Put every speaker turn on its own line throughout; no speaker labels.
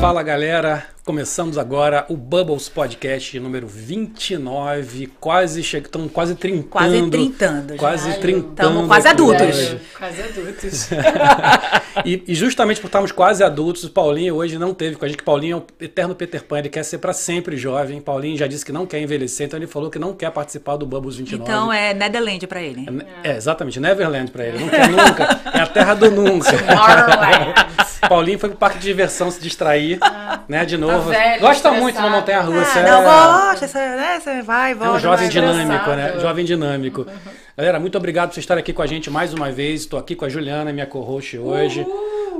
Fala galera, começamos agora o Bubbles Podcast número 29, quase chegando, quase trincando.
Quase trintando. já.
Quase trincando.
Tamo quase
aqui
Tá adultos.
hoje.
É, Quase adultos.
E, e justamente por estarmos quase adultos, o Paulinho hoje não teve com a gente. Paulinho é o eterno Peter Pan, ele quer ser pra sempre jovem. Paulinho já disse que não quer envelhecer, então ele falou que não quer participar do Bubbles 29.
Então é Netherland pra ele.
É, é, exatamente, Neverland pra ele. Não quer nunca. É a terra do nunca.
Tomorrowland. Ah,
Paulinho foi pro parque de diversão se distrair, né? De novo.
tá velho,
Gosta muito da
estressado.
montanha russa.
Ah, não gosta, essa, né, você vai,
É
volta.
um jovem
vai,
dinâmico, né?
engraçado.
Jovem dinâmico. Galera, muito obrigado por vocês estarem aqui com a gente mais uma vez. Estou aqui com a Juliana, minha co-host hoje.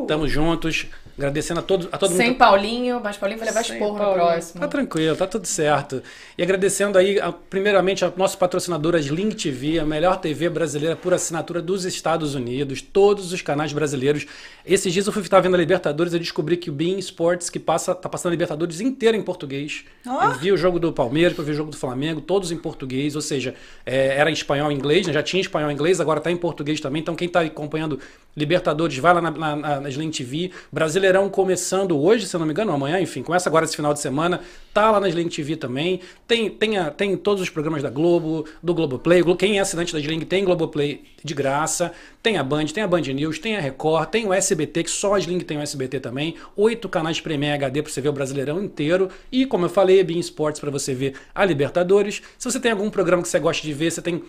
Estamos juntos. Agradecendo a, todo, a todo
Sem
mundo.
Paulinho, mas Paulinho vai levar
Sem
esporro no
Paulinho.
próximo.
Tá tranquilo, tá tudo certo. E agradecendo aí, a- primeiramente, a nossa patrocinadora Sling TV, a melhor TV brasileira por assinatura dos Estados Unidos, todos os canais brasileiros. Esses dias eu fui estar vendo a Libertadores e descobri que o Bean Sports, que passa, tá passando a Libertadores inteira em português.
Ó.
Eu vi o jogo do Palmeiras, eu vi o jogo do Flamengo, todos em português, ou seja, é, era em espanhol e inglês, né? já tinha espanhol e inglês, agora tá em português também. Então quem tá acompanhando Libertadores, vai lá na, na, na, na Sling TV. Brasileirão começando hoje, se eu não me engano, ou amanhã, enfim, começa agora esse final de semana. Tá lá na Sling TV também. Tem, tem, a- tem todos os programas da Globo, do Globoplay. Glo- Quem é assinante da Sling tem Globoplay de graça. Tem a Band, tem a Band News, tem a Record, tem o SBT, que só a Sling tem o SBT também. Oito canais Premier HD pra você ver o Brasileirão inteiro. E, como eu falei, Bean Sports pra você ver a Libertadores. Se você tem algum programa que você gosta de ver, você tem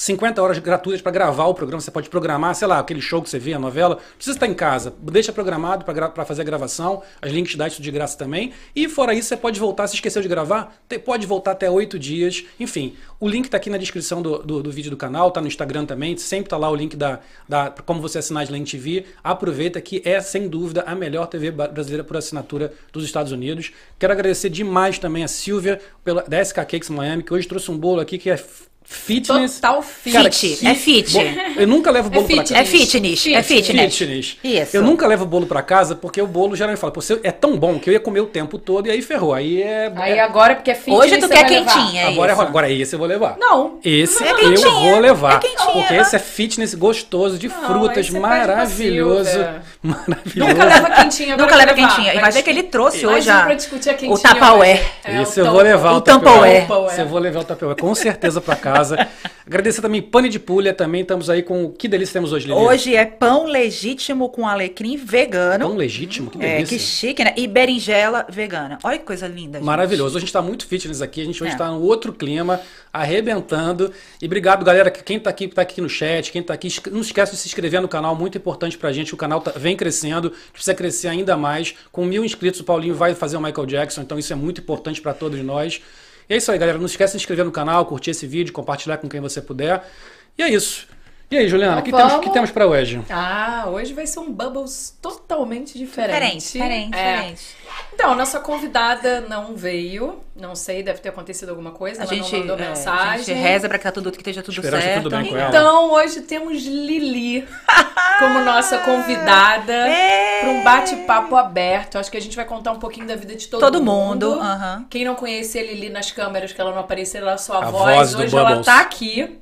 50 horas gratuitas para gravar o programa, você pode programar, sei lá, aquele show que você vê, a novela, não precisa estar em casa, deixa programado para fazer a gravação, as links dá isso de graça também, e fora isso você pode voltar, se esqueceu de gravar, te- pode voltar até 8 dias, enfim, o link tá aqui na descrição do, do, do vídeo do canal, tá no Instagram também, sempre tá lá o link da, da como você assinar a Sling TV, aproveita que é sem dúvida a melhor TV ba- brasileira por assinatura dos Estados Unidos, quero agradecer demais também a Silvia pela, da SK Cakes Miami, que hoje trouxe um bolo aqui que é f- fitness...
Total fit.
Cara,
Fit,
que
é fit.
bo- Eu nunca levo bolo pra
É
casa.
fitness, é fitness. Isso.
Eu nunca levo bolo pra casa porque o bolo geralmente fala, Pô, você- é tão bom que eu ia comer o tempo todo e aí ferrou. Aí é.
Aí
é-
agora, porque é fitness,
Hoje tu
você
quer
vai levar.
quentinha, é
agora,
isso.
é- agora esse eu vou levar.
Não.
Esse
É
eu
quentinha,
vou levar.
é quentinha.
porque esse é fitness gostoso de
Não,
frutas,
esse é pede pra
maravilhoso.
Silvia.
Maravilhoso.
Nunca leva quentinha. agora
Nunca
vai
leva
levar.
quentinha. E vai ver que ele trouxe
Mas
hoje
um
a-
pra discutir a quentinha
o tapaué.
hoje. É,
Esse
o é.
eu vou levar o
o é. Tupperware.
Tupperware.
Esse eu vou levar o Tupperware, com certeza pra casa. Agradecer também Pane de Pulha, também estamos aí com. Que delícia temos hoje, Lili?
Hoje é pão legítimo com alecrim vegano.
Tão legítimo, que
É,
delícia.
que chique, né? E berinjela vegana. Olha que coisa linda, gente.
Maravilhoso. Hoje a gente tá muito fitness aqui, a gente hoje
É.
tá no outro clima, arrebentando. E obrigado, galera. que- Quem tá aqui, tá aqui no chat, quem tá aqui, esque- não esquece de se inscrever no canal, muito importante pra gente. O canal tá- vem crescendo, precisa crescer ainda mais. Com mil inscritos, o Paulinho vai fazer o Michael Jackson, então isso é muito importante pra todos nós. E é isso aí, galera. Não esquece de se inscrever no canal, curtir esse vídeo, compartilhar com quem você puder. E é isso. E aí, Juliana, o
Então
que temos,
vamos.
que temos para hoje?
Ah, hoje vai ser um Bubbles totalmente diferente.
Diferente, diferente,
É.
diferente.
Então, nossa convidada não veio. Não sei, deve ter acontecido alguma coisa.
A
ela
gente,
não mandou
é, a
mensagem.
gente reza pra que, tá tudo, que esteja tudo
Esperamos que
certo.
tudo bem com ela.
Então, hoje temos Lili como nossa convidada
É.
para um bate-papo aberto. Acho que a gente vai contar um pouquinho da vida de todo,
Todo mundo, aham.
Quem não conhecia a Lili nas câmeras, que ela não apareceu, ela só a,
A
voz.
voz do
Hoje ela
Bubbles.
tá aqui.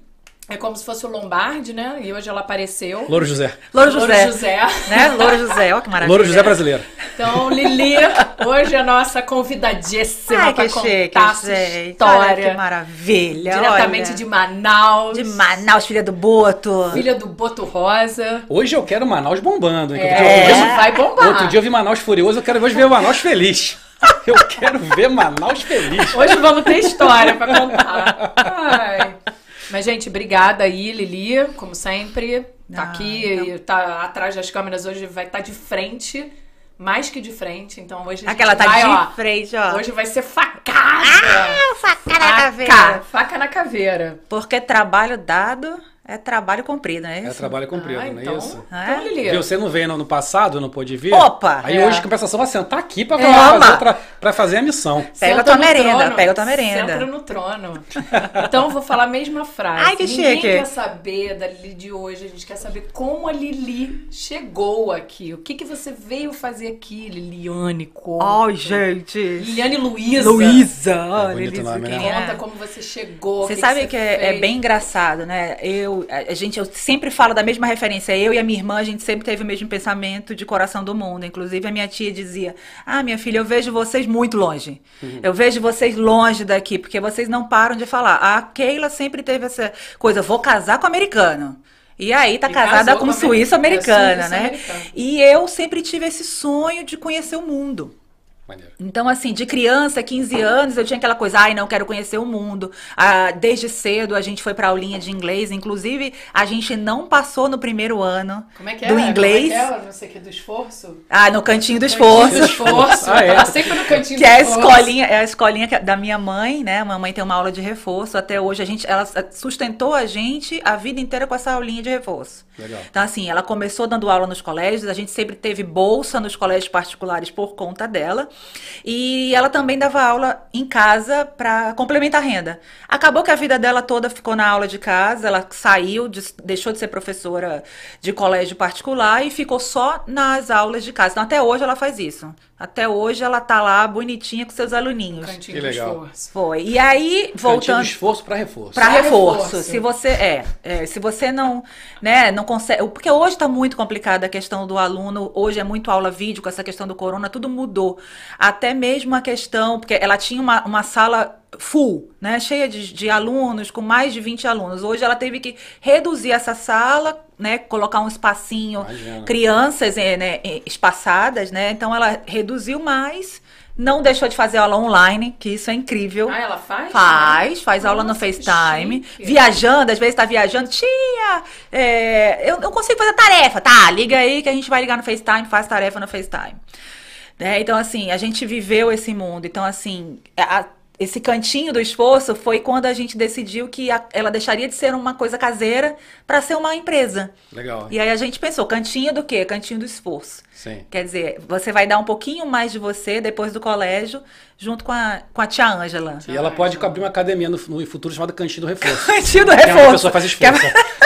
É como se fosse o Lombardi, né? E hoje ela apareceu.
Louro José.
Louro José.
Louro José.
Né? Louro José, olha que maravilha.
Louro José brasileiro.
Então, Lili, hoje é a nossa convidadíssima
Ai,
para
que
contar
chique,
sua
gente. Olha que
história.
maravilha.
diretamente
olha.
de Manaus.
De Manaus, filha do Boto.
Filha do Boto Rosa.
Hoje eu quero Manaus bombando, hein? que outro dia eu
É,
vi um-
hoje vai bombar.
Outro dia eu vi Manaus Furioso, eu quero hoje ver o Manaus feliz. Eu quero ver Manaus feliz.
Hoje vamos ter história pra contar. Ai. Mas, gente, obrigada aí, Lili, como sempre.
Ah,
Tá aqui, e tá atrás das câmeras hoje, vai estar de frente, mais que de frente. Então hoje a gente
Aquela tá
vai,
de
ó,
frente, ó.
Hoje vai ser facada!
facada
Faca, faca na caveira.
Porque trabalho dado é trabalho cumprido, né?
É trabalho comprido,
Ah,
não é
então,
isso?
então,
É?
Lili.
Viu, você não veio no, no passado, não pôde vir?
Opa!
Aí
É.
hoje, em compensação, vai sentar aqui pra,
É,
falar- fazer,
ama.
outra- pra fazer a missão.
Pega
Senta
a tua
no
merenda,
trono,
pega a tua merenda.
Senta no trono. Então eu vou falar a mesma frase.
Ai, que
Ninguém
chique.
quer saber da Lili de hoje, a gente quer saber como a Lili chegou aqui. O que, que você veio fazer aqui, Liliane? Conta.
Ai, gente.
Liliane Luísa.
Luísa, olha
É bonito
Luísa,
o nome,
quem
né?
é.
Conta como você chegou. o
Você
que
sabe
você
que, é, é
fez.
bem engraçado, né? Eu eu, a a gente, eu sempre falo da mesma referência. Eu e a minha irmã, a gente sempre teve o mesmo pensamento de coração do mundo. Inclusive, a minha tia dizia: Ah, minha filha, eu vejo vocês muito longe.
Uhum.
Eu vejo vocês longe daqui, porque vocês não param de falar. A Keila sempre teve essa coisa: vou casar com americano. E aí tá
E
casada
casou
com
com
um suíço
americano. É,
americana,
suíço
né?
americano.
E eu sempre tive esse sonho de conhecer o mundo.
Maneiro.
Então, assim, de criança, 15 anos, eu tinha aquela coisa, ai, não quero conhecer o mundo. Ah, desde cedo a gente foi pra aulinha de inglês, inclusive a gente não passou no primeiro ano
Como é que
do
era?
inglês.
Como é que era? Não sei o que, do esforço?
Ah, no cantinho do
Cantinho do
esforço.
esforço.
Ah, é.
Tava sempre no cantinho
Que
do
é a
esforço.
escolinha, é a escolinha que- da minha mãe, né? Mamãe tem uma aula de reforço. Até hoje a gente, ela ah, sustentou a gente a vida inteira com essa aulinha de reforço.
Legal.
Então, assim, ela começou dando aula nos colégios, a gente sempre teve bolsa nos colégios particulares por conta dela. E ela também dava aula em casa para complementar a renda. Acabou que a vida dela toda ficou na aula de casa, ela saiu, des- deixou de ser professora de colégio particular e ficou só nas aulas de casa. Então, até hoje ela faz isso. Até hoje ela tá lá bonitinha com seus aluninhos.
Cantinho
Que
do
legal.
esforço.
Foi. E aí,
Cantinho de
voltando.
um esforço para reforço.
Pra
Só
reforço.
reforço.
Se você é, é, se você não, né, não consegue, porque hoje tá muito complicada a questão do aluno, hoje é muito aula vídeo com essa questão do corona, tudo mudou. Até mesmo a questão, porque ela tinha uma, uma sala full, né, cheia de, de alunos, com mais de 20 alunos. Hoje ela teve que reduzir essa sala, né, colocar um espacinho,
Imagina.
crianças eh, né, eh, espaçadas, né? Então ela reduziu mais, não deixou de fazer aula online, que isso é incrível.
Ah, ela faz?
Faz, faz aula no
Nossa, que
FaceTime.
chique.
Viajando, às vezes tá viajando. Tia, é, eu não consigo fazer tarefa. Tá, liga aí que a gente vai ligar no FaceTime, faz tarefa no FaceTime. Né? Então, assim, a gente viveu esse mundo. Então, assim, a- esse cantinho do esforço foi quando a gente decidiu que a- ela deixaria de ser uma coisa caseira para ser uma empresa.
Legal.
E aí a gente pensou, cantinho do quê? Cantinho do esforço.
Sim.
Quer dizer, você vai dar um pouquinho mais de você depois do colégio, junto com a, com a tia Ângela.
E ela pode abrir uma academia no, no futuro chamada Cantinho do Reforço.
Cantinho do
Que é onde a
reforço.
pessoa faz esforço.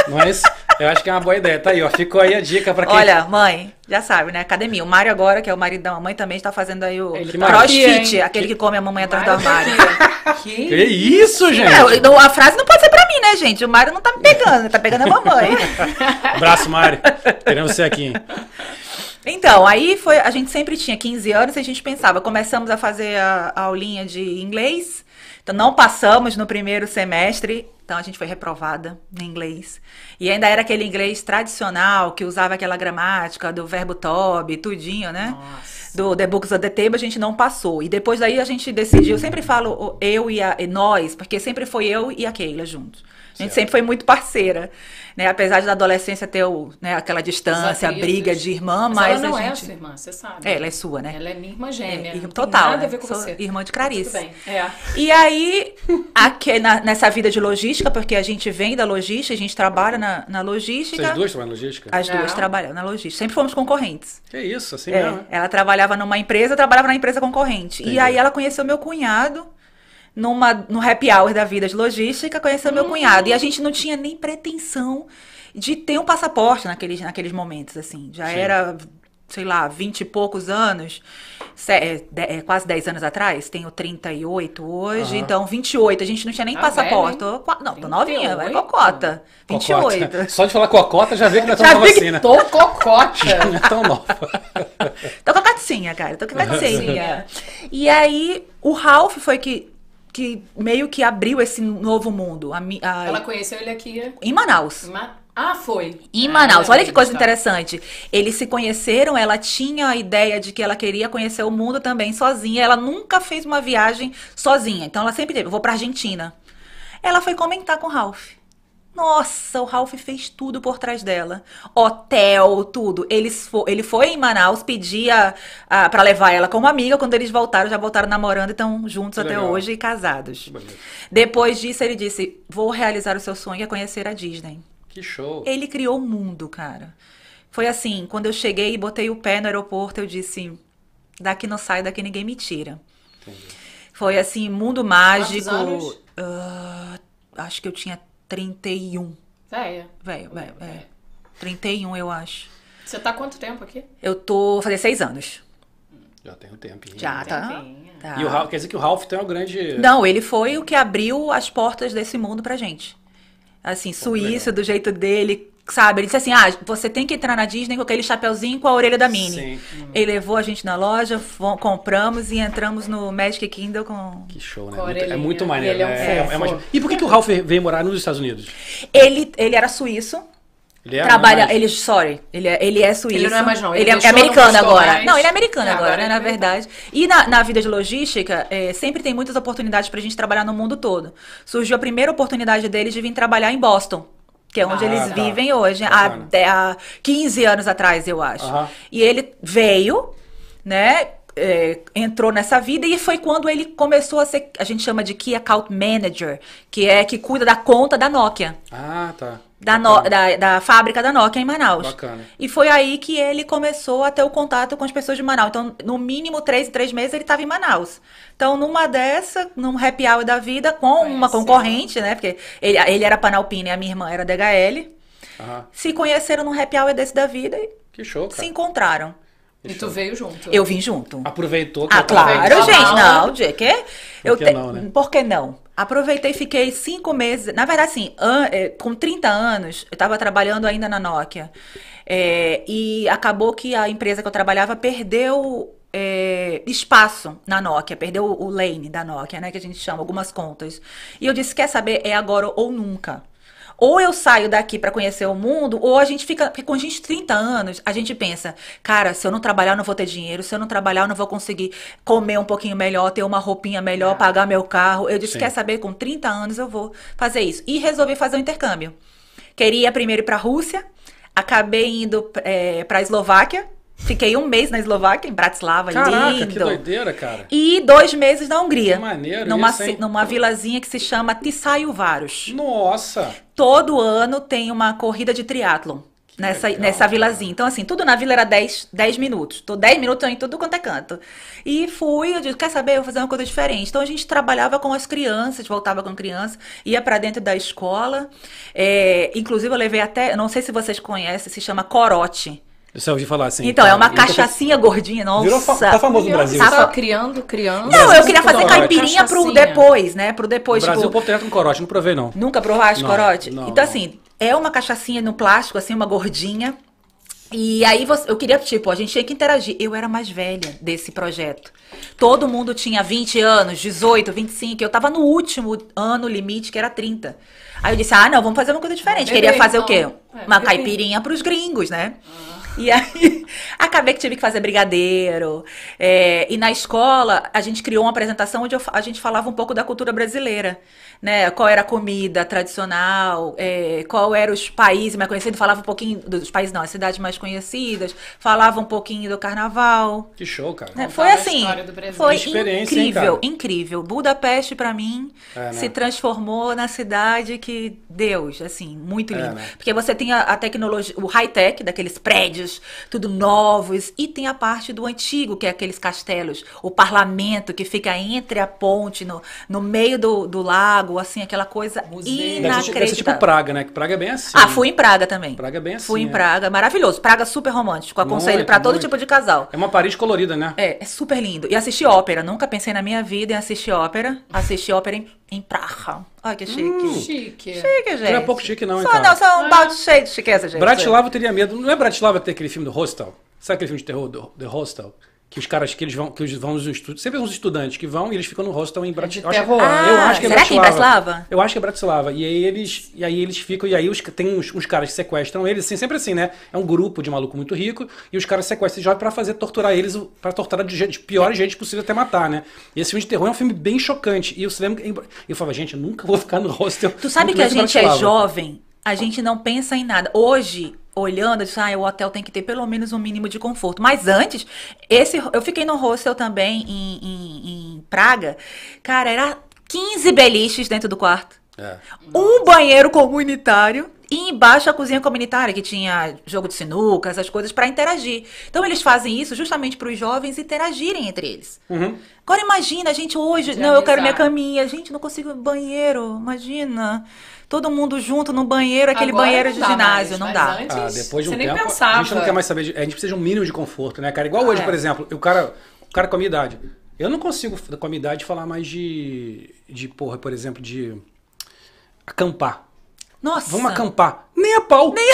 Não é isso? Eu acho que é uma boa ideia. Tá aí, ó. Ficou aí a dica pra quem.
Olha, mãe, já sabe, né? Academia. O Mário agora, que é o marido da mamãe, também está fazendo aí o
Ele tá
crossfit,
aqui, hein?
aquele que come a mamãe atrás do
Mário tá
armário.
aqui.
Que
Que
isso, gente?
É, eu- não, a frase não pode ser pra mim, né, gente? O Mário não tá me pegando, ele tá pegando a mamãe.
Abraço, Mário. Queremos você aqui. hein?
Então, aí foi, a gente sempre tinha 15 anos e a gente pensava, começamos a fazer a, a aulinha de inglês, então não passamos no primeiro semestre, então a gente foi reprovada no inglês. E ainda era aquele inglês tradicional que usava aquela gramática do verbo to be, tudinho, né?
Nossa.
do The Books of the Table, a gente não passou. E depois daí a gente decidiu, eu sempre falo o- eu e, a, e nós, porque sempre foi eu e a Keila juntos. A
Certo.
gente sempre foi muito parceira, né? Apesar de na adolescência ter o, né, aquela distância, a
atritos.
briga de irmã, mas,
Mas ela não
a
é a
gente...
sua irmã, você sabe.
É, ela é sua, né?
Ela é minha irmã gêmea.
É, irmã-
não tem
total,
Nada
né?
a ver com
Sou
você.
irmã de
Tudo
Clarice.
bem. É.
E aí, aqui, na- nessa vida de logística, porque a gente vem da logística, a gente trabalha na, na logística.
Vocês duas trabalham em logística?
As duas
Não.
trabalham na logística. Sempre fomos concorrentes.
Que isso, assim
É,
mesmo. né?
ela trabalhava numa empresa, eu trabalhava na empresa concorrente.
Entendi.
E aí ela conheceu meu cunhado numa, no happy hour da vida de logística, conheceu
Hum.
meu cunhado. E a gente não tinha nem pretensão de ter um passaporte naqueles, naqueles momentos, assim. Já
Sim.
era, sei lá, vinte e poucos anos, se- é, de- é, quase 10 anos atrás, tenho 38 hoje,
Aham. Ah,
então 28, a gente não tinha nem
Tá
passaporte.
velha,
Tô qua- não, tô novinha, vai
38?
cocota.
Cocota.
28.
Só de falar cocota já vê que não é tão
Já
nova
vi que
assim, né?
Tô cocota.
Não é tão nova.
Tô com a catinha, cara. Tô com a catinha.
Catinha.
e aí, o Ralph foi que, que meio que abriu esse novo mundo. a mi- a-
ela conheceu ele aqui.
Em Manaus.
Ma- Ah, foi.
Em Manaus.
Ah,
Olha que
É,
coisa
tá.
interessante. Eles se conheceram, ela tinha a ideia de que ela queria conhecer o mundo também sozinha. Ela nunca fez uma viagem sozinha. Então ela sempre teve, vou pra Argentina. Ela foi comentar com o Ralph. Nossa, o Ralph fez tudo por trás dela. Hotel, tudo. Eles fo- ele foi em Manaus, pedia ah, pra levar ela como amiga. Quando eles voltaram, já voltaram namorando e estão juntos
Que
até
legal.
hoje e casados.
bonito.
Depois disso, ele disse: Vou realizar o seu sonho que é conhecer a Disney.
Que show.
Ele criou o mundo, cara. Foi assim, quando eu cheguei e botei o pé no aeroporto, eu disse: daqui não sai, daqui ninguém me tira.
Entendi.
Foi assim, mundo mágico.
anos?
Ah, acho que eu tinha 31. É,
Véia.
Velho, velho, é. 31, eu acho.
Você tá há quanto tempo aqui?
Eu tô. Vou fazer seis anos.
Já tem um tempinho.
Já, tá?
Tempinho.
tá.
E o Ralph, quer dizer que o Ralph tem um grande.
Não, ele foi o que abriu as portas desse mundo pra gente. Assim, suíço, do jeito dele, sabe? Ele disse assim: ah, você tem que entrar na Disney com aquele chapeuzinho com a orelha da Minnie.
Sim.
Ele levou a gente na loja, fom- compramos e entramos no Magic Kingdom com.
Que show, né?
Com a
Muito- é
orelhinha.
muito
E
maneiro.
ele é um
né?
fofo.
uma- E por que, que o Ralph veio morar nos Estados Unidos?
Ele, ele era suíço.
Ele é
trabalha,
mais-
ele, sorry, ele é, ele é suíço.
Ele não é mais não, ele
Ele, é- é,
deixou, não
americano
gostou
agora.
mais.
Não, ele é americano
É,
agora,
agora
né,
ele
na
é
verdade. E na, na vida de logística, é, sempre tem muitas oportunidades pra gente trabalhar no mundo todo. Surgiu a primeira oportunidade dele de vir trabalhar em Boston. Que é onde
Ah,
eles
tá.
vivem hoje, há,
Bacana.
de- há 15 anos atrás, eu acho.
Aham.
E ele veio, né? é, entrou nessa vida e foi quando ele começou a ser, a gente chama de Key Account Manager, que é que cuida da conta da Nokia
Ah, tá.
da, no- da, da fábrica da Nokia em Manaus.
Bacana.
E foi aí que ele começou a ter o contato com as pessoas de Manaus. Então, no mínimo três em três meses ele estava em Manaus. Então, numa dessa, num happy hour da vida, com uma
Conheceu.
concorrente, né? Porque ele, ele era Panalpina e a minha irmã era DHL.
Aham.
Se conheceram num happy hour desse da vida e
Que show, cara.
se encontraram.
E tu veio junto.
Eu vim junto.
Aproveitou. que
Ah,
eu tava-
claro,
Aproveitar.
gente. Não, de quê? Eu
que
te-
não, né?
Por que não? Aproveitei, fiquei cinco meses. Na verdade, assim, an- eh, com 30 anos, eu estava trabalhando ainda na Nokia. É, e acabou que a empresa que eu trabalhava perdeu é, espaço na Nokia, perdeu o o lane da Nokia, né? Que a gente chama, algumas contas. E eu disse: quer saber? É agora ou nunca. Ou eu saio daqui para conhecer o mundo, ou a gente fica. Porque com a gente 30 anos, a gente pensa, cara, se eu não trabalhar, eu não vou ter dinheiro, se eu não trabalhar, eu não vou conseguir comer um pouquinho melhor, ter uma roupinha melhor, pagar meu carro. Eu disse,
É. Sim.
quer saber? Com 30 anos eu vou fazer isso. E resolvi fazer um intercâmbio. Queria primeiro ir pra Rússia, acabei indo é, pra Eslováquia. Fiquei um mês na Eslováquia, em Bratislava,
Caraca,
lindo.
que doideira, cara.
E dois meses na Hungria.
Que maneiro
numa,
isso, hein?
ci- numa vilazinha que se chama Tiszajuváros.
Nossa.
Todo ano tem uma corrida de triatlon nessa,
legal,
nessa
cara.
vilazinha. Então, assim, tudo na vila era 10, 10 minutos. Tô 10 minutos em tudo quanto é canto. E fui, eu disse, quer saber, eu vou fazer uma coisa diferente. Então, a gente trabalhava com as crianças, voltava com criança, ia pra dentro da escola. É, inclusive, eu levei até, não sei se vocês conhecem, se chama corote.
Eu só ouvi falar assim.
Então, é uma
cara, nunca-
cachaçinha gordinha, nossa.
Virou fa- tá famoso no
Criança,
Brasil.
Tá
só criando, criando.
Não, eu
Brasil,
queria fazer
corote.
caipirinha pro
Cachaçinha.
depois, né? Pro
No
depois,
Brasil, o
tipo,
povo tem com corote. Não provei, não.
Nunca provaste
Não,
corote?
não,
então,
não.
assim, é uma cachaçinha no plástico, assim, uma gordinha. E aí você- eu queria, tipo, a gente tinha que interagir. Eu era mais velha desse projeto. Todo mundo tinha 20 anos, 18, 25. Eu tava no último ano limite, que era 30. Aí eu disse, ah, não, vamos fazer uma coisa diferente.
Vamos
Queria
beber,
fazer o quê?
então. É,
uma
beber.
caipirinha pros gringos, né? E aí, acabei que tive que fazer brigadeiro. É, e na escola, a gente criou uma apresentação onde eu fa- a gente falava um pouco da cultura brasileira, né? Qual era a comida tradicional, é, qual eram os países mais conhecidos, falava um pouquinho dos países, não, as cidades mais conhecidas, falava um pouquinho do carnaval.
Que show, cara.
né?
Contava
Foi
a
assim,
história do Brasil.
foi
Que experiência, hein,
incrível,
cara?
incrível. Budapeste, pra mim,
É, né?
se transformou na cidade que, Deus, assim, muito
É,
lindo.
né?
Porque você tem a, a tecnologia, o high-tech, daqueles prédios, tudo novos, e tem a parte do antigo, que é aqueles castelos, o parlamento que fica entre a ponte, no, no meio do, do lago, assim, aquela coisa
Museu.
Deve ser, deve ser tipo
inacreditável.
Praga, né? Que Praga é bem assim.
Ah, fui em Praga também.
Praga é bem assim.
Fui em
é.
Praga, maravilhoso. Praga super romântico, aconselho
Muito,
pra todo
muito.
tipo de casal.
É uma Paris colorida, né?
É, é super lindo. E assisti ópera. Nunca pensei na minha vida em assistir ópera. Assisti ópera em, em Praga. Ai, que chique.
Chique.
Chique, gente.
Hum. Não é pouco chique, não, hein,
Só
cara?
não, só um balde cheio de chiqueza, gente.
Bratislava eu teria medo. Não é Bratislava que tem aquele filme do Hostel? Sabe aquele filme de terror do The Hostel? Que os caras que eles vão, que eles vão nos estudos, sempre uns estudantes que vão e eles ficam no hostel em Bratislava.
terror,
Eu acho,
né?
eu acho que é
Será que é em
Bratislava.
Bratislava?
Eu acho que é Bratislava. E aí eles, e aí eles ficam e aí os tem uns, uns caras que sequestram eles, assim, sempre assim, né? É um grupo de maluco muito rico e os caras sequestram esse jovem pra fazer torturar eles, pra torturar de, jeito, de piores jeitos possível até matar, né? E esse filme de terror é um filme bem chocante. E eu se lembro, que- eu falava, gente, eu nunca vou ficar no hostel.
Tu sabe
muito
que a
menos em
gente é
Bratislava.
jovem, a gente não pensa em nada. Hoje, olhando, eu disse, ah, o hotel tem que ter pelo menos um mínimo de conforto. Mas antes, esse, eu fiquei no hostel também em, em- em Praga. Cara, era 15 beliches dentro do quarto.
É.
Um banheiro comunitário e embaixo a cozinha comunitária, que tinha jogo de sinuca, essas coisas, pra interagir. Então eles fazem isso justamente para os jovens interagirem entre eles.
Uhum.
Agora imagina, a gente hoje,
De
não, eu quero minha
amizade.
caminha, gente, não consigo ir no banheiro, imagina. Todo mundo junto no banheiro, aquele
Agora
banheiro
não
de
dá
ginásio,
mais,
não
mas
dá.
antes,
Ah, depois de um
você
tempo,
nem pensava.
a gente não quer mais saber. de- a gente precisa de um mínimo de conforto, né, cara? Igual hoje,
é.
por exemplo, o cara, o cara com a minha idade. Eu não consigo, com a minha idade, falar mais de, de porra, por exemplo, de acampar.
Nossa.
Vamos um acampar. Nem a pau. Nem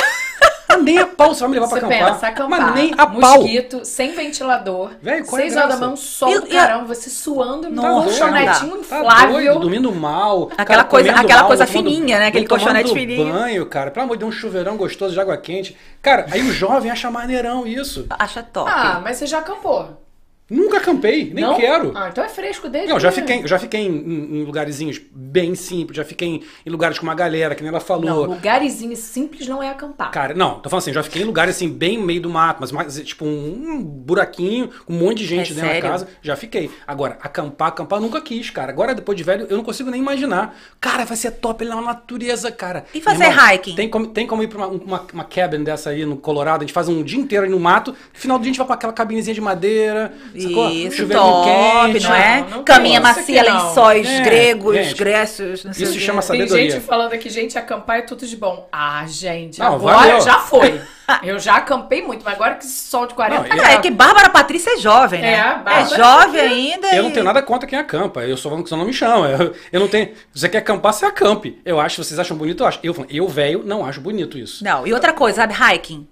a, nem a pau você vai me levar
Você
pra acampar.
pensa, acampar,
Mas nem a pau.
mosquito, sem ventilador,
Véi, qual é a
seis horas da
graça?
manhã, um sol
E-
do
e a-
caramba, você suando num
Tá doido,
colchonetinho
Tá
um inflável.
doido, dormindo mal.
Aquela coisa-
comendo
aquela
mal,
coisa
não tomando-
fininha, né?
não
Aquele
tomando
colchonete fininho.
banho, cara. Pelo amor de Deus, um chuveirão gostoso de água quente. Cara, aí o jovem acha maneirão isso.
Acha top.
ah, mas você já acampou?
Nunca acampei, nem
não?
quero.
Ah, então é fresco desde
Não, já
que-
fiquei, já fiquei em, em- em lugarzinhos bem simples, já fiquei em, em lugares com uma galera, que nem ela
Não,
falou.
lugarzinho simples não é acampar.
Cara, não, tô falando assim, já fiquei em lugares assim, bem no meio do mato, mas, mais, tipo um, um buraquinho, com um monte de gente
É
dentro
sério?
da casa, já fiquei. Agora, acampar, acampar eu nunca quis, cara. Agora, depois de velho, eu não consigo nem imaginar. Cara, vai ser top ele na natureza, cara.
E fazer
Meu
hiking?
Tem como, tem como ir pra uma, uma, uma cabin dessa aí no Colorado, a gente faz um dia inteiro aí no mato, no final do dia a gente vai pra aquela cabinezinha de madeira, sacou?
Isso,
Chuveirinho
top, não é?
não tem.
Caminha
Isso
macia,
aqui não.
lençóis
É,
gregos,
gente,
gressos, não sei
isso
o quê.
chama
Tem
é sabedoria.
gente falando aqui, gente, acampar é tudo de bom. Ah, gente,
Não,
agora
valeu.
já foi. Eu já acampei muito, mas agora que esse sol de 40
Não, e-
Ah, é que Bárbara Patrícia é jovem, né?
É, a Bárbara- é
jovem ainda.
Eu não
e-
tenho nada contra quem acampa. Eu só falo que você não me chama. Eu, eu não tenho. Você quer acampar, você acampe. Eu acho, vocês acham bonito, eu acho. Eu, falo, eu velho, não acho bonito isso.
Não, e outra coisa, sabe, hiking.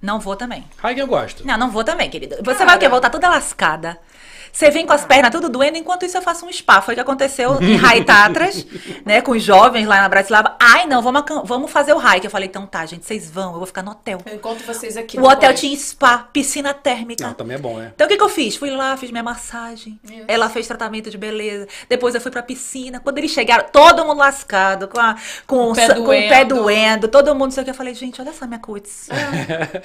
Não vou também.
Hiking eu gosto.
Não, não vou também, querido. Você
Cara.
vai o quê? Voltar toda lascada. Você vem com as pernas tudo doendo, enquanto isso eu faço um spa. Foi o que aconteceu em Raitatras, né? Com os jovens lá na Bratislava. Ai, não, vamos, acam- vamos fazer o hike. Eu falei, então tá, gente, vocês vão, eu vou ficar no hotel.
eu encontro vocês aqui.
O
depois.
hotel tinha spa, piscina térmica.
Não, também é bom, né?
Então o que, que eu fiz? Fui lá, fiz minha massagem.
Isso.
Ela fez tratamento de beleza. Depois eu fui pra piscina. Quando eles chegaram, todo mundo lascado, com, a- com,
O
o,
pé
sa- com o pé
doendo. É.
doendo, todo mundo não sei o que. Eu falei, gente, olha só minha cutis.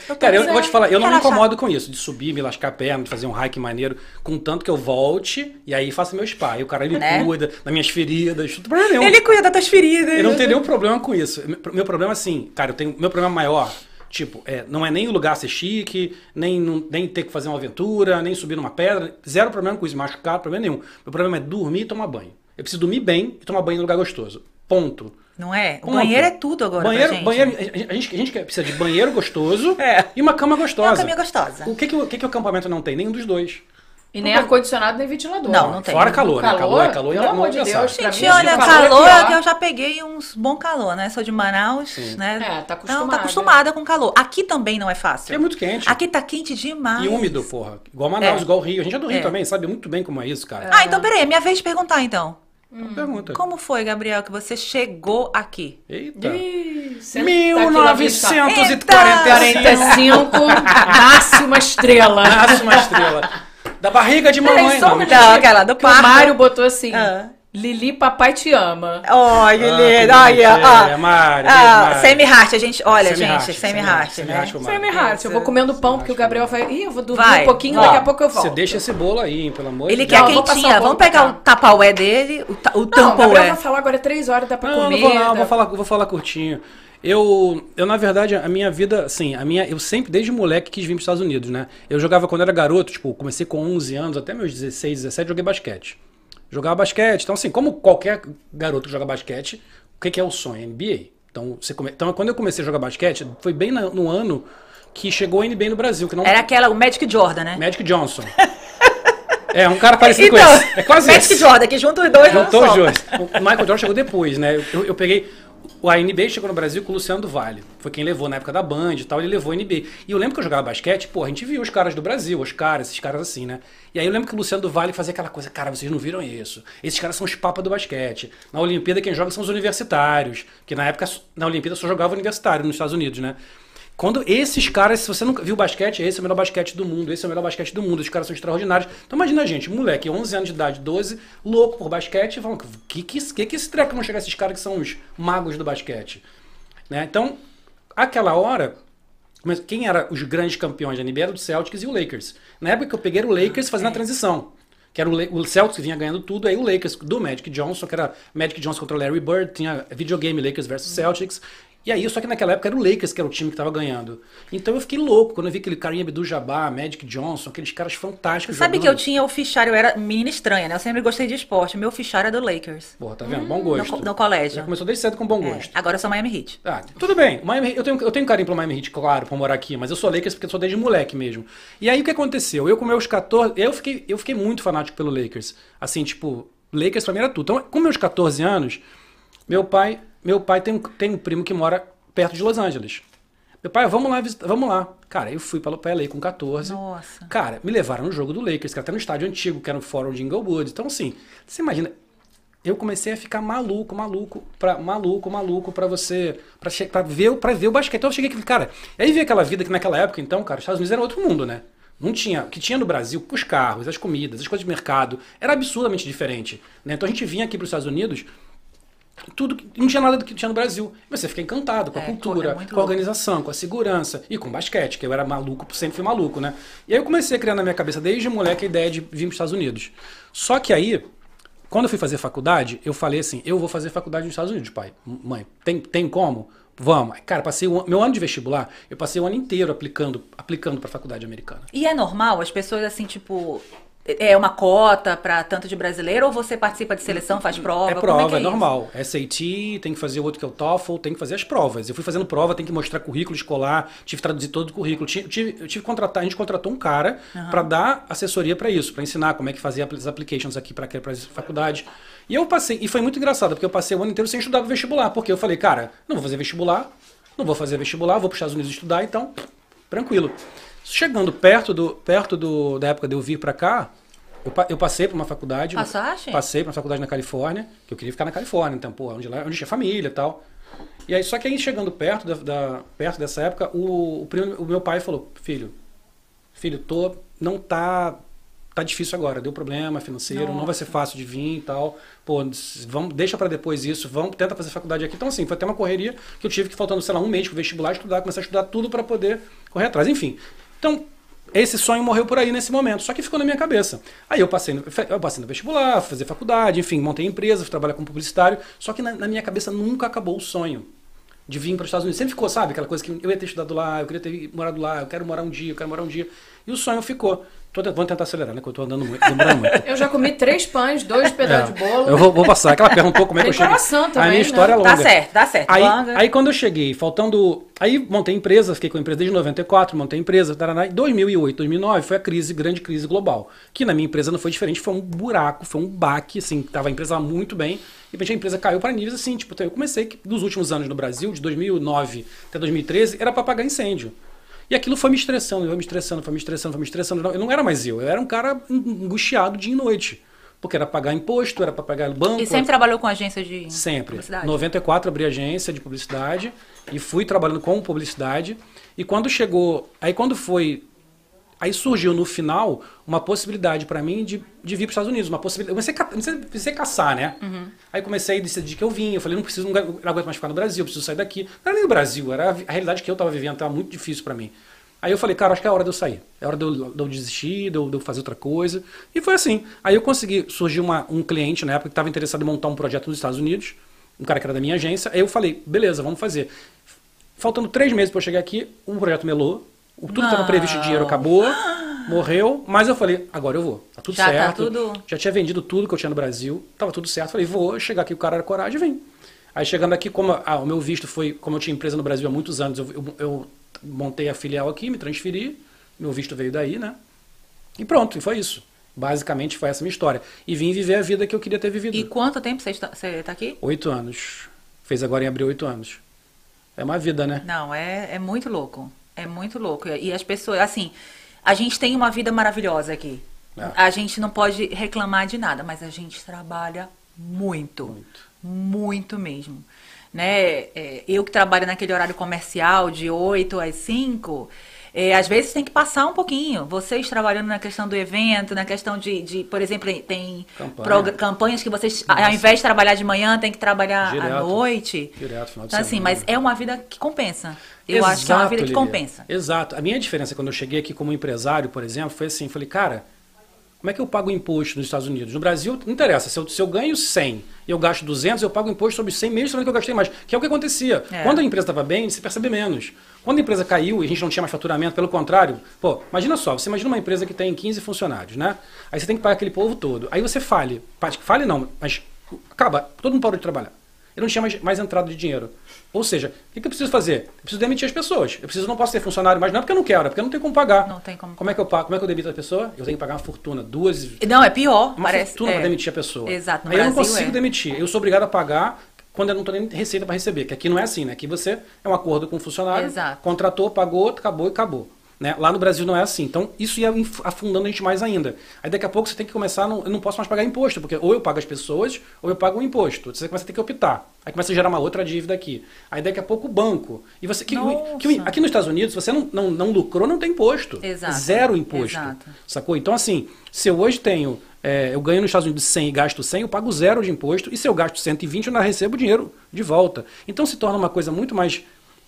Eu Cara, eu
dizendo,
vou te falar, eu não me
relaxa.
incomodo com isso, de subir, me lascar a perna, de fazer um hike maneiro, contanto que eu volte e aí faça meu spa. E o cara ele
Né?
cuida das minhas feridas, tudo é problema nenhum.
Ele cuida das tuas feridas.
Eu não tenho nenhum problema com isso. Meu problema, assim, cara, eu tenho. Meu problema maior, tipo, é, não é nem o lugar ser chique, nem, não- nem ter que fazer uma aventura, nem subir numa pedra. Zero problema com isso, machucar, problema nenhum. Meu problema é dormir e tomar banho. Eu preciso dormir bem e tomar banho num lugar gostoso. Ponto.
Não é? O
Ponto.
banheiro é tudo agora
banheiro,
pra gente.
banheiro, a gente, a gente quer- precisa de banheiro gostoso
É.
e uma cama
É uma
gostosa.
caminha gostosa.
O que que, o o que que o acampamento não tem? Nenhum dos dois.
E nem ar-condicionado, nem ventilador.
Não, não tem.
Fora calor, né?
Calor,
Calor, é calor.
pelo
não-
amor
não
de
pensar.
Deus, pra
Gente,
mim,
olha,
assim,
o calor é
calor,
pior.
que eu já peguei uns bom calor, né? Sou de Manaus, né?
É, tá
Não, tá
acostumada.
acostumada com calor. Aqui também não é
Porque é
fácil.
muito quente.
Aqui tá quente demais.
E úmido, porra. Igual Manaus,
É.
igual Rio. A gente é do Rio
É.
também, sabe muito bem como é isso, cara.
Ah, então peraí, é minha vez de perguntar então.
Pergunta.
Como foi, Gabriel, que você chegou aqui?
Eita.
Ih, senta tá aqui na vista.
1945.
45, nasce uma estrela.
Nasce uma estrela. Da barriga de mamãe.
Peraí, só um
não.
minutinho.
Não, aquela do
Que O
parto.
Mário botou assim,
Ah.
Lili, papai te ama.
Olha,
Ah,
Guilherme,
que
olha,
bonitinha,
ó.
Mari,
é, Ah,
beijo, Mari.
semi-racha, gente. Olha,
Semi-racha,
gente, semi-racha.
semi-racha,
né?
Mari.
Você me rate, é eu vou comendo pão, porque o Gabriel vai... Ih, eu vou dormir
Vai.
um pouquinho,
Ó,
daqui a pouco eu volto.
Você deixa esse bolo aí, hein, pelo amor
Ele
de Deus.
quer
Não, eu vou passar
quentinha.
um
Vamos
pouco
pegar
pra
o tapaué dele, o, ta, o
Não, o Gabriel
tampoué.
vai falar agora, três horas, dá pra
Não, eu
comer. né?
não vou, não,
dá-
vou falar, eu vou falar curtinho. Eu, eu, na verdade, a minha vida, assim, a minha, eu sempre, desde moleque, quis vir para os Estados Unidos, né? Eu jogava quando era garoto, tipo, comecei com 11 anos, até meus 16, 17, joguei basquete. Jogava basquete. Então, assim, como qualquer garoto que joga basquete, o que, que é o sonho? NBA. Então, você come... então, quando eu comecei a jogar basquete, foi bem na- no ano que chegou a NBA no Brasil,
um-
que não
Era aquela, o Magic Jordan, né?
Magic Johnson. é, um cara parecido com esse. É quase
Então, Magic
esse.
Jordan, que junta os dois num
Juntou
só.
os dois. O Michael Jordan chegou depois, né? Eu, eu peguei. O a NBA chegou no Brasil com o Luciano do Vale. Foi quem levou na época da Band e tal, ele levou a NBA. E eu lembro que eu jogava basquete, pô, a gente via os caras do Brasil, os caras, esses caras assim, né? E aí eu lembro que o Luciano do Vale fazia aquela coisa, cara, vocês não viram isso. Esses caras são os papas do basquete. Na Olimpíada quem joga são os universitários. Que na época, na Olimpíada só jogava universitário nos Estados Unidos, né? Quando esses caras, se você nunca viu basquete, esse é o melhor basquete do mundo, esse é o melhor basquete do mundo, os caras são extraordinários. Então imagina a gente, moleque, 11 anos de idade, 12, louco por basquete, falando, que que, que, que esse treco não chegar esses caras que são os magos do basquete? Né? Então, aquela hora, mas quem era os grandes campeões da NBA era o Celtics e o Lakers. Na época que eu peguei era o Lakers fazendo a transição. Que era o, Le- o Celtics que vinha ganhando tudo, aí o Lakers do Magic Johnson, que era Magic Johnson contra o Larry Bird, tinha videogame Lakers versus Celtics. E aí, só que naquela época era o Lakers que era o time que tava ganhando. Então eu fiquei louco quando eu vi aquele Karim Abdul-Jabbar, Magic Johnson, aqueles caras fantásticos
Sabe
jogando.
que eu tinha o fichário, eu era menina estranha, né? Eu sempre gostei de esporte. Meu fichário é do Lakers.
Porra, tá vendo? Bom
No,
gosto.
Hum, co- É. no
Já
colégio.
começou desde cedo com bom gosto.
Agora eu sou Miami Heat.
Ah, tudo bem. O Miami- eu, tenho, eu tenho carinho pelo Miami Heat, claro, pra morar aqui, mas eu sou Lakers porque eu sou desde moleque mesmo. E aí o que aconteceu? Eu com meus 14, eu fiquei, eu fiquei muito fanático pelo Lakers. Assim, tipo, Lakers pra mim era tudo. Então, com meus 14 anos, Meu pai, meu pai tem, um, tem um primo que mora perto de Los Angeles. Meu pai, "Ah, vamos lá visitar, vamos lá. Cara, eu fui pra, pra LA com 14.
Nossa.
Cara, me levaram no jogo do Lakers, cara, até no estádio antigo, que era no fórum de Inglewood. Então, assim, você imagina, eu comecei a ficar maluco, maluco, pra, maluco, maluco pra você, pra, che- pra ver, o- pra ver o basquete. Então eu cheguei aqui, cara, aí vi aquela vida que naquela época, então, cara, os Estados Unidos era outro mundo, né? Não tinha, o que tinha no Brasil, os carros, as comidas, as coisas de mercado, era absurdamente diferente, né? Então a gente vinha aqui pros Estados Unidos, tudo que- não tinha nada do que tinha no Brasil. E você fica encantado com a
É,
cultura, com
é
a
muito louco.
organização, com a segurança e com basquete, que eu era maluco, sempre fui maluco, né? E aí eu comecei a criar na minha cabeça desde moleque a ideia de vir para os Estados Unidos. Só que aí, quando eu fui fazer faculdade, eu falei assim: eu vou fazer faculdade nos Estados Unidos, pai. M- Mãe, tem, tem como? Vamos. Cara, passei o an- meu ano de vestibular, eu passei o ano inteiro aplicando, aplicando para faculdade americana.
E é normal as pessoas assim, tipo, é uma cota pra tanto de brasileiro ou você participa de seleção, faz prova?
É
Como
prova, é,
que isso?
normal. SAT, tem que fazer o outro que é o TOEFL, tem que fazer as provas. Eu fui fazendo prova, tem que mostrar currículo escolar, tive que traduzir todo o currículo. Tive, tive, eu tive que contratar, a gente contratou um cara pra dar assessoria pra isso, pra ensinar como é que fazia as applications aqui pra para faculdade. E eu passei, e foi muito engraçado, porque eu passei o ano inteiro sem estudar pro vestibular, porque eu falei, cara, não vou fazer vestibular, não vou fazer vestibular, vou para os Estados Unidos estudar, então, tranquilo. Chegando perto do perto do, da época de eu vir pra cá, eu, pa- eu passei pra uma faculdade,
Passaste?
Passei pra uma faculdade na Califórnia, que eu queria ficar na Califórnia, então, pô, onde, lá, onde tinha família e tal. E aí, só que aí chegando perto, da, da- perto dessa época, o, o, primo- o meu pai falou, filho, filho, tô, não tá, tá difícil agora, deu problema financeiro, não vai ser fácil de vir e tal, pô, s- vamos, deixa pra depois isso, vamos, tenta fazer faculdade aqui. Então, assim, foi até uma correria que eu tive que, faltando, sei lá, um mês pro vestibular, estudar, começar a estudar tudo pra poder correr atrás, enfim. Então, esse sonho morreu por aí nesse momento, só que ficou na minha cabeça. Aí eu passei no, eu passei no vestibular, fui fazer faculdade, enfim, montei empresa, fui trabalhar como publicitário, só que na- na minha cabeça nunca acabou o sonho de vir para os Estados Unidos. Sempre ficou, sabe, aquela coisa que eu ia ter estudado lá, eu queria ter morado lá, eu quero morar um dia, eu quero morar um dia. E o sonho ficou. Tô, te- vamos tentar acelerar, né? Que eu tô andando muito, demorando muito.
Eu já comi três pães, dois pedaços de bolo.
É, eu vou, vou passar. Aquela perguntou como é que
Tem
eu cheguei.
coração
a
também,
minha história
né?
é
Dá
longa.
Tá certo, dá certo.
Aí,
Longa.
aí quando eu cheguei, faltando. Aí montei empresa, fiquei com a empresa desde 94, montei empresa, taraná, em 2008, 2009 foi a crise, grande crise global. Que na minha empresa não foi diferente, foi um buraco, foi um baque, assim, tava a empresa lá muito bem. E de repente a empresa caiu para níveis assim, tipo, então eu comecei que nos últimos anos no Brasil, de 2009 até 2013, era para apagar incêndio. E aquilo foi me estressando, foi me estressando, foi me estressando, foi me estressando. Eu não era mais eu, eu era um cara angustiado dia e noite. Porque era pagar imposto, era para pagar banco.
E sempre trabalhou com agência de
Sempre.
publicidade?
94 abri agência de publicidade e fui trabalhando com publicidade. E quando chegou, aí quando foi, aí surgiu no final uma possibilidade para mim de, de vir para os Estados Unidos, uma possibilidade. Eu comecei, a ca- comecei, comecei a caçar, né? Aí comecei a decidir que eu vim. Eu falei, não preciso, não agu- não aguento mais ficar no Brasil, eu preciso sair daqui. Não era nem do Brasil, era a vi- a realidade que eu estava vivendo, estava muito difícil para mim. Aí eu falei, cara, acho que é a hora de eu sair. É hora de eu, de eu desistir, de eu, de eu fazer outra coisa. E foi assim. Aí eu consegui, surgiu uma- um cliente na época que estava interessado em montar um projeto nos Estados Unidos, um cara que era da minha agência. Aí eu falei, beleza, vamos fazer. Faltando três meses para eu chegar aqui, um projeto melou, o- tudo que estava
Não.
previsto de dinheiro acabou, morreu, mas eu falei, agora eu vou. Tá tudo
Já tá
certo.
tudo-
Já tinha vendido tudo que eu tinha no Brasil, tava tudo certo. Falei, vou chegar aqui, o cara era coragem, vem. Aí chegando aqui, como ah, o meu visto foi, como eu tinha empresa no Brasil há muitos anos, eu, eu- eu montei a filial aqui, me transferi, meu visto veio daí, né? E pronto, e foi isso. Basicamente foi essa minha história. E vim viver a vida que eu queria ter vivido.
E quanto tempo você está, você tá aqui?
Oito anos. Fez agora em abril oito anos. É uma vida, né?
Não, é, é muito louco. É muito louco. E as pessoas, assim, a gente tem uma vida maravilhosa aqui.
É.
A gente não pode reclamar de nada, mas a gente trabalha muito. Muito, mesmo. Né? É, eu que trabalho naquele horário comercial de 8 às 5. é, às vezes tem que passar um pouquinho. Vocês trabalhando na questão do evento, na questão de, de, por exemplo, tem
Campanha.
progra- campanhas que vocês, ao invés de trabalhar de manhã, tem que trabalhar à
Direto.
noite.
Direto, final de
Então, assim,
semana.
mas é uma vida que compensa. Eu acho que é uma vida que
Lívia.
compensa.
Exato. A minha diferença quando eu cheguei aqui como empresário, por exemplo, foi assim, falei, cara, como é que eu pago imposto nos Estados Unidos? No Brasil, não interessa. Se eu, se eu ganho 100 e eu gasto 200, eu pago imposto sobre 100 mesmo sabendo que eu gastei mais. Que é o que acontecia.
É.
Quando a empresa estava bem, se percebe menos. Quando a empresa caiu e a gente não tinha mais faturamento, pelo contrário, pô, imagina só, você imagina uma empresa que tem 15 funcionários, né? Aí você tem que pagar aquele povo todo. Aí você fale. Parte- Fale não, mas acaba, todo mundo parou de trabalhar. Eu não tinha mais, mais entrada de dinheiro. Ou seja, o que, que eu preciso fazer? Eu preciso demitir as pessoas. Eu preciso, não posso ter funcionário mais, não é porque eu não quero, é porque eu não tenho como pagar.
Não tem como.
Como é que eu pago? Como é que eu demito a pessoa? Eu tenho que pagar uma fortuna, duas
Não, é pior,
uma
parece.
fortuna
é.
pra demitir a pessoa.
Exato, no
Aí eu não
Brasil
consigo
é.
demitir. Eu sou obrigado a pagar quando eu não estou nem receita para receber. Que aqui não é assim, né? Aqui você é um acordo com o funcionário,
Exato.
contratou, pagou, acabou e acabou. Né? Lá no Brasil não é assim. Então, isso ia inf- afundando a gente mais ainda. Aí daqui a pouco você tem que começar, não, eu não posso mais pagar imposto, porque ou eu pago as pessoas, ou eu pago o imposto. Você começa a ter que optar. Aí começa a gerar uma outra dívida aqui. Aí daqui a pouco o banco. E você que,
Nossa.
que- aqui nos Estados Unidos, se você não, não, não lucrou, não tem imposto.
Exato.
Zero imposto.
Exato.
Sacou? Então, assim, se eu hoje tenho, é, eu ganho nos Estados Unidos 100 e gasto 100, eu pago zero de imposto. E se eu gasto 120, eu não recebo o dinheiro de volta. Então se torna uma coisa muito mais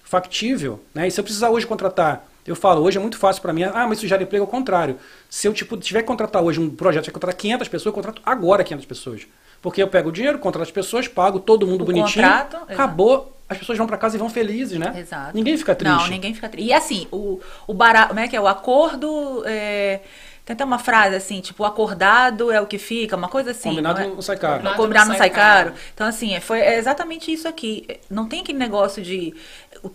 factível. Né? E se eu precisar hoje contratar, eu falo, hoje é muito fácil para mim, ah, mas isso gera emprego ao contrário. Se eu tipo, tiver que contratar hoje um projeto, tiver que contratar 500 pessoas, eu contrato agora 500 pessoas. Porque eu pego o dinheiro, contrato as pessoas, pago todo mundo
O
bonitinho,
contrato, exato.
acabou, as pessoas vão para casa e vão felizes, né?
Exato.
Ninguém fica triste.
Não, ninguém fica triste. E assim, o, o bara, como é que é? O acordo. É, tem até uma frase assim, tipo, o acordado é o que fica, uma coisa assim.
Combinado
não é?
não sai caro.
Não
Combinado
combinado
não
não sai
sai
caro.
caro.
Então, assim, é, foi é exatamente isso aqui. É, Não tem aquele negócio de.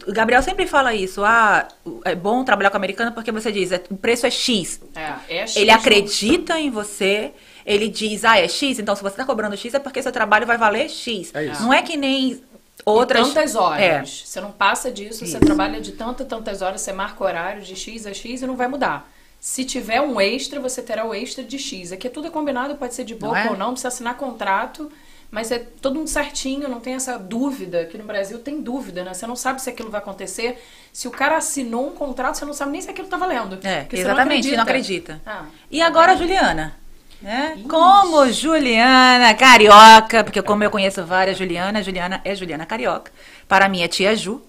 O Gabriel sempre fala isso. Ah, é bom trabalhar com americano porque você diz, é, o preço é X.
É, é X,
Ele acredita em você. Ele diz, ah, é X, então se você está cobrando X é porque seu trabalho vai valer X.
É isso.
Não é que nem outras.
Tantas horas.
É.
Você não passa disso, você trabalha de tanto tantas horas, você marca o horário de X a X e não vai mudar. Se tiver um extra, você terá o extra de X. Aqui tudo é combinado, pode ser de boca
é?
ou não, precisa assinar contrato, mas é todo mundo certinho, não tem essa dúvida. Aqui no Brasil tem dúvida, né? Você não sabe se aquilo vai acontecer. Se o cara assinou um contrato, você não sabe nem se aquilo tá valendo.
É,
porque você
exatamente, não
não
acredita.
acredita. Ah.
E agora, Juliana? Né? Como Juliana Carioca, porque como eu conheço várias Juliana, Juliana é Juliana Carioca. Para mim é tia Ju,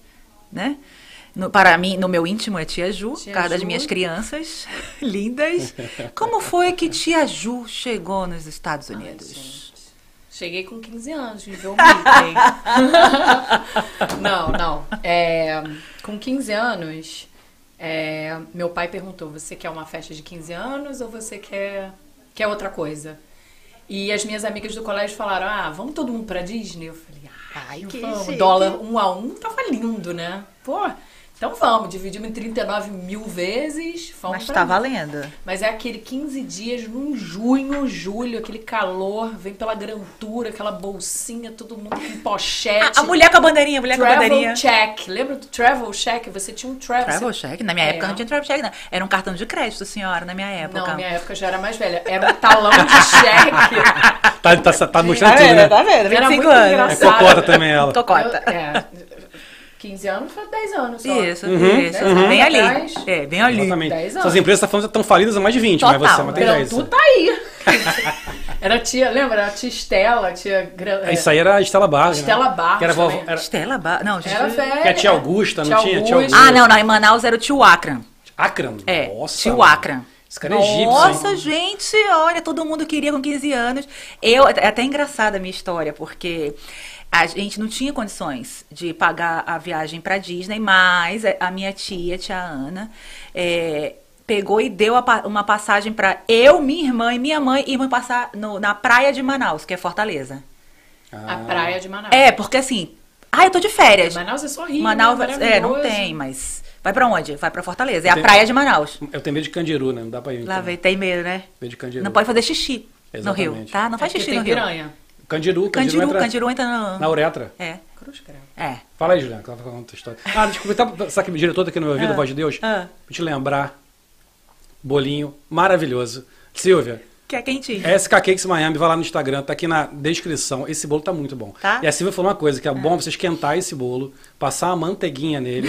né? No, para mim, no meu íntimo é tia Ju, por
Tia
causa das
Ju.
minhas crianças lindas. Como foi que tia Ju chegou nos Estados Unidos?
Cheguei com 15 anos, viveu o Mickey. não, não. É, com 15 anos, é, meu pai perguntou: você quer uma festa de 15 anos ou você quer, quer outra coisa? E as minhas amigas do colégio falaram: ah, vamos todo mundo pra Disney? Eu falei: ai,
que
vamos.
chique.
Dólar um a um tava lindo, né? Pô, então vamos. Dividimos em 39 mil vezes. Vamos
Mas
pra
tá
Disney.
valendo.
Mas é aquele 15 dias num junho, julho, aquele calor, vem pela grantura, aquela bolsinha, todo mundo com pochete.
É, A, a mulher com a bandeirinha, a mulher com a bandeirinha.
Travel check. Lembra do travel check? Você tinha um travel.
Travel
você-
check? Na minha
É.
época não tinha travel check, não. Era um cartão de crédito, senhora, na minha época.
Não, minha época eu já era mais velha. Era um talão de cheque.
Tá, tá, tá mostrando
Tá
tudo, né?
vendo? Tá vendo?
Era
25
muito
É
anos.
engraçado.
cocota também ela.
Cocota.
Eu- é, 15 anos foi 10 anos só. Uhum.
Isso, isso.
Dez anos
Bem ali.
atrás.
É, bem ali.
Exatamente.
Dez anos.
Essas empresas tá estão falidas há mais de 20, mas
Total,
você é mas tem
Gran-
10.
tu tá aí. Era a tia, lembra? Era a tia Estela, a tia... Gran-
É, Isso aí era a Estela Barros.
Estela
né?
Barros
Que era vovó.
também.
Era...
Estela Ba... Não, gente.
Era velha.
Que a tia Augusta, não tinha? Tia
Augusta.
Ah, não, não. Em Manaus era o Tio Akram.
Akram?
É,
Nossa.
tio
mano.
Akram.
Esse cara é egípcio.
Nossa,
hein?
gente, olha, todo mundo queria com 15 anos. Eu, é até engraçada a minha história, porque a gente não tinha condições de pagar a viagem pra Disney, mas a minha tia, tia Ana, é, pegou e deu a pa- uma passagem pra eu, minha irmã e minha mãe irmos passar no- na praia de Manaus, que é Fortaleza.
Ah.
Ah,
A praia de Manaus.
É, porque assim, ah, eu tô de férias.
Manaus é só Rio,
Manaus,
né?
é, não
Maravilhoso.
tem, mas vai pra onde? Vai pra Fortaleza, é a
Tem-
praia de Manaus.
Eu tenho medo de Candiru, né? Não dá pra ir.
Lá
então.
vem, tem medo, né?
Medo de Candiru.
Não pode fazer xixi
Exatamente.
no rio, tá? Não
É
faz
porque
xixi
tem
no rio.
piranha.
Candiru, Candiru,
Candiru,
entra
Candiru entra no...
na uretra.
É,
Cruz credo.
é.
Fala aí, Juliana, que ela tá falando outra história. Ah, desculpa, tá, sabe que me girou todo aqui no meu ouvido,
Ah,
voz de Deus?
ah.
Vou te lembrar. Bolinho maravilhoso. Silvia,
Que é quentinho.
SK Cakes Miami, vai lá no Instagram, tá aqui na descrição. Esse bolo tá muito bom.
Tá?
E a Silvia falou uma coisa, que é, bom você esquentar esse bolo, passar uma manteiguinha nele.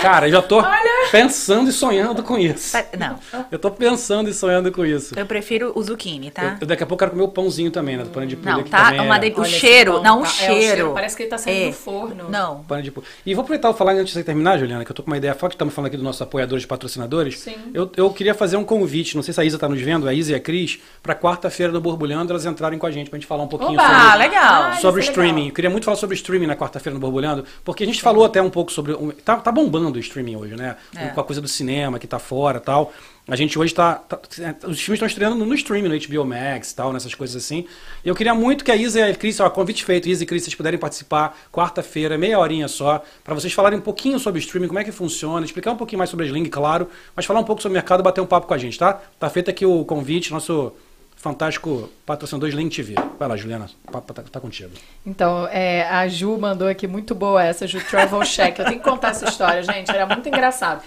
Cara, eu já tô pensando e sonhando com isso.
Tá- Não,
Eu tô pensando e sonhando com isso.
eu prefiro o zucchini, tá?
Eu, eu daqui a pouco quero comer o pãozinho também, né? Do pano de pulha
Não,
que
tá?
também
Uma
é-
de- O
Olha,
cheiro,
esse pão
não, o
tá- é, o
cheiro. É.
cheiro, parece que ele tá saindo do forno.
Não.
Ah, Pano de pulha. E vou aproveitar e falar antes de você terminar, Juliana, que eu tô com uma ideia, fora que estamos falando aqui dos nossos apoiadores e patrocinadores.
Sim.
Eu, eu queria fazer um convite, não sei se a Isa tá nos vendo, a Isa e a Cris, pra quarta-feira do Borbulhando, elas entrarem com a gente pra gente falar um pouquinho
Oba,
sobre
legal.
Ah, isso
sobre o
é
streaming. Eu
legal.
queria muito falar sobre o streaming na quarta-feira no Borbulhando, porque a gente falou até um pouco sobre. o- Tá, tá bombando o streaming hoje, né?
É.
Com a coisa do cinema que tá fora e tal. A gente hoje tá. tá- os filmes estão estreando no streaming, no HBO Max e tal, nessas coisas assim. E eu queria muito que a Isa e a Cris, ó, convite feito, Isa e Cris, vocês puderem participar quarta-feira, meia horinha só, pra vocês falarem um pouquinho sobre o streaming, como é que funciona, explicar um pouquinho mais sobre a Sling, claro, mas falar um pouco sobre o mercado, bater um papo com a gente, tá? Tá feito aqui o convite, nosso fantástico patrocinador de Link TV. Vai lá, Juliana, o papo tá, tá contigo.
Então, é, a Ju mandou aqui, muito boa essa, Ju Travel Check. Eu tenho que contar essa história, gente, era muito engraçado.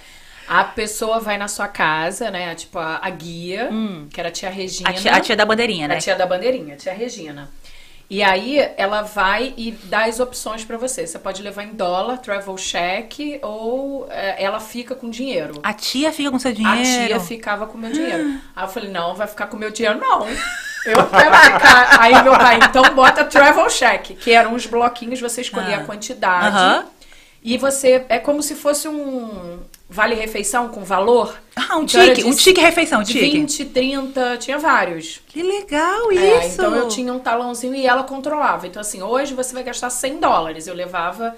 A pessoa vai na sua casa, né? Tipo, a, a guia, que era a tia Regina.
Hum. A tia, a tia da bandeirinha, né?
A tia da bandeirinha, a tia Regina. E aí ela vai e dá as opções pra você. Você pode levar em dólar, travel check ou é, ela fica com dinheiro.
A tia fica com seu
A
dinheiro.
tia ficava com o meu dinheiro. Aí eu falei, não, vai ficar com o meu dinheiro, não. Eu quero ficar. Aí meu pai, então bota travel check, que eram os bloquinhos, você escolhia
Ah.
a quantidade.
Aham.
E você, é como se fosse um vale-refeição com valor.
Ah, um
Então era
tique,
de
um tique refeição, um
de
tique.
20, 30, tinha vários.
Que legal isso.
É, então eu tinha um talãozinho e ela controlava. Então, assim, hoje você vai gastar 100 dólares. Eu levava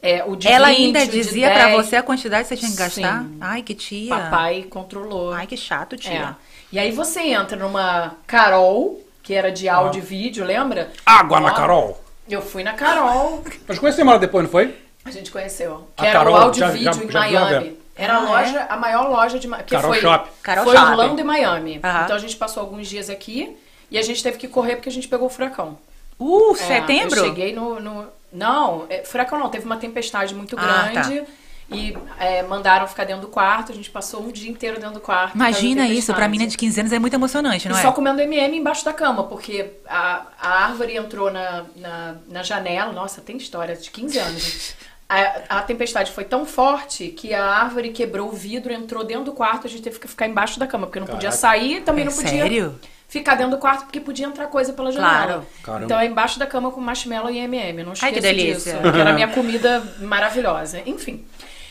é, o de
Ela
20, o
ainda
de
dizia pra
10.
você a quantidade que você tinha que gastar?
Sim.
Ai, que tia.
Papai controlou.
Ai, que chato,
É.
tia.
E aí você entra numa Carol, que era de áudio e vídeo, lembra?
Ah. Água na
Ó,
Carol!
Eu fui na Carol,
Mas conheci uma hora depois, não foi?
a gente conheceu.
A
Que era
Carol,
o áudio
já-
e vídeo
já-
em
já viu a
Miami.
ver.
Era a
Ah,
loja, a maior loja de Miami.
Carol
foi,
Shop.
Carol
foi
Shopping.
Orlando e Miami.
Aham.
Então a gente passou alguns dias aqui e a gente teve que correr porque a gente pegou o furacão.
Uh,
É,
setembro?
Eu cheguei no. no- Não, é, furacão não, teve uma tempestade muito
Ah,
grande. E é, mandaram ficar dentro do quarto, a gente passou um dia inteiro dentro do quarto. por causa da
Imagina isso, pra
tempestade.
menina de 15 anos é muito emocionante, não
e
é?
só comendo MM embaixo da cama, porque a, a árvore entrou na, na, na janela. Nossa, tem história de 15 anos. gente. A, a tempestade foi tão forte que a árvore quebrou o vidro, entrou dentro do quarto, a gente teve que ficar embaixo da cama, porque não podia
Caraca.
sair, também
É
não podia
sério?
ficar dentro do quarto, porque podia entrar coisa pela janela.
Claro.
Caramba.
Então é embaixo da cama com marshmallow e MM, não
Ai,
esqueço
que delícia.
disso, que era a minha comida maravilhosa. Enfim.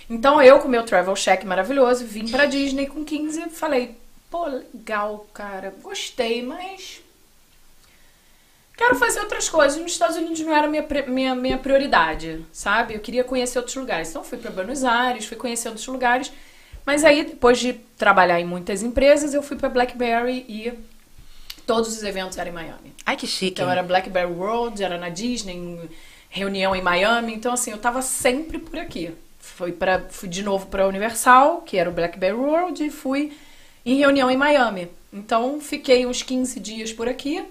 Então eu, com meu travel check maravilhoso, vim pra Disney com 15 e falei, pô, legal, cara, gostei, mas quero fazer outras coisas. Nos Estados Unidos não era minha, pri- minha, minha prioridade, sabe? Eu queria conhecer outros lugares. Então fui para Buenos Aires, fui conhecer outros lugares. Mas aí, depois de trabalhar em muitas empresas, eu fui para BlackBerry e todos os eventos eram em Miami.
Ai, que chique.
Então era BlackBerry World, era na Disney, em reunião em Miami. Então assim, eu tava sempre por aqui. Fui para fui de novo para Universal, que era o BlackBerry World, e fui em reunião em Miami. Então fiquei uns 15 dias por aqui.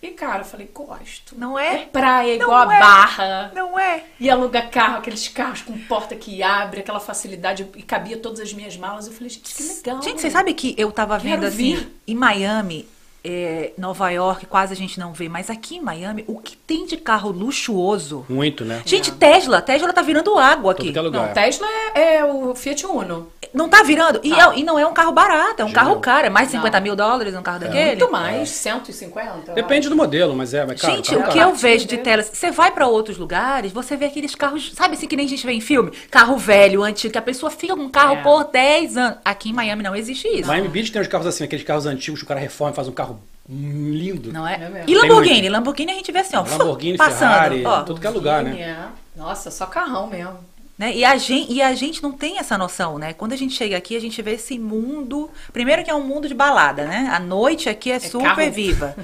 E cara, eu falei, gosto.
Não é?
praia
Não
igual a
é.
barra.
Não é?
E aluga carro, aqueles carros com porta que abre, aquela facilidade e cabia todas as minhas malas. Eu falei, gente, que legal.
Gente, vocês sabem que eu tava
Quero
vendo assim,
vir.
em Miami, é, Nova York, quase a gente não vê, mas aqui em Miami, o que tem de carro luxuoso?
Hum.
Muito, né?
Gente, tá Tesla, Tesla tá virando água aqui.
Todo que é lugar.
Não, Tesla é, é o Fiat Uno.
Não tá virando? E, é- e não é um carro barato, é um
Genial.
carro caro. É mais de
Não.
50 mil dólares um carro daquele?
Muito mais, 150. eu
Depende do modelo, mas é, mas caro,
gente,
caro,
o
caro.
que eu
carro.
vejo de telas, você vai pra outros lugares, você vê aqueles carros, sabe assim que nem a gente vê em filme? Carro velho, antigo, que a pessoa fica com um carro
É.
por 10 anos. Aqui em Miami não existe isso.
Miami Beach tem uns carros assim, aqueles carros antigos que o cara reforma e faz um carro lindo.
Não é?
É mesmo.
e
Tem
Lamborghini? Lamborghini a gente vê assim, ó,
Lamborghini,
passando.
Ferrari,
ó,
tudo que é lugar, né?
É. Nossa, só carrão mesmo.
né? E, a gente, e a gente não tem essa noção, né? Quando a gente chega aqui, a gente vê esse mundo. Primeiro que é um mundo de balada, né? A noite aqui é, super
carro.
viva.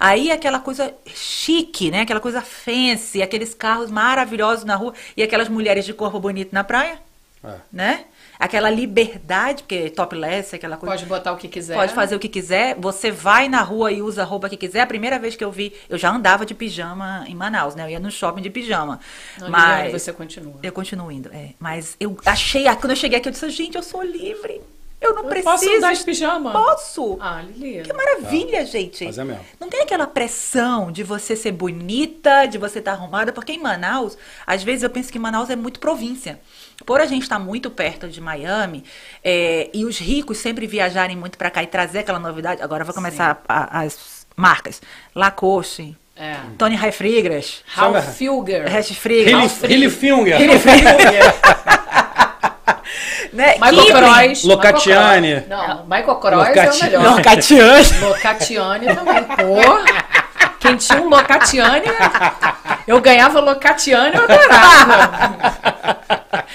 Aí aquela coisa chique, né? Aquela coisa fancy, aqueles carros maravilhosos na rua e aquelas mulheres de corpo bonito na praia,
É.
né? Aquela liberdade, porque é topless, aquela coisa.
Pode botar o que quiser.
Pode fazer o que quiser, você vai na rua e usa a roupa que quiser. A primeira vez que eu vi, eu já andava de pijama em Manaus, né? Eu ia no shopping de pijama.
Não,
mas
Liliane, você continua.
eu continuo indo, é. Mas eu achei, ah, quando eu cheguei aqui, eu disse, gente, eu sou livre. Eu não
Eu
preciso.
posso andar de pijama?
Posso.
Ah, Lili.
Que maravilha, gente.
Mas é mesmo.
Não tem aquela pressão de você ser bonita, de você estar arrumada, porque em Manaus, às vezes eu penso que Manaus é muito província. Por a gente estar muito perto de Miami é, e os ricos sempre viajarem muito pra cá e trazer aquela novidade. Agora vai começar a- a- as marcas: Lacoste,
É.
Tony Refrigras,
Ralph Filger.
Hash
É.
Frigas,
Hilly- Hilly Finger,
né?
Michael
Kipling.
Croix.
Locatiane.
Michael Croix. Não, Michael Croix
Locati-
é o melhor.
Não,
Locatiane.
Locatiane também, pô. Quem tinha um Locatiane, eu ganhava Locatiane, eu adorava.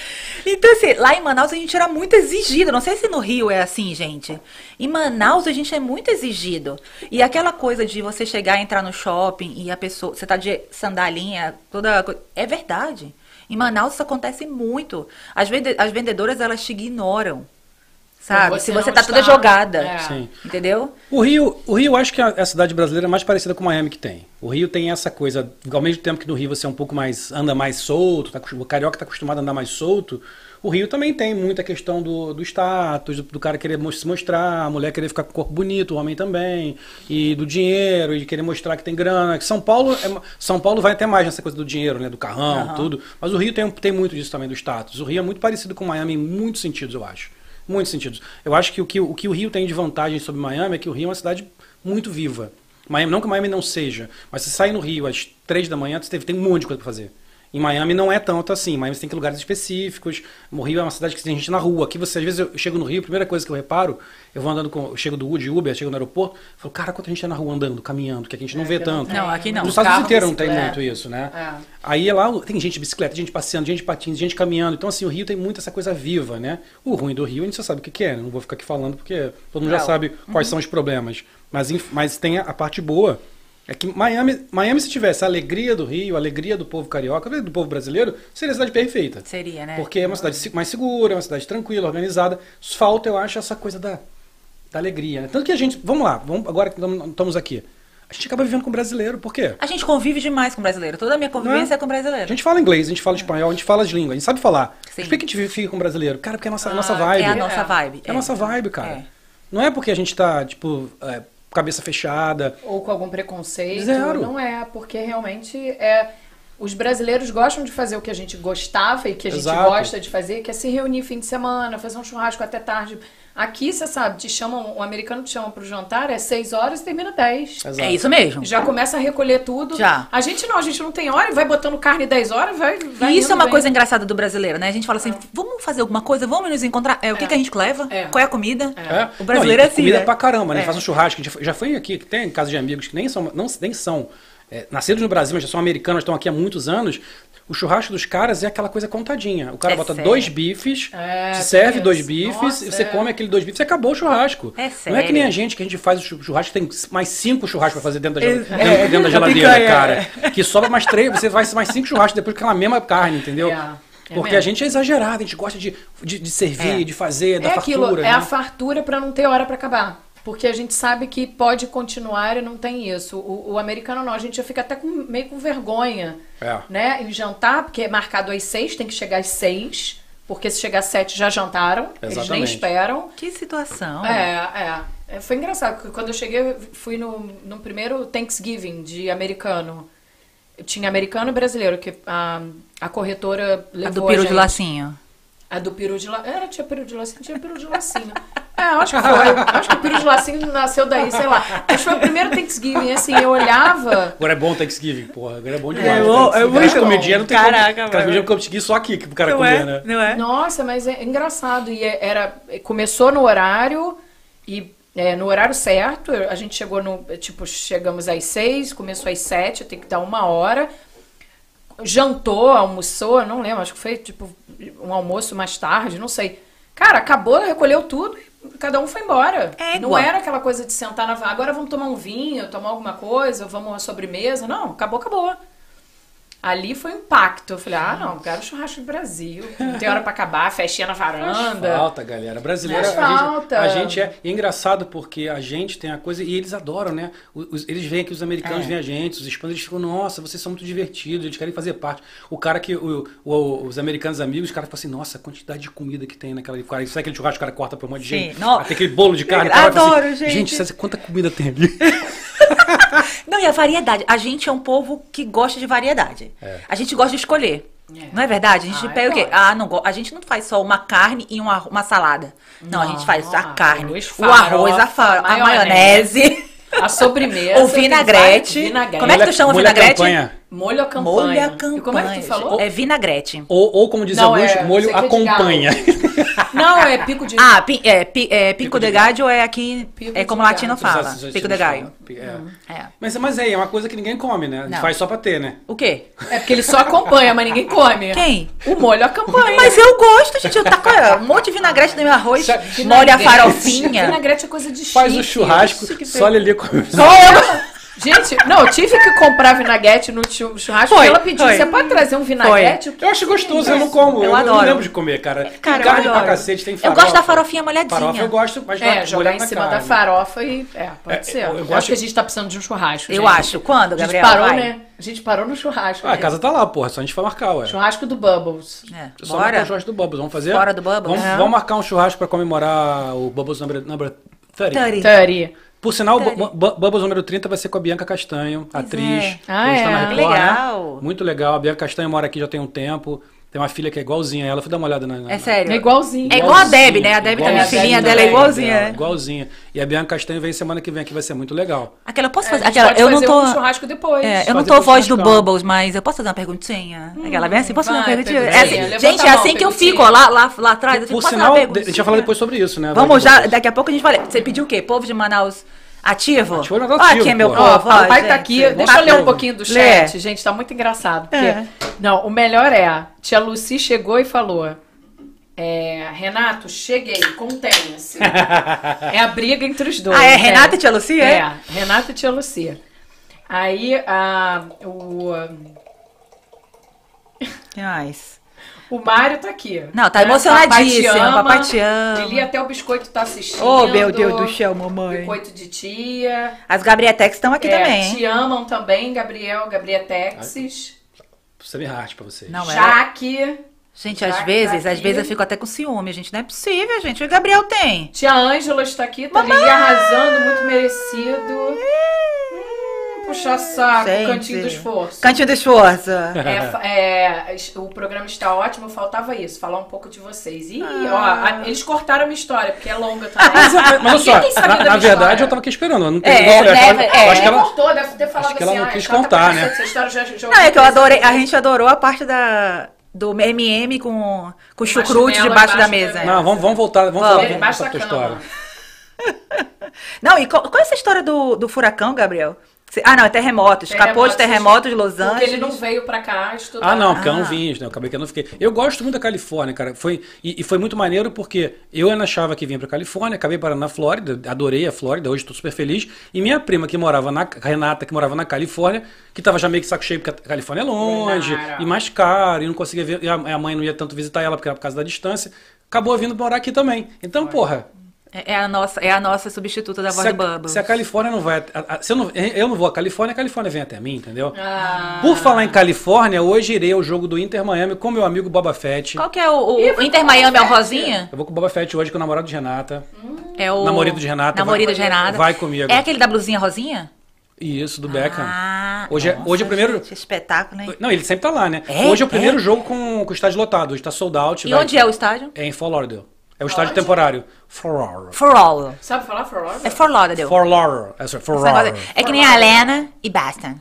Então, assim, lá em Manaus a gente era muito exigido. Não sei se no Rio é assim, gente. Em Manaus a gente é muito exigido. E aquela coisa de você chegar, entrar no shopping e a pessoa. Você tá de sandalinha, toda. co- É verdade. Em Manaus isso acontece muito. As, vende- as vendedoras elas te ignoram. sabe?
você
se você
não
tá toda
está-
jogada,
É.
Sim.
entendeu?
O Rio, o Rio, eu acho que é a cidade brasileira mais parecida com Miami que tem. O Rio tem essa coisa, ao mesmo tempo que no Rio você é um pouco mais, anda mais solto, tá, acostum- o carioca tá acostumado a andar mais solto, o Rio também tem muita questão do, do status, do, do cara querer mos- se mostrar, a mulher querer ficar com o corpo bonito, o homem também, e do dinheiro, e de querer mostrar que tem grana. Que São Paulo, é ma- São Paulo vai até mais nessa coisa do dinheiro, né, do carrão,
Aham.
tudo, mas o Rio tem, um- tem muito disso também, do status. O Rio é muito parecido com Miami em muitos sentidos, eu acho. Muitos sentidos. Eu acho que o, que o que o Rio tem de vantagem sobre Miami é que o Rio é uma cidade muito viva. Miami, não que Miami não seja, mas você sai no Rio às três da manhã, você teve- tem um monte de coisa pra fazer. Em Miami não é tanto assim. Em Miami você tem que ir em lugares específicos. O Rio é uma cidade que tem gente na rua. Aqui você, às vezes, eu chego no Rio, a primeira coisa que eu reparo, eu vou andando com. Eu chego do Uber, Uber, chego no aeroporto, eu falo, cara, quanta gente tá na rua andando, caminhando, que aqui a gente não vê
É, que não
tanto.
tem.
Não, aqui não.
Nos Estados Unidos
Carro,
inteiro não tem
bicicleta.
muito isso, né?
É.
Aí lá tem gente de bicicleta, gente passeando, gente de patins, gente caminhando. Então, assim, o Rio tem muito essa coisa viva, né? O ruim do Rio, a gente já sabe o que, que é. né? Não vou ficar aqui falando porque todo mundo já
Não. Uhum.
sabe quais são os problemas. Mas, inf- mas tem a, a parte boa. É que Miami, Miami, se tivesse a alegria do Rio, a alegria do povo carioca, a alegria do povo brasileiro, seria a cidade perfeita.
Seria, né?
Porque é uma cidade se- mais segura, é uma cidade tranquila, organizada. Falta, eu acho, essa coisa da, da alegria. né? Tanto que a gente. Vamos lá, vamos, agora que tam- estamos aqui. A gente acaba vivendo com brasileiro, por quê?
A gente convive demais com brasileiro. Toda a minha convivência é, com brasileiro.
Né? A gente fala inglês, a gente fala espanhol, a gente fala as línguas, a gente sabe falar.
É. Sim.
Mas por que a gente fica com brasileiro? Cara, porque é a nossa, a
Ah,
nossa vibe.
É a
É.
nossa vibe.
É a nossa vibe, cara.
É.
Não é porque a gente tá, tipo, é, cabeça fechada.
Ou com algum preconceito.
Zero.
Não é, porque realmente é. Os brasileiros gostam de fazer o que a gente gostava e que a gente
Exato.
gosta de fazer, que é se reunir fim de semana, fazer um churrasco até tarde. Aqui, você sabe, te chamam, o americano te chama pro jantar, é 6 horas e termina 10.
Exato.
É isso mesmo.
Já começa a recolher tudo.
Já.
A gente não, a gente não tem hora, vai botando carne 10 horas, vai. vai
E isso
indo,
é uma
vem.
coisa engraçada do brasileiro, né? A gente fala assim, vamos fazer alguma coisa, vamos nos encontrar. É, o que, que a gente leva?
É.
Qual é a comida?
É.
O brasileiro
Não,
é
e
assim,
Comida
né?
pra caramba, né?
É.
Faz um churrasco. Já foi- Já foi aqui, que tem casa de amigos que nem são, não, nem são é, nascidos no Brasil, mas já são americanos, estão aqui há muitos anos. O churrasco dos caras é aquela coisa contadinha. O cara
É
bota
sério.
dois bifes,
É,
te
tem
serve
isso.
dois bifes,
Nossa,
e você
é.
come aquele dois bifes e acabou o churrasco.
É
Não é que
sério.
nem a gente, que a gente faz o chu- churrasco, tem mais cinco churrascos pra fazer dentro da, gel-
É.
dentro, dentro da
É.
geladeira,
Picanha,
cara. Que sobra mais três, você faz mais cinco churrascos depois com aquela mesma carne, entendeu?
É. É
Porque
mesmo.
a gente é exagerado, a gente gosta de, de, de servir,
É.
de fazer, da
é
fartura.
aquilo,
né?
é a fartura pra não ter hora pra acabar. Porque a gente sabe que pode continuar e não tem isso. O, o americano não, a gente já fica até com- meio com vergonha,
É.
né? Em jantar, porque é marcado às seis, tem que chegar às seis, porque se chegar às sete já jantaram, eles nem
Exatamente.
esperam.
Que situação.
É, é. É, Foi engraçado, porque quando eu cheguei, eu fui no, no primeiro Thanksgiving de americano. Eu tinha americano e brasileiro, que a, a corretora
A
levou
do
a
peru de
gente.
lacinho.
A do peru de lacinho. Era, tinha peru de lacinho, tinha peru de lacinho. É, acho que foi. Acho que o peru de lacinho nasceu daí, sei lá. Mas foi o primeiro Thanksgiving, assim, eu olhava.
Agora é bom o Thanksgiving, porra. Agora é bom demais.
É,
o
eu-
Thanksgiving.
eu vou-
Aquelas comidinhas não tem
Caraca,
como, aquelas
mano.
comidinhas que eu consegui só aqui que pro cara comer, né?
Não é?
Nossa, mas é engraçado. E é- era, começou no horário e é, no horário certo, a gente chegou no, tipo, chegamos às seis, começou às sete, tem que dar uma hora. Jantou, almoçou, não lembro, acho que foi tipo um almoço mais tarde, não sei. Cara, acabou, recolheu tudo e cada um foi embora.
É
não
igual.
era aquela coisa de sentar na vaga, agora vamos tomar um vinho, tomar alguma coisa, vamos uma sobremesa. Não, acabou, acabou. Ali foi um impacto. Eu falei, ah, não, quero churrasco do Brasil. Não tem hora pra acabar, festinha na varanda.
Falta, galera. Brasileira,
Faz
a, gente,
falta.
a gente é. E é engraçado porque a gente tem a coisa e eles adoram, né? Os- os- eles veem que os americanos
É.
veem a gente, os espanhóis, eles ficam, nossa, vocês são muito divertidos, eles querem fazer parte. O cara que, o- o- os americanos amigos, os caras falam assim, nossa, a quantidade de comida que tem naquela. Cara, isso é aquele churrasco que o cara corta pra um monte de
Sim.
gente.
Não.
Tem aquele bolo de carne. o cara fala
Adoro,
assim,
gente.
Gente, sabe quanta comida tem ali?
Não, e a variedade. A gente é um povo que gosta de variedade.
É.
A gente gosta de escolher.
É.
Não é verdade? A gente
Ah,
pega
eu
o quê?
gosto.
Ah, não, go- a gente não faz só uma carne e uma, uma salada. Não, a gente faz a
Não,
carne,
arroz,
o arroz, a, fa-
farofa,
a maionese,
A sobremesa.
o vinagrete.
tem vários-
Como é que tu
Molha-
chama o
molha
vinagrete?
campanha.
Molho à campanha.
Molho a
E como é
campanha.
que tu falou?
É vinagrete.
Ou, ou como dizem
Não,
alguns,
é,
molho
sei que é de
acompanha.
Não, é pico de...
Ah, pi- é, pi- é, pico de
de
galho é aqui,
Pico
é
de
como o latino
galho.
fala, pico de galho.
É.
É.
Mas, mas é, é uma coisa que ninguém come, né? A gente
Não.
faz só pra ter, né?
O quê?
É porque ele só acompanha, mas ninguém come.
Quem?
O molho à campanha.
É. Mas eu gosto, gente. Eu taco é, um monte de vinagrete no meu arroz,
Vinagrete.
molho a farofinha.
Vinagrete é coisa de chique.
Faz o churrasco,
Chique
só
feio.
ele come.
Só eu.
Gente, não, eu tive que comprar vinagrete no chu- churrasco
Foi,
porque ela pediu.
foi.
Você pode trazer um vinagrete?
Eu acho gostoso, eu não como.
Eu
não
adoro.
lembro de comer, cara. Tem
Cara, eu
carne pra
adoro.
cacete, tem
Eu
farofa.
gosto da farofinha molhadinha.
Farofa eu gosto, mas
É, jogar
molhado
em
na
cima da
carne.
farofa e. É, pode
É,
ser.
eu- eu
Eu,
gosto-
acho que a gente tá precisando de um churrasco.
Eu
gente.
acho. Quando,
A gente
Gabriel?
parou,
Vai.
né? A gente parou no churrasco.
Ah, a
né?
casa tá lá, porra. Só a gente vai marcar, ué.
Churrasco do Bubbles.
É,
Só marcar o
bora.
churrasco do Bubbles. Vamos fazer?
Fora do Bubbles?
Vamos,
É.
vamos marcar um churrasco pra comemorar o Bubbles número number 30.
30.
Tari.
Por sinal, o Bu-
Sério?
Bu- Bubbles número 30 vai ser com a Bianca Castanho, atriz.
é.
que a gente
Ah,
tá na
é?
Record,
Que legal.
Né? Muito legal. A Bianca Castanho mora aqui já tem um tempo. Tem uma filha que é igualzinha a ela. Fui dar uma olhada na. na-
É sério.
É igualzinho.
É igual a Deb, né? A Deb também,
a
a
igualzinha,
filhinha
Deb
dela é
também,
igualzinha. né?
Igualzinha. E a Bianca Castanho vem semana que vem aqui, vai ser muito legal.
Aquela, eu posso fazer?
É, A gente
Aquela,
pode
eu
fazer
não tô.
um churrasco depois.
É, eu
Fazer
não
com
tô voz do
churrascão.
Bubbles, mas eu posso fazer uma perguntinha? Aquela vem assim, posso fazer
Hum, vai,
uma perguntinha? É
perguntinha.
assim,
Levanta
gente, é
a mão,
assim que eu
perguntinha.
fico, ó, lá, lá, lá atrás. Eu
Por
fico, posso
sinal,
fazer uma
de- deixa eu falar depois sobre isso, né?
Vamos
Vai-
já, daqui a pouco a gente vai. Você pediu o quê? Povo de Manaus ativo?
Ativo, Manaus
Ó,
ativo,
aqui é meu
pô.
povo.
Ó,
ó,
o pai tá
gente.
aqui. Deixa eu ler um pouquinho do
é, Lê.
chat, gente. Tá muito engraçado. Porque,
É.
Não, o melhor é. Tia Lucy chegou e falou. é, Renato, cheguei, contenha-se. é a briga entre os dois.
Ah, é
né?
Renata e Tia Lucia?
É, Renata e Tia Lucia. Aí a, o,
Que mais?
o Mário tá aqui.
Não, tá emocionadíssimo, papai te ama.
Lili até o biscoito tá assistindo.
Oh, meu Deus do céu, mamãe.
Biscoito de tia.
As Gabrietex estão aqui
É,
também, hein?
Te amam também, Gabriel, Gabrietex.
Você me rarte pra vocês.
Não, é.
Jaque.
Gente, às
Tá
vezes,
aqui.
às vezes eu fico até com ciúme, gente. Não é possível, gente. O Gabriel tem.
Tia Ângela está aqui, tá Lili arrasando, muito merecido. Hum, Puxa saco,
Gente.
cantinho do esforço.
Cantinho do esforço.
É, fa- é, es- o programa está ótimo, faltava isso, falar um pouco de vocês. Ih, ó, a- eles cortaram a minha história, porque é longa também.
Ah. Mas, mas olha
Quem tem
só,
sabido
na,
da
na
minha
verdade
história?
eu tava aqui esperando. Eu não
É,
tenho, eu falei,
né,
acho que ela-
é.
eu acho que
Ela
ela.
cortou, deve ter falado
acho que
assim,
ela não
ah,
quis
chata pra
contar,
cacete,
né?
essa história já- já
Não, é que eu
ouvi
adorei.
essa-
A gente adorou a parte da, do MM com, com chucrute
dela,
debaixo da
embaixo
mesa.
dela.
Não,
Não, vamos, vamos voltar, vamos,
Vamos.
falar vamos,
Debaixo
contar
da
a tua
cama. é
história.
e qual, qual é essa história do, do furacão, Gabriel? Cê- Ah, não, é terremoto. Escapou de terremoto de Los
assim, Porque ele não
Angeles.
veio pra cá estudar.
Ah, não,
Ah.
porque eu não vim, né? Eu acabei que eu não fiquei. Eu gosto muito da Califórnia, cara. Foi, e, e foi muito maneiro porque eu ainda achava que vinha pra Califórnia, acabei parando na Flórida, adorei a Flórida, hoje tô super feliz. E minha prima que morava na. Renata, que morava na Califórnia, que tava já meio que saco cheio, porque a Califórnia é longe,
Renata.
e mais caro, e não conseguia ver. E a, a mãe não ia tanto visitar ela porque era por causa da distância. Acabou vindo morar aqui também. Então, porra.
É, é a nossa, é a nossa substituta da voz
Se
do
a,
Bubbles.
se a Califórnia não vai. a- a- se eu, não, eu não vou à Califórnia, a Califórnia vem até mim, entendeu?
Ah.
Por falar em Califórnia, hoje irei ao jogo do Inter Miami com meu amigo Boba Fett.
Qual que é o, o-
Ih,
o Inter Miami? É o Rosinha?
Eu vou com o Boba Fett hoje, que é o namorado de Renata.
É o.
Namorido de Renata,
Namorido
vai-
de Renata.
vai comigo.
É aquele da blusinha rosinha?
E isso, do Beckham.
Ah,
Hoje é- hoje é o primeiro-
gente, espetáculo, hein?
Não, ele sempre tá lá, né?
É?
hoje é o primeiro
É?
jogo com, com o estádio lotado. Hoje tá sold out.
E onde é o estádio?
É em Fort Lauderdale. É o estádio temporário. Fort Lauderdale.
For All.
Sabe falar for all?
É For Lauderdale.
Fort Lauderdale. É, sorry, Fort
Esse negócio-
Lauderdale.
É que nem a Helena e Basta.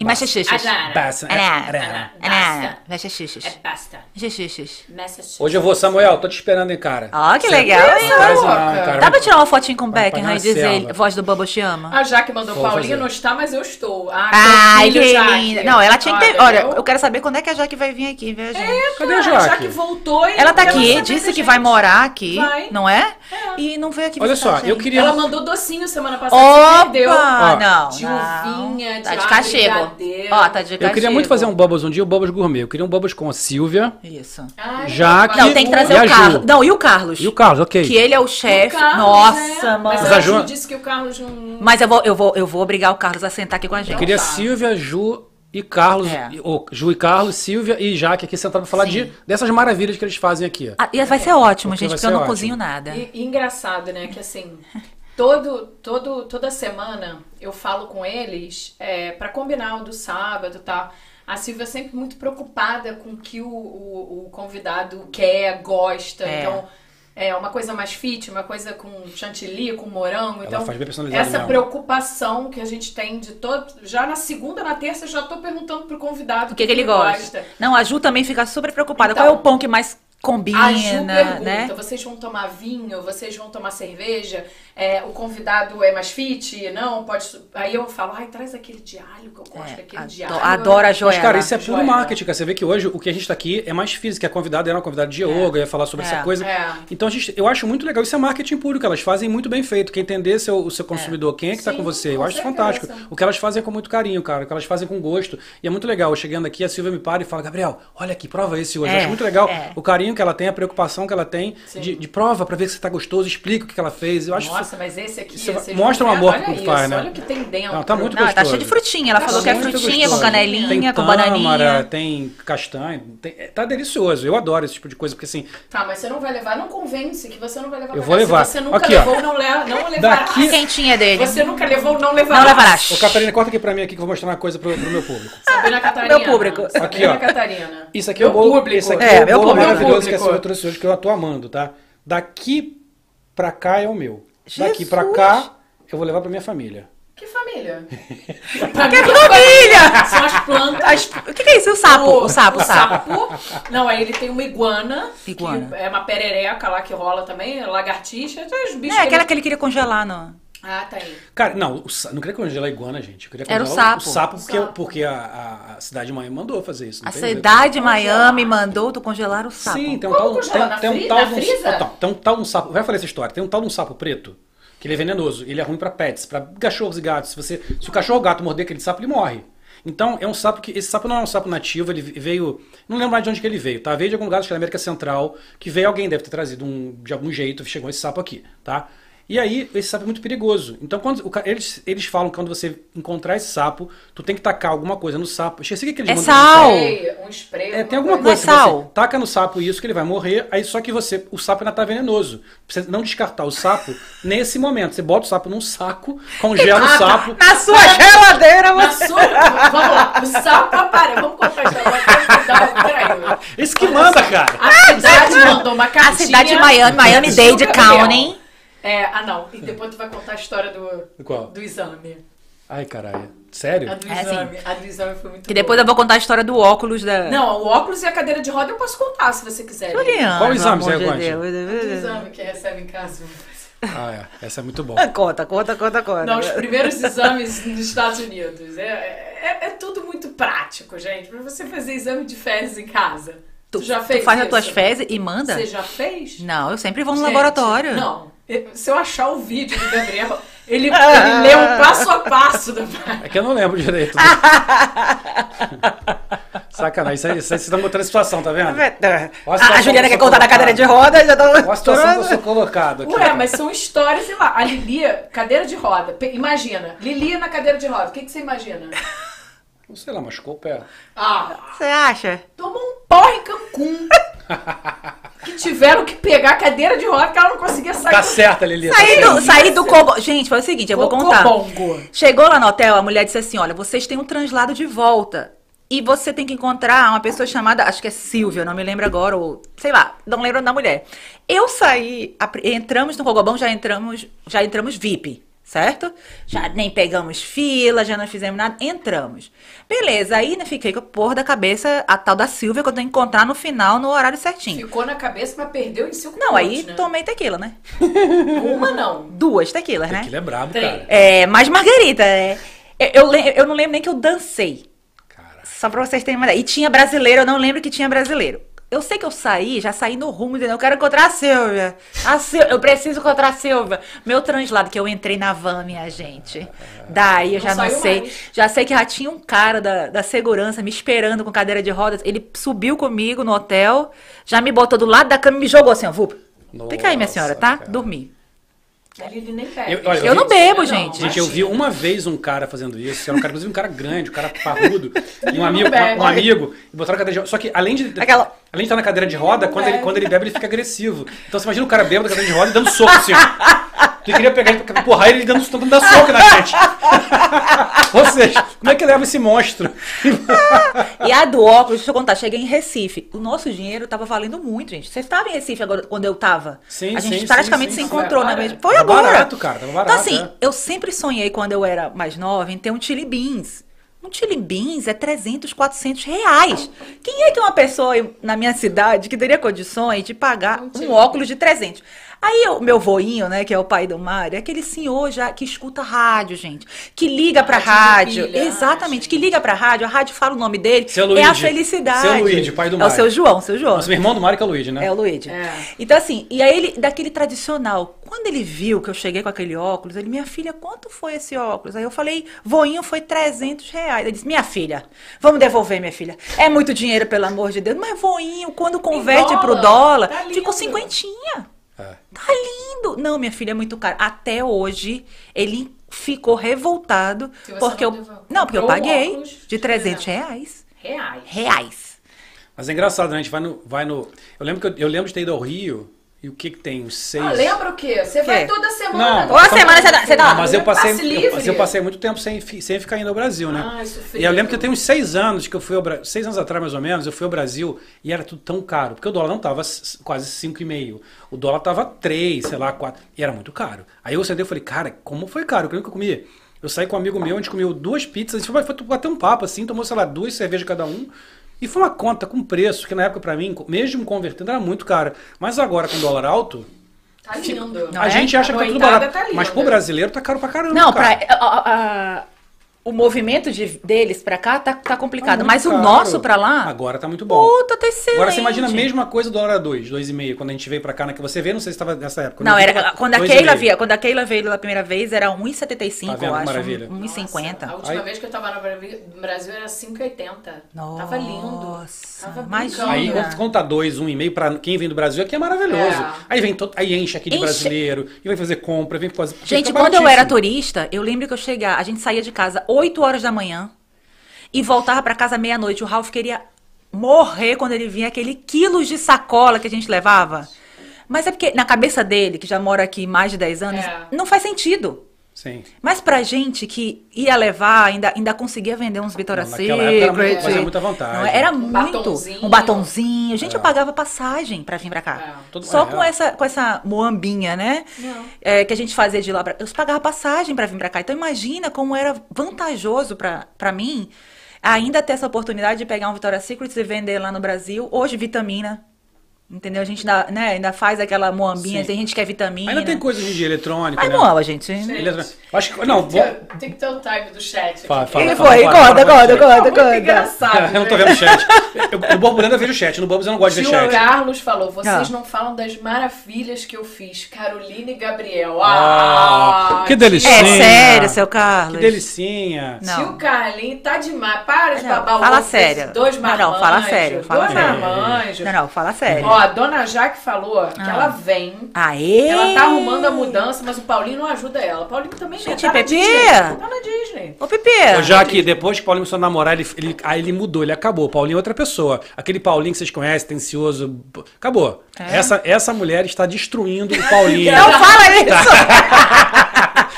E Massachusetts.
Adara.
Basta. É,
Helena.
é.
Helena.
É
Massachusetts.
basta.
Massachusetts.
Massachusetts.
Hoje eu vou, Samuel. Tô te esperando, hein, cara.
Ó,
Você-
que legal,
Você
hein? Tá
traz uma,
Louca.
cara,
Dá pra tirar uma fotinho com o
Vai
Beckham
apanhar
e
a
dizer
selva.
voz do Bubble te ama?
A Jaque Ah, mandou,
Vou
Paulinho
fazer.
não está, mas eu estou. Ah,
Ai,
filho,
que
Jaque.
linda. Não, ela tinha que ter. Olha,
Olha, É,
eu quero saber quando é que a Jaque vai vir aqui, ver a gente.
Cadê a
Cara,
Jaque?
já que voltou e
Ela tá
não
aqui,
sabe
disse
da
que vai
gente.
morar aqui,
Vai.
não é? E não veio aqui
Olha
visitar
só,
a
eu
gente.
queria.
Ela mandou docinho semana passada, se
Opa!
perdeu.
Não,
De
não.
uvinha,
Tá
de
de cachebo.
brigadeiro.
Ó, tá de cachebo.
Eu queria muito fazer um Bubbles um dia, o Bubbles Gourmet. Eu queria um Bubbles com a Silvia
Isso.
Ai,
Jaque-
vai.
Não, tem que trazer
E a
o
Ju?
Carlos. Não, e o Carlos?
e o Carlos, ok.
Que ele é o chefe.
O Carlos,
Nossa,
né?
mano.
Mas a
Ju-
Ju disse que o Carlos não...
Mas eu vou, eu vou, eu vou obrigar o Carlos a sentar aqui com a gente.
Eu queria
tá.
Silvia, Ju e Carlos.
É.
e- ou Ju e Carlos, Silvia e Jaque aqui sentado pra falar de, dessas maravilhas que eles fazem aqui.
Ah, e vai ser ótimo,
Porque
gente,
vai
porque
ser
eu não
ótimo.
cozinho nada.
E, e engraçado, né? Que assim, todo, todo, toda semana eu falo com eles é, para combinar o do sábado e tal. A Silvia é sempre muito preocupada com o que o, o, o convidado quer, gosta.
É.
Então, é uma coisa mais fit, uma coisa com chantilly, com morango. então,
faz bem personalizado
essa
mesmo.
preocupação que a gente tem de todo. Já na segunda, na terça, eu já tô perguntando pro convidado
O que, que ele gosta? Não, a Ju também fica super preocupada.
Então.
Qual é o pão que mais combina,
A Ju pergunta,
né?
vocês vão tomar vinho, vocês vão tomar cerveja, É, o convidado é mais fit, não, pode... su- Aí eu falo, ai, traz aquele diário que eu gosto
É,
daquele
ado-
diário.
adoro a
Joana.
Mas, cara, isso é
Joia.
puro marketing, cara. Você vê que hoje o que a gente tá aqui é mais físico. A convidada era uma convidada de yoga, ia falar sobre
É.
essa coisa.
É.
Então, a gente, eu acho muito legal. Isso é marketing puro, que elas fazem muito bem feito. Quem entender seu, o seu consumidor, quem é que tá
Sim,
com você. Eu
com
acho
certeza.
fantástico. O que elas fazem é com muito carinho, cara. O que elas fazem com gosto. E é muito legal. Eu Chegando aqui, a Silvia me para e fala, Gabriel, olha aqui, prova esse hoje.
É,
Eu acho muito legal
é.
o carinho que ela tem, a preocupação que ela tem de, de prova pra ver se tá gostoso, explica o que que ela fez. Eu acho
Nossa, mas esse aqui...
Isso
vocês
mostra
vão
um
ver,
amor
olha
pro
isso,
pai, né?
Olha o que tem dentro.
Não, tá muito
Não, tá
gostoso.
cheio de frutinha. Ela
Tá
falou que é
muito
frutinha,
gostoso.
com canelinha,
tem
com
tâmara,
bananinha.
Tem castanho, tem- tá delicioso. Eu adoro esse tipo de coisa, porque assim,
Tá, mas você não vai levar, não convence que você não vai levar
Eu
pra
vou
casa.
levar.
Se você nunca
Aqui, ó.
levou, não, leva, não levará.
Daqui-
A quentinha dele.
Você nunca levou, não levará.
Não levarás.
Ô, Catarina, corta aqui pra mim aqui que eu vou mostrar uma coisa pro, pro meu público.
Sabrina Catarina.
Meu público.
Sabrina
Aqui, ó.
Catarina.
Isso aqui é
Meu
o bolo,
público.
esse aqui
É,
é, o
meu
bolo
público.
maravilhoso que a Silvia
Meu público.
trouxe hoje, que eu tô amando, tá? Daqui pra cá é o meu.
Jesus.
Daqui pra cá, eu vou levar pra minha família.
Que família?
Que família!
São as plantas.
As- O que, que é isso? O sapo, o sapo, o sapo.
sapo. Não, aí ele tem uma iguana.
Iguana.
Que é uma perereca lá que rola também, lagartixa, tem os bichos.
É,
que
aquela
ele-
que ele queria congelar, não.
Ah, tá aí.
Cara, não, o sa- não queria congelar a iguana, gente. Eu queria
Era o
congelar O
sapo.
sapo porque,
O sapo.
porque a, a- a cidade de Miami mandou fazer isso. não
A
tem jeito.
cidade de Miami
Congelar.
mandou tu congelar o sapo.
Sim, tem um tal,
Como congelar?
tem,
Na
tem um
fri-
tal
na
de um,
freezer?
então, tem um tal de um sapo. Vai falar essa história. Tem um tal de um sapo preto que ele é venenoso. Ele é ruim pra pets, pra cachorros e gatos. Se você, se o cachorro ou gato morder aquele sapo, ele morre. Então é um sapo que esse sapo não é um sapo nativo. Ele veio, não lembro mais de onde que ele veio. Tá, veio de algum lugar acho que da América Central que veio alguém deve ter trazido um, de algum jeito chegou esse sapo aqui, tá? E aí, esse sapo é muito perigoso. Então, quando o ca- eles, eles falam que quando você encontrar esse sapo, tu tem que tacar alguma coisa no sapo. Esqueci o que, que eles
É
mandam-
sal. Au.
Spray, um spray.
é, tem alguma
Não é
coisa.
sal?
Você taca no sapo isso que ele vai morrer, aí só que você. O sapo ainda tá venenoso. Precisa não descartar o sapo nesse momento. Você bota o sapo num saco, congela o
Ah, tá.
sapo.
Na sua geladeira,
Na
você...
sua, vamos lá, o sapo aparece. Vamos contar a história. Não, Peraí.
Esse que manda, cara.
um A cidade mandou uma
Ah, A
cartinha.
cidade de Miami, Miami-Dade
Gabriel.
County.
É, ah não, e depois tu vai contar a história do,
Qual?
do exame.
Ai, caralho.
A
Sério?
do
É,
exame, a do exame foi muito
Que depois eu vou contar a história do óculos da...
boa. Não, o óculos e a cadeira de roda eu posso contar, se você quiser. né?
Juliana,
Qual exame
pelo
você
amor de
aguenta?
Do
Deus.
exame que recebe em casa.
Ah, é. Essa é muito boa.
Ah, Conta, conta, conta, conta.
Não, os primeiros exames nos Estados Unidos. É, é, é tudo muito prático, gente. Pra você fazer exame de fezes em casa.
tu,
Tu, já fez
tu faz as
isso?
tuas fezes e manda?
Você já fez?
Não, eu sempre vou no
Gente,
laboratório.
Não. Eu- Se eu achar o vídeo do Gabriel, ele, ele lê o passo a passo da
É que eu não lembro direito. Sacanagem. Isso aí, isso aí você tá me botando em situação, tá vendo?
A,
situação
a Juliana
que eu
quer
sou
contar na cadeira de rodas, já tá...
Olha a situação que eu sou colocado aqui.
Ué, mas são histórias, sei lá. A Lili, cadeira de roda. Pe- Imagina. Lili na cadeira de roda. O que, que você imagina?
Não sei lá, machucou o pé.
Ah,
Você acha?
tomou um pó em Cancún. Que tiveram que pegar a cadeira de roda que ela não conseguia sair.
Tá certa, Lili. tá
Saí
certa.
do, saí do Cobo... Gente, foi o seguinte, eu vou contar.
Cocobongo.
Chegou lá no hotel, a mulher disse assim: Olha, vocês têm um translado de volta. E você tem que encontrar uma pessoa chamada, acho que é Silvia, não me lembro agora, ou sei lá, não lembro da mulher. Eu saí, a pri- entramos no Cogobão, já entramos, já entramos VIP, certo? Já nem pegamos fila, já não fizemos nada, entramos. Beleza, aí né, fiquei com a porra da cabeça a tal da Silvia que eu tenho que encontrar no final, no horário certinho.
Ficou na cabeça, mas perdeu em cinco
Não, aí
minutos, né?
tomei tequila, né?
Uma não.
Duas tequilas, né?
Aquilo é brabo,
Três.
cara.
É, mas Margarita, é, eu, eu le- eu não lembro nem que eu dancei.
Cara.
Só pra vocês terem uma ideia. E tinha brasileiro, eu não lembro que tinha brasileiro. Eu sei que eu saí, já saí no rumo, entendeu? Eu quero encontrar a Silvia. A Sil- eu preciso encontrar a Silvia. Meu translado, que eu entrei na van, minha gente. Daí eu
Não
já não
saiu
sei.
mais.
Já sei que já tinha um cara da, da segurança me esperando com cadeira de rodas. Ele subiu comigo no hotel, já me botou do lado da cama e me jogou assim, ó. Vup. Fica aí, minha
Nossa,
senhora, tá?
cara.
Dormi.
A Lili nem pega.
Eu- olha,
Eu não bebo, gente.
Gente, eu vi
imagina.
uma vez um cara fazendo isso. Era um cara, inclusive um cara grande, um cara parrudo, e um amigo,
bebe.
um amigo, e botaram na cadeira de roda. Só que além de,
Aquela- É.
além de estar na cadeira de roda,
Não
quando ele,
bebe.
quando ele bebe, ele fica agressivo. Então você imagina o cara bêbado na cadeira de roda e dando soco assim. ó. Tu queria pegar ele pra empurrar ele dando, tentando dar soco na gente. Ou seja, como é que leva esse monstro?
E a do óculos, deixa eu contar, cheguei em Recife. O nosso dinheiro tava valendo muito, gente. Vocês estavam em Recife agora, quando eu tava?
Sim,
A gente
sim,
praticamente
sim,
se
sim.
encontrou
Foi
na
agora.
mesma. Foi
Tava
agora.
barato, né? cara, tava barato,
Então, assim,
é.
eu sempre sonhei quando eu era mais nova em ter um Chili Beans. Um tilibins é 300, 400 reais. Quem é que uma pessoa aí na minha cidade que teria condições de pagar
Um
um
Tilibins.
óculos de 300? Aí o meu voinho, né, que é o pai do Mário, é aquele senhor já que escuta rádio, gente, que liga pra
Rádio
rádio.
de pilha,
Exatamente,
gente.
que liga pra rádio, a rádio fala o nome dele,
Seu
é a
Luigi.
felicidade.
Seu Luigi, pai do
É o
Mário.
seu João, seu João.
Nossa, meu irmão do Mário que é o Luigi, né?
É o Luigi.
É.
Então, assim, e aí ele, daquele tradicional, quando ele viu que eu cheguei com aquele óculos, ele, minha filha, quanto foi esse óculos? Aí eu falei, voinho foi 300 reais. Ele disse, minha filha, vamos devolver, minha filha. É muito dinheiro, pelo amor de Deus. Mas voinho, quando converte
dólar,
pro dólar,
tá
ficou
lindo.
cinquentinha.
É.
Tá lindo. Não, minha filha, é muito caro. Até hoje, ele ficou revoltado
Que você
porque
não
eu...
devolveu.
Não, porque eu
Comprou
paguei
óculos
de
de
300 reais.
Reais.
Reais.
Mas é engraçado, né? A gente vai no. Vai no... Eu, lembro que eu, eu lembro de ter ido ao Rio e o que que tem? Os seis.
Ah, lembra o quê? Você vai
Quê?
toda semana.
Não.
agora.
Uma
semana você dá- você dá lá.
Não, mas eu passei,
Passe
eu,
Tá livre.
mas eu passei muito tempo sem, fi- sem ficar indo ao Brasil, né?
Ah, isso
e eu lembro que eu
frio.
tenho uns seis anos que eu fui ao Brasil, seis anos atrás mais ou menos, eu fui ao Brasil e era tudo tão caro, porque o dólar não tava s- s- quase cinco e meio, o dólar tava três, sei lá, quatro, e era muito caro. Aí eu sentei e falei, cara, como foi caro? Eu lembro que eu comi. Eu saí com um amigo meu, a gente comeu duas pizzas, a gente foi, foi bater um papo assim, tomou, sei lá, duas cervejas cada um. E foi uma conta com preço que na época pra mim, co- mesmo convertendo, era muito cara. Mas agora com o dólar alto,
Tá lindo.
Não
a
é?
gente acha que tá tudo
Noitada
barato.
tá linda.
mas pro brasileiro tá caro pra caramba.
Não, pra,
cara.
a- a- a- o movimento de- deles pra cá tá, tá complicado.
Tá
mas
muito
o
caro.
nosso pra lá.
Agora tá muito bom.
Puta, tá excelente.
Agora você imagina a mesma coisa do dólar a 2, 2,5, quando a gente veio pra cá, né? Que você vê, não sei se tava nessa época.
Não,
eu vi,
era, ah, quando a
dois e
Keila
meio.
via, quando a Keila veio pela primeira vez, era
Tá vendo
1,75, eu
que
acho.
maravilha?
Nossa, A
1,50.
última
Aí-
vez que eu tava no Bra- Brasil era 5,80. Tava lindo.
Nossa,
Tava
imagina.
Aí
brincando.
quando- quando tá 2, 1,5, pra quem vem do Brasil aqui é maravilhoso.
É.
Aí vem todo, aí enche aqui de
Enche.
brasileiro, e vai fazer compra, vem fazer.
Gente,
fica
quando eu
baratíssimo.
era turista, eu lembro que eu chegava, a gente saía de casa 8 horas da manhã e voltava pra casa meia-noite. O Ralph queria morrer quando ele vinha aquele quilos de sacola que a gente levava. Mas é porque na cabeça dele, que já mora aqui mais de 10 anos,
É.
não faz sentido.
Sim.
Mas pra gente que ia levar, ainda, ainda conseguia vender uns Vitória
Não, naquela época era muito-
Secret.
fazia muita vantagem.
Não, era
Um
muito.
batonzinho.
Um batonzinho. Gente,
É.
eu pagava passagem pra vir pra
É.
cá.
Todo-
Só
é.
com, essa, com essa moambinha, né?
Não.
É, que a gente fazia de lá pra. Eu pagava passagem pra vir pra cá. Então imagina como era vantajoso pra, pra mim ainda ter essa oportunidade de pegar um Vitória Secret e vender lá no Brasil. Hoje, vitamina. Entendeu? A gente ainda, né, ainda faz aquela moambinha.
Sim.
Tem gente que é vitamina.
Ainda tem coisa de eletrônica,
Mas
né?
não ama, gente.
Eletrônica. Eu Acho que. Não, vou.
Tem- Tem que ter o time do chat aqui.
Fala, fala.
Ele foi,
Fala,
conta,
fala,
conta,
fala.
conta,
Muito
conta.
engraçado. né?
eu não tô vendo chat. Eu, no Borbulando eu vejo chat, no Bubbles eu não gosto de ver
Gil
chat.
Carlos falou: vocês
Ah.
não falam das maravilhas que eu fiz, Carolina e Gabriel.
Ah,
Ah,
que
tio-
delicinha.
É
Sim.
sério, seu Carlos.
Que delicinha.
É, Não.
Tio Carlinho, tá demais. Para de
Não,
babar o
fala
ovo desses
sério.
Dois
Não, não,
marmanjos.
fala sério, fala
dois
sério.
marmanjos.
Não, não, fala sério. Ah.
Ó, a dona Jaque falou que ela vem.
Aê!
Ela tá arrumando a mudança, mas o Paulinho não ajuda ela. O Paulinho também
Gente, é
não. Tá na
Pepe!
Disney. Tá na Disney.
Ô, Pepe.
É.
Ô, Já que depois que o Paulinho começou a namorar, ele, ele- aí ele mudou, ele acabou. O Paulinho é outra pessoa. Aquele Paulinho que vocês conhecem, tencioso, b- acabou.
É.
Essa, essa mulher está destruindo o Paulinho.
Não fala isso!
Olha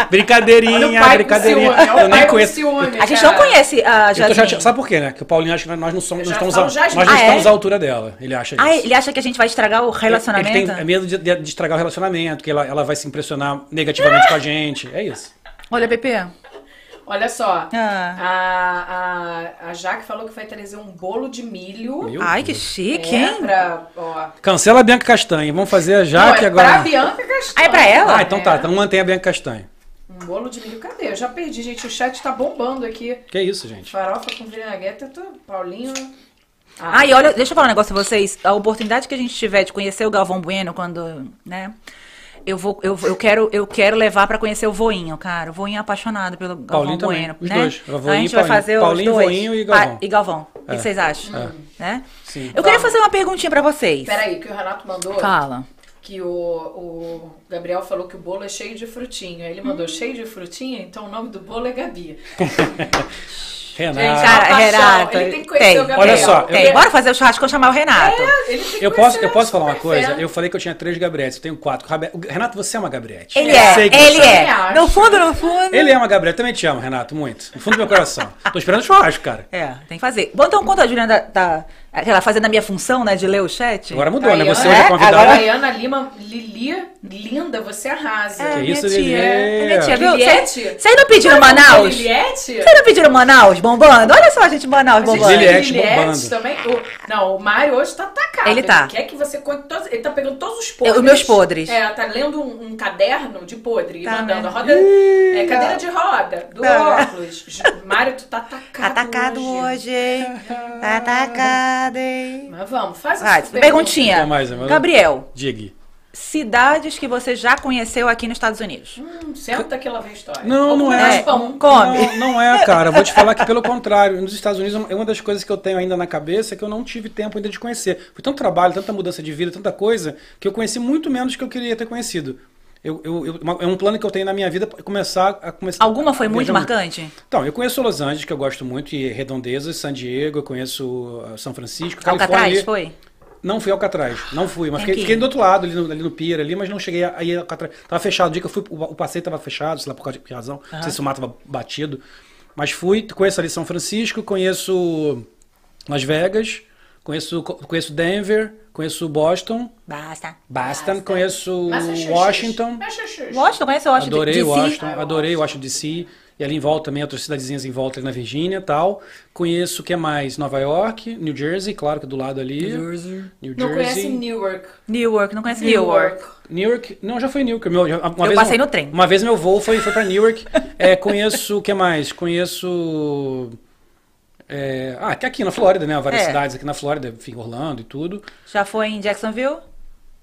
o
brincadeirinha,
pai com
brincadeirinha.
ciúme, olha o
eu nem
pai com
conheço.
ciúme,
A gente
cara.
não conhece a
Eu tô
Jasmine.
chateado. Sabe por quê, né? Que o Paulinho acha que nós não somos, nós
Eu já
estamos,
falo
a-
Jasmine.
nós não
Ah, é?
estamos à altura dela. Ele acha isso.
Ah, ele acha que a gente vai estragar o relacionamento?
Ele tem é medo de, de- de estragar o relacionamento, que ela, ela vai se impressionar negativamente com a gente. É isso.
Olha, Pepe.
Olha só.
Ah.
A, a, a Jaque falou que vai trazer um bolo de milho.
Meu
Ai, que
Deus.
chique,
É,
hein?
pra, ó.
Cancela a Bianca Castanha. Vamos fazer a
Não,
Jaque
é
agora.
Pra né? Bianca Castanho.
Ah, é pra ela?
Ah, então tá. Então mantém a Bianca Castanha.
Um bolo de milho, cadê? Eu já perdi, gente. O chat tá bombando aqui.
Que é isso, gente.
Farofa com vinagrete, eu tô... Paulinho.
Ah, e olha, deixa eu falar um negócio pra vocês. A oportunidade que a gente tiver de conhecer o Galvão Bueno quando, né? Eu vou, eu, eu quero, eu quero levar pra conhecer o Voinho, cara. O Voinho é apaixonado pelo Galvão
Paulinho também,
Bueno,
os
né?
dois. O
Então a
Voinho e
gente vai
Paulinho.
fazer
Paulinho,
os dois.
Voinho e
Pa-
Galvão.
e Galvão. O que
É.
que vocês acham? Né?
Sim.
Eu queria fazer uma perguntinha pra vocês.
Peraí, que o Renato mandou
Fala.
que o, o Gabriel falou que o bolo é cheio de frutinha. Aí Ele
Hum.
mandou cheio de frutinha, então o nome do bolo é Gabi.
Renato.
Gente,
Cara,
paixão.
Renato,
Ele tem que conhecer o Gabriel.
Olha só,
tem.
eu-
Bora fazer o churrasco e chamar o Renato.
Ele tem tá que
Eu posso,
conhecer
eu posso
o
falar uma
Super
coisa?
Fera.
Eu falei que eu tinha três Gabrietes, eu tenho quatro. Rabe- Renato, você é uma Gabriete.
Ele
Eu
é,
sei que
ele
você-
Também
é.
acho.
No fundo, no fundo.
Ele é uma Gabriete. Também te amo, Renato, muito. No fundo do meu coração. Tô esperando o churrasco, cara.
É, tem que fazer. Bom, então, quanto a Juliana tá, tá ela fazendo a minha função, né, de ler o chat?
Agora mudou, né?
Daiane.
Você hoje é
É?
convidada.
Agora-
Mariana Lima, Lili, linda, você arrasa.
É,
Que
minha
isso,
tia.
Liliê?
É minha tia, viu?
Liliete?
Vocês vocês não pediram
Sabe quem é
Manaus?
Liliete?
Vocês não pediram Manaus, bombando. Olha só a gente banal
Gente,
bombando.
Lilian- Juliette bombando.
Juliette também. O- não, o Mário hoje tá atacado.
Ele tá.
quer que você conte todos- Ele tá pegando todos os
Eu-
podres.
os meus podres.
É, tá lendo um, um caderno de podre
Tá,
e mandando
né?
a roda. é, cadeira de roda, do
Não, né?
óculos. Ju- Mário, tu tá atacado.
Atacado hoje, hein? Atacado, hein?
Mas vamos, faz
Vai,
a sua
perguntinha.
Quer mais, Amanda?
Gabriel,
Diga.
cidades que você já conheceu aqui nos Estados Unidos.
Hum, senta que lá vem a história.
Não, não
Vou
é.
comer
É,
mais pão.
come.
Não, não é, cara. Vou te falar que pelo contrário, nos Estados Unidos, é uma das coisas que eu tenho ainda na cabeça é que eu não tive tempo ainda de conhecer. Foi tanto trabalho, tanta mudança de vida, tanta coisa, que eu conheci muito menos que eu queria ter conhecido. Eu- eu- eu- uma- é um plano que eu tenho na minha vida é começar a começar.
Alguma foi
a
muito
viajar
marcante?
Então, eu conheço Los Angeles, que eu gosto muito, e Redondezas, San Diego, eu conheço ah, São Francisco,
Alcatraz,
Califórnia.
foi?
Não fui ao Alcatraz, não fui, mas
Tem
fiquei,
que ir.
fiquei do outro lado, ali no, ali no Pier, ali, mas não cheguei a a ir ao Alcatraz. Tava fechado, o dia que eu fui, o, o passeio tava fechado, sei lá por causa de que razão, não sei se o mato tava batido. Mas fui, conheço ali São Francisco, conheço Las Vegas, conheço, co- conheço Denver, conheço Boston,
Basta.
Boston, conheço
Massachusetts.
Washington,
Massachusetts.
Washington, conhece Washington?
adorei
DC?
Washington,
Ah, eu
adorei Washington DC, e ali em volta também, outras cidadezinhas em volta ali na Virgínia e tal. Conheço, o que mais? Nova York, New Jersey, claro que do lado ali. New Jersey.
Não conhece Newark.
Newark, não conhece Newark.
Newark, não, já foi em Newark. Meu, já- uma
Eu
vez
passei
meu-
no trem.
Uma vez meu voo foi, foi pra Newark. É, conheço, o que mais? Conheço... é, ah, que aqui na Flórida, né? Várias
É.
cidades aqui na Flórida, enfim, Orlando e tudo.
Já foi em Jacksonville?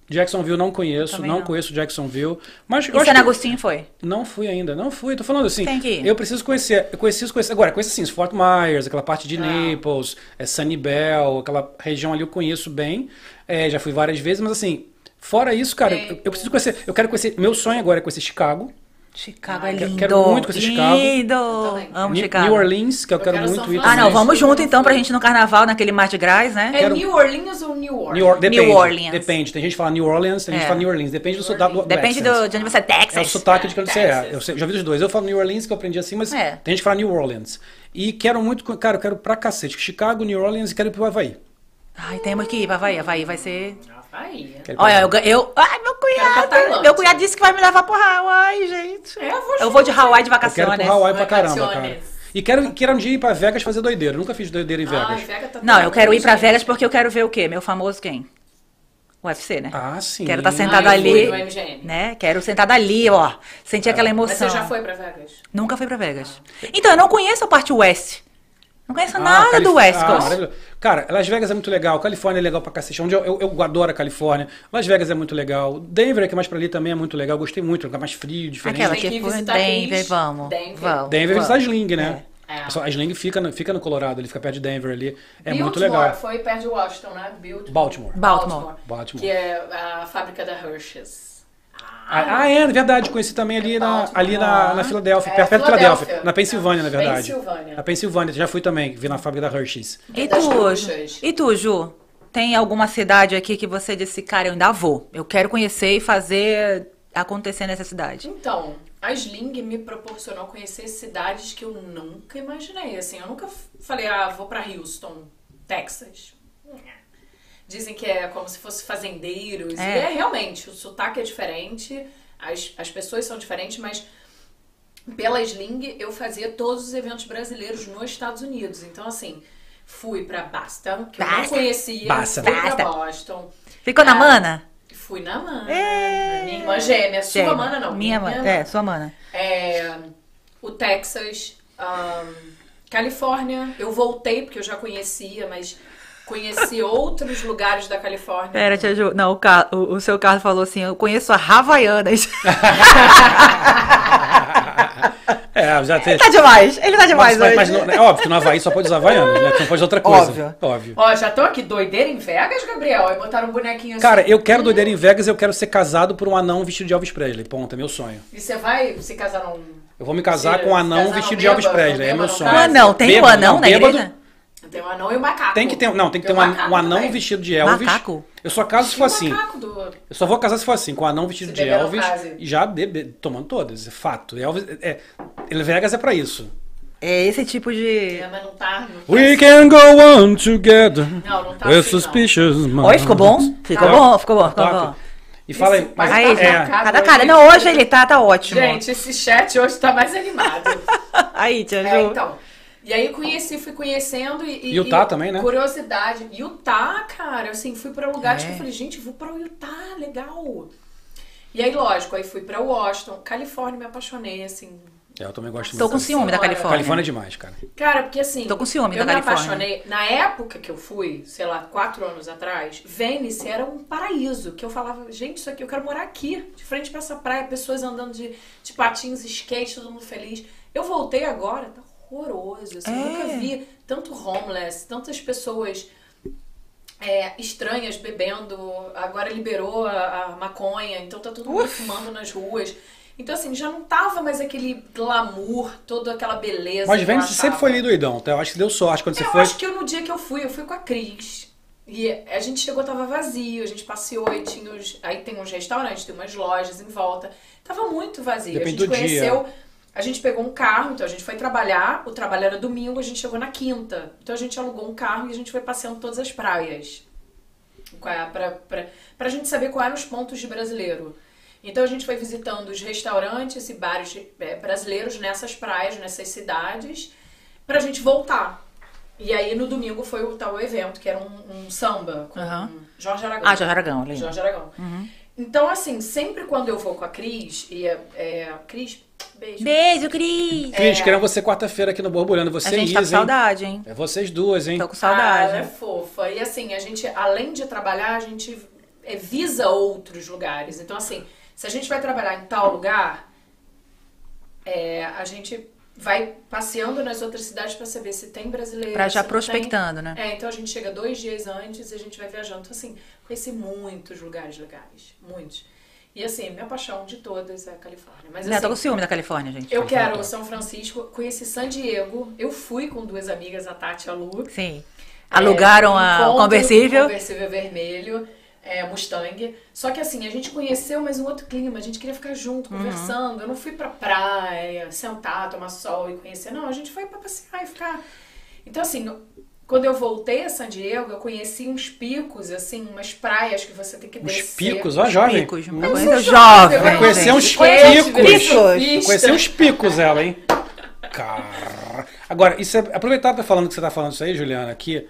Jacksonville não conheço,
Também
não,
não. é
conheço Jacksonville. Mas eu
Em
acho
San
que-
Agostinho foi?
não fui ainda, não fui. Tô falando assim,
Tem que ir.
eu preciso conhecer, eu preciso conhecer. Agora, conheço assim, Fort Myers, aquela parte
Ah.
de Naples, é, Sunnyvale, aquela região ali eu conheço bem. É, já fui várias vezes, mas assim, fora isso, cara, eu- eu, preciso conhecer. Eu quero conhecer. Meu sonho agora é conhecer Chicago,
Chicago é
Quero-
lindo.
quero muito conhecer Chicago.
Lindo.
também.
Amo
New,
Chicago.
New Orleans, que eu,
Eu
quero,
quero São
muito ir.
Ah,
Francisco.
não,
também.
vamos junto então pra gente ir no carnaval, naquele Mardi Gras, né?
É
Quero-
New Orleans ou Newark?
New, Or- depende,
Orleans.
Depende. Tem gente que fala New Orleans, tem gente
É.
que fala New Orleans. Depende do sotaque. do- do
Depende
accent.
do, de onde você é, Texas.
É o sotaque de quando você é.
Texas.
Eu sei- já vi os dois. Eu falo New Orleans, que eu aprendi assim, mas
É.
tem gente que fala New Orleans. E quero muito. Cara, eu quero pra cacete. Chicago, New Orleans e quero ir pro Havaí.
Ai, temos que ir pra Havaí, Havaí vai ser...
Ah, vai.
Quero ir pra
Olha,
Havaí.
eu, eu... Ai, meu
pra
cunhado,
Tailândia.
meu cunhado disse que vai me levar pro Hawaii, gente.
É, eu vou
Eu vou de Hawaii de
Eu quero ir
vacações.
pro Hawaii pra caramba,
Vacaciones.
cara. E quero, quero um dia ir pra Vegas fazer doideira. Eu nunca fiz doideira em
Ah,
Vegas.
Vega tá
Não,
tão
eu quero ir pra
longe.
Vegas porque eu quero ver o quê? Meu famoso quem? UFC, né?
Ah, sim.
Quero estar sentada
Ah, eu fui
ali,
no MGM.
né? Quero sentada ali, ó,
Tá.
sentir aquela
Mas
emoção.
você já foi pra Vegas?
Nunca fui pra Vegas. Então, eu não conheço a parte West. Não conheço
Ah,
nada
Calif-
do West
Ah,
Coast.
maravilhoso. Cara, Las Vegas é muito legal, Califórnia é legal pra cacete. Onde eu, eu, eu adoro a Califórnia. Las Vegas é muito legal. Denver, que é mais pra ali, também é muito legal. Gostei muito, é um lugar mais frio, diferente.
Aquela
Tem
que
que
foi em
visitar
Denver,
aqueles-
vamos.
Denver.
Vamos.
Denver é
vamos.
visitar Sling, né?
É. É.
Só A Sling fica no, fica no Colorado, ele fica perto de Denver ali. É
Biltmore
muito legal.
foi perto de Washington, né? Biltmore.
Baltimore.
Baltimore.
Baltimore.
Que é a fábrica da Hershey's.
Ah, ah, é, na verdade, conheci também ali na,
Baltimore.
ali na, na Filadélfia,
É,
perto perto de
Filadélfia.
Filadélfia, na Pensilvânia, na verdade.
Pensilvânia.
Na Pensilvânia, já fui também, vi na fábrica da Hershey's.
E
Das
tu, Ju?
bruxas.
e tu, Ju? Tem alguma cidade aqui que você disse, cara, eu ainda vou. Eu quero conhecer e fazer acontecer nessa cidade.
Então, a Sling me proporcionou conhecer cidades que eu nunca imaginei. Assim, eu nunca f- falei, ah, vou pra Houston, Texas. Dizem que é como se fosse fazendeiros.
É.
E é realmente, o sotaque é diferente, as, as pessoas são diferentes, mas pela Sling eu fazia todos os eventos brasileiros nos Estados Unidos. Então, assim, fui pra Boston, que eu não
Boston.
conhecia.
Boston.
Fui pra
Boston.
Boston.
Ficou na
Ah,
mana?
Fui na Mana.
É.
Minha irmã gêmea. Sua
Gêmea.
mana não.
Minha mana. É, sua mana.
É, o Texas, ahn, Califórnia. Eu voltei porque eu já conhecia, mas conheci outros lugares da Califórnia.
Pera, te ajudo. Não, o, Ca- o- o seu Carlos falou assim: eu conheço a Havaianas.
É, já tem.
tá demais, ele tá demais
Mas, mas,
hoje.
mas não- é óbvio que no Havaí só pode usar Havaianas, né? Tu Não pode usar outra coisa.
Óbvio.
Óbvio.
Ó, já tô aqui doideira em Vegas, Gabriel? Aí botaram um bonequinho assim.
Cara, eu quero doideira em Vegas, eu quero ser casado por um anão vestido de Elvis Presley. Ponto, é meu sonho.
E você vai se casar num...
Eu vou me casar
Se
com um anão
casar,
vestido
não
de Elvis
bêbado,
Presley, é
não
meu
bêbado,
sonho.
Um
não
anão, tem um
Bêbado,
anão
não,
na
bêbado.
igreja?
Tem um anão e um macaco.
Tem que ter, não, tem que ter um,
um
an-
macaco
um anão
também. Um
vestido de Elvis.
Macaco?
Eu só caso se for assim.
macaco do...
Eu só vou casar se for assim, com o anão vestido
Se
de
beber, não
Elvis
case.
e já bebe, tomando todas, é fato. Elvis, é, é- Vegas é pra isso.
É esse tipo de.
É, mas não tá... Não tá
We
assim.
can go on together.
Não, não tá
We're
assim, não.
suspicious, man.
Oi, ficou bom? Ficou
Tá.
bom, ficou bom, ficou
Top.
bom.
E fala aí,
Esse
mas
pai
Aí,
tá
é,
já,
marcado
cada
hoje.
cara. Não, hoje
assim.
ele tá, tá ótimo.
Gente, esse chat hoje tá mais animado.
Aí, tia Ju.
É, então. E aí conheci, fui conhecendo e.
Utah também, né?
Curiosidade. Utah, cara, assim, fui pra lugares
É.
que eu falei, gente, vou pra Utah, legal. E aí, lógico, aí fui pra Washington, Califórnia, me apaixonei, assim.
Eu também gosto
Tô
muito.
com
da
ciúme da
Senhora.
Califórnia.
Califórnia é demais, cara.
Cara, porque assim.
Tô com ciúme
eu
da
me
Califórnia.
apaixonei. Na época que eu fui, sei lá, quatro anos atrás, Vênice era um paraíso. Que eu falava, gente, isso aqui, eu quero morar aqui, de frente pra essa praia, pessoas andando de, de patins, skate, todo mundo feliz. Eu voltei agora, tá horroroso. Assim, eu
É.
Nunca vi tanto homeless, tantas pessoas. é, estranhas bebendo, agora liberou a, a maconha, então tá todo mundo fumando nas ruas. Então, assim, já não tava mais aquele glamour, toda aquela beleza.
Mas
que
Vênice
lá
sempre
tava.
foi meio doidão, tá? Eu acho que deu sorte quando você
Eu
foi.
acho que eu, no dia que eu fui, eu fui com a Cris. E a gente chegou, tava vazio, a gente passeou e tinha os... Aí tem uns restaurantes, tem umas lojas em volta. Tava muito vazio.
Depende
a
do
gente
dia.
conheceu... A gente pegou um carro, então a gente foi trabalhar. O trabalho era domingo, a gente chegou na quinta. Então a gente alugou um carro e a gente foi passeando todas as praias. Qual é a- Pra, pra, pra gente saber quais eram os pontos de brasileiro. Então a gente foi visitando os restaurantes e bares eh, brasileiros nessas praias, nessas cidades, pra gente voltar. E aí no domingo foi o tal evento, que era um, um samba com
Aham.
Jorge Aragão.
Ah, Jorge Aragão, Uhum. lindo.
Jorge Aragão. Então, assim, sempre quando eu vou com a Cris, e é, é, Cris, beijo.
Beijo, Cris!
Cris, querendo você quarta-feira aqui no Borbulhando.
A
Você e
gente tá com
Isa, É, hein?
saudade, hein?
É vocês duas, hein?
Tô com
Ah, ela é
saudade.
fofa. E assim, a gente, além de trabalhar, a gente é, visa outros lugares. Então, assim, se a gente vai trabalhar em tal lugar, é, a gente vai passeando nas outras cidades pra saber se tem brasileiro.
Pra
se
já
não
prospectando, né?
tem. É, então a gente chega dois dias antes e a gente vai viajando. Então, assim, conheci muitos lugares legais. Muitos. E assim, minha paixão de todas é a Califórnia. Mas
Né,
assim,
tô com ciúme da Califórnia, gente.
eu quero São Francisco, conheci San Diego, eu fui com duas amigas, a Tati e a Lu.
Sim. Alugaram
É,
a, o
encontro,
conversível.
Conversível vermelho, é, Mustang. Só que assim, a gente conheceu, mas um outro clima. A gente queria ficar junto,
Uhum.
conversando. Eu não fui pra praia, sentar, tomar sol e conhecer. Não, a gente foi pra passear e ficar. Então assim, quando eu voltei a San Diego, eu conheci uns picos, assim, umas praias que você tem que
Os
descer. né?
picos, ó, jovem.
Picos,
Hum.
uma coisa é jovem.
Vai conhecer
gente.
uns picos. Conhecer uns picos ela, hein? Cara. Agora, isso é, aproveitar pra falando que você tá falando isso aí, Juliana, que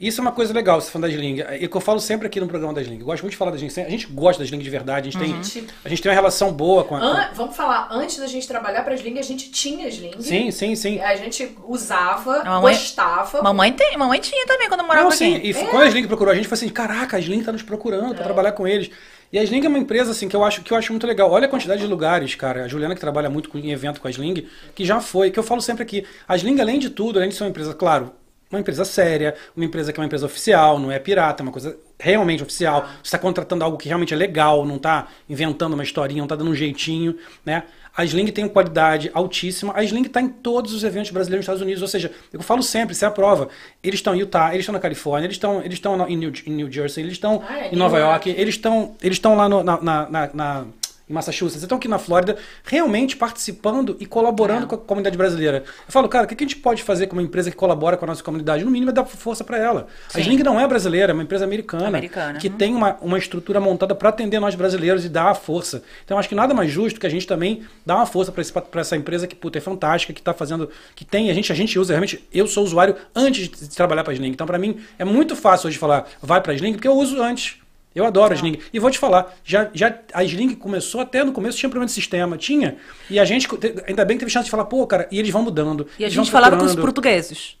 isso é uma coisa legal, você falando da Sling. É que eu falo sempre aqui no programa da Sling. Eu gosto muito de falar da Sling. A gente gosta da Sling de verdade, a gente, tem, a gente tem uma relação boa com a. com-
An- vamos falar, antes da gente trabalhar para as linhas, a gente tinha as linhas.
Sim, sim, sim.
A gente usava,
Mamãe-
gostava.
Mamãe, tem, mamãe tinha também quando eu morava
Não,
aqui.
sim. E f- quando a Sling procurou a gente, foi assim: caraca, a Sling tá nos procurando pra trabalhar com eles. E a Sling é uma empresa assim que eu acho que eu acho muito legal. Olha a quantidade de lugares, cara. A Juliana que trabalha muito com, em evento com a Sling, que já foi, que eu falo sempre aqui. A Sling, além de tudo, além de ser uma empresa, claro, uma empresa séria, uma empresa que é uma empresa oficial, não é pirata, é uma coisa realmente oficial. Você está contratando algo que realmente é legal, não tá inventando uma historinha, não tá dando um jeitinho, né? A Sling tem qualidade altíssima. A Sling está em todos os eventos brasileiros nos Estados Unidos. Ou seja, eu falo sempre, isso é a prova. Eles estão em Utah, eles estão na Califórnia, eles estão eles estão na- em, New, em New Jersey, eles estão
Ah, é,
em
New
Nova York,
York.
eles estão eles estão lá no- na, na- na- na- em Massachusetts, eles estão aqui na Flórida, realmente participando e
É.
colaborando com a comunidade brasileira. Eu falo, cara, o que que a gente pode fazer com uma empresa que colabora com a nossa comunidade? No mínimo é dar força para ela. A
Sim.
Sling não é brasileira, é uma empresa americana,
Americana.
que
Uhum.
tem uma, uma estrutura montada para atender nós brasileiros e dar a força. Então acho que nada mais justo que a gente também dar uma força para essa empresa que puta, é fantástica, que tá fazendo, que tem, a gente a gente usa realmente, eu sou usuário antes de trabalhar para Sling. Então para mim é muito fácil hoje falar, vai para Sling, porque eu uso antes. Eu adoro a Sling. E vou te falar, já, já a Sling começou até no começo, tinha problema de sistema, tinha. E a gente, ainda bem que teve chance de falar, pô, cara, e eles vão mudando.
E a
eles vão
gente falava com os
procurando.
portugueses.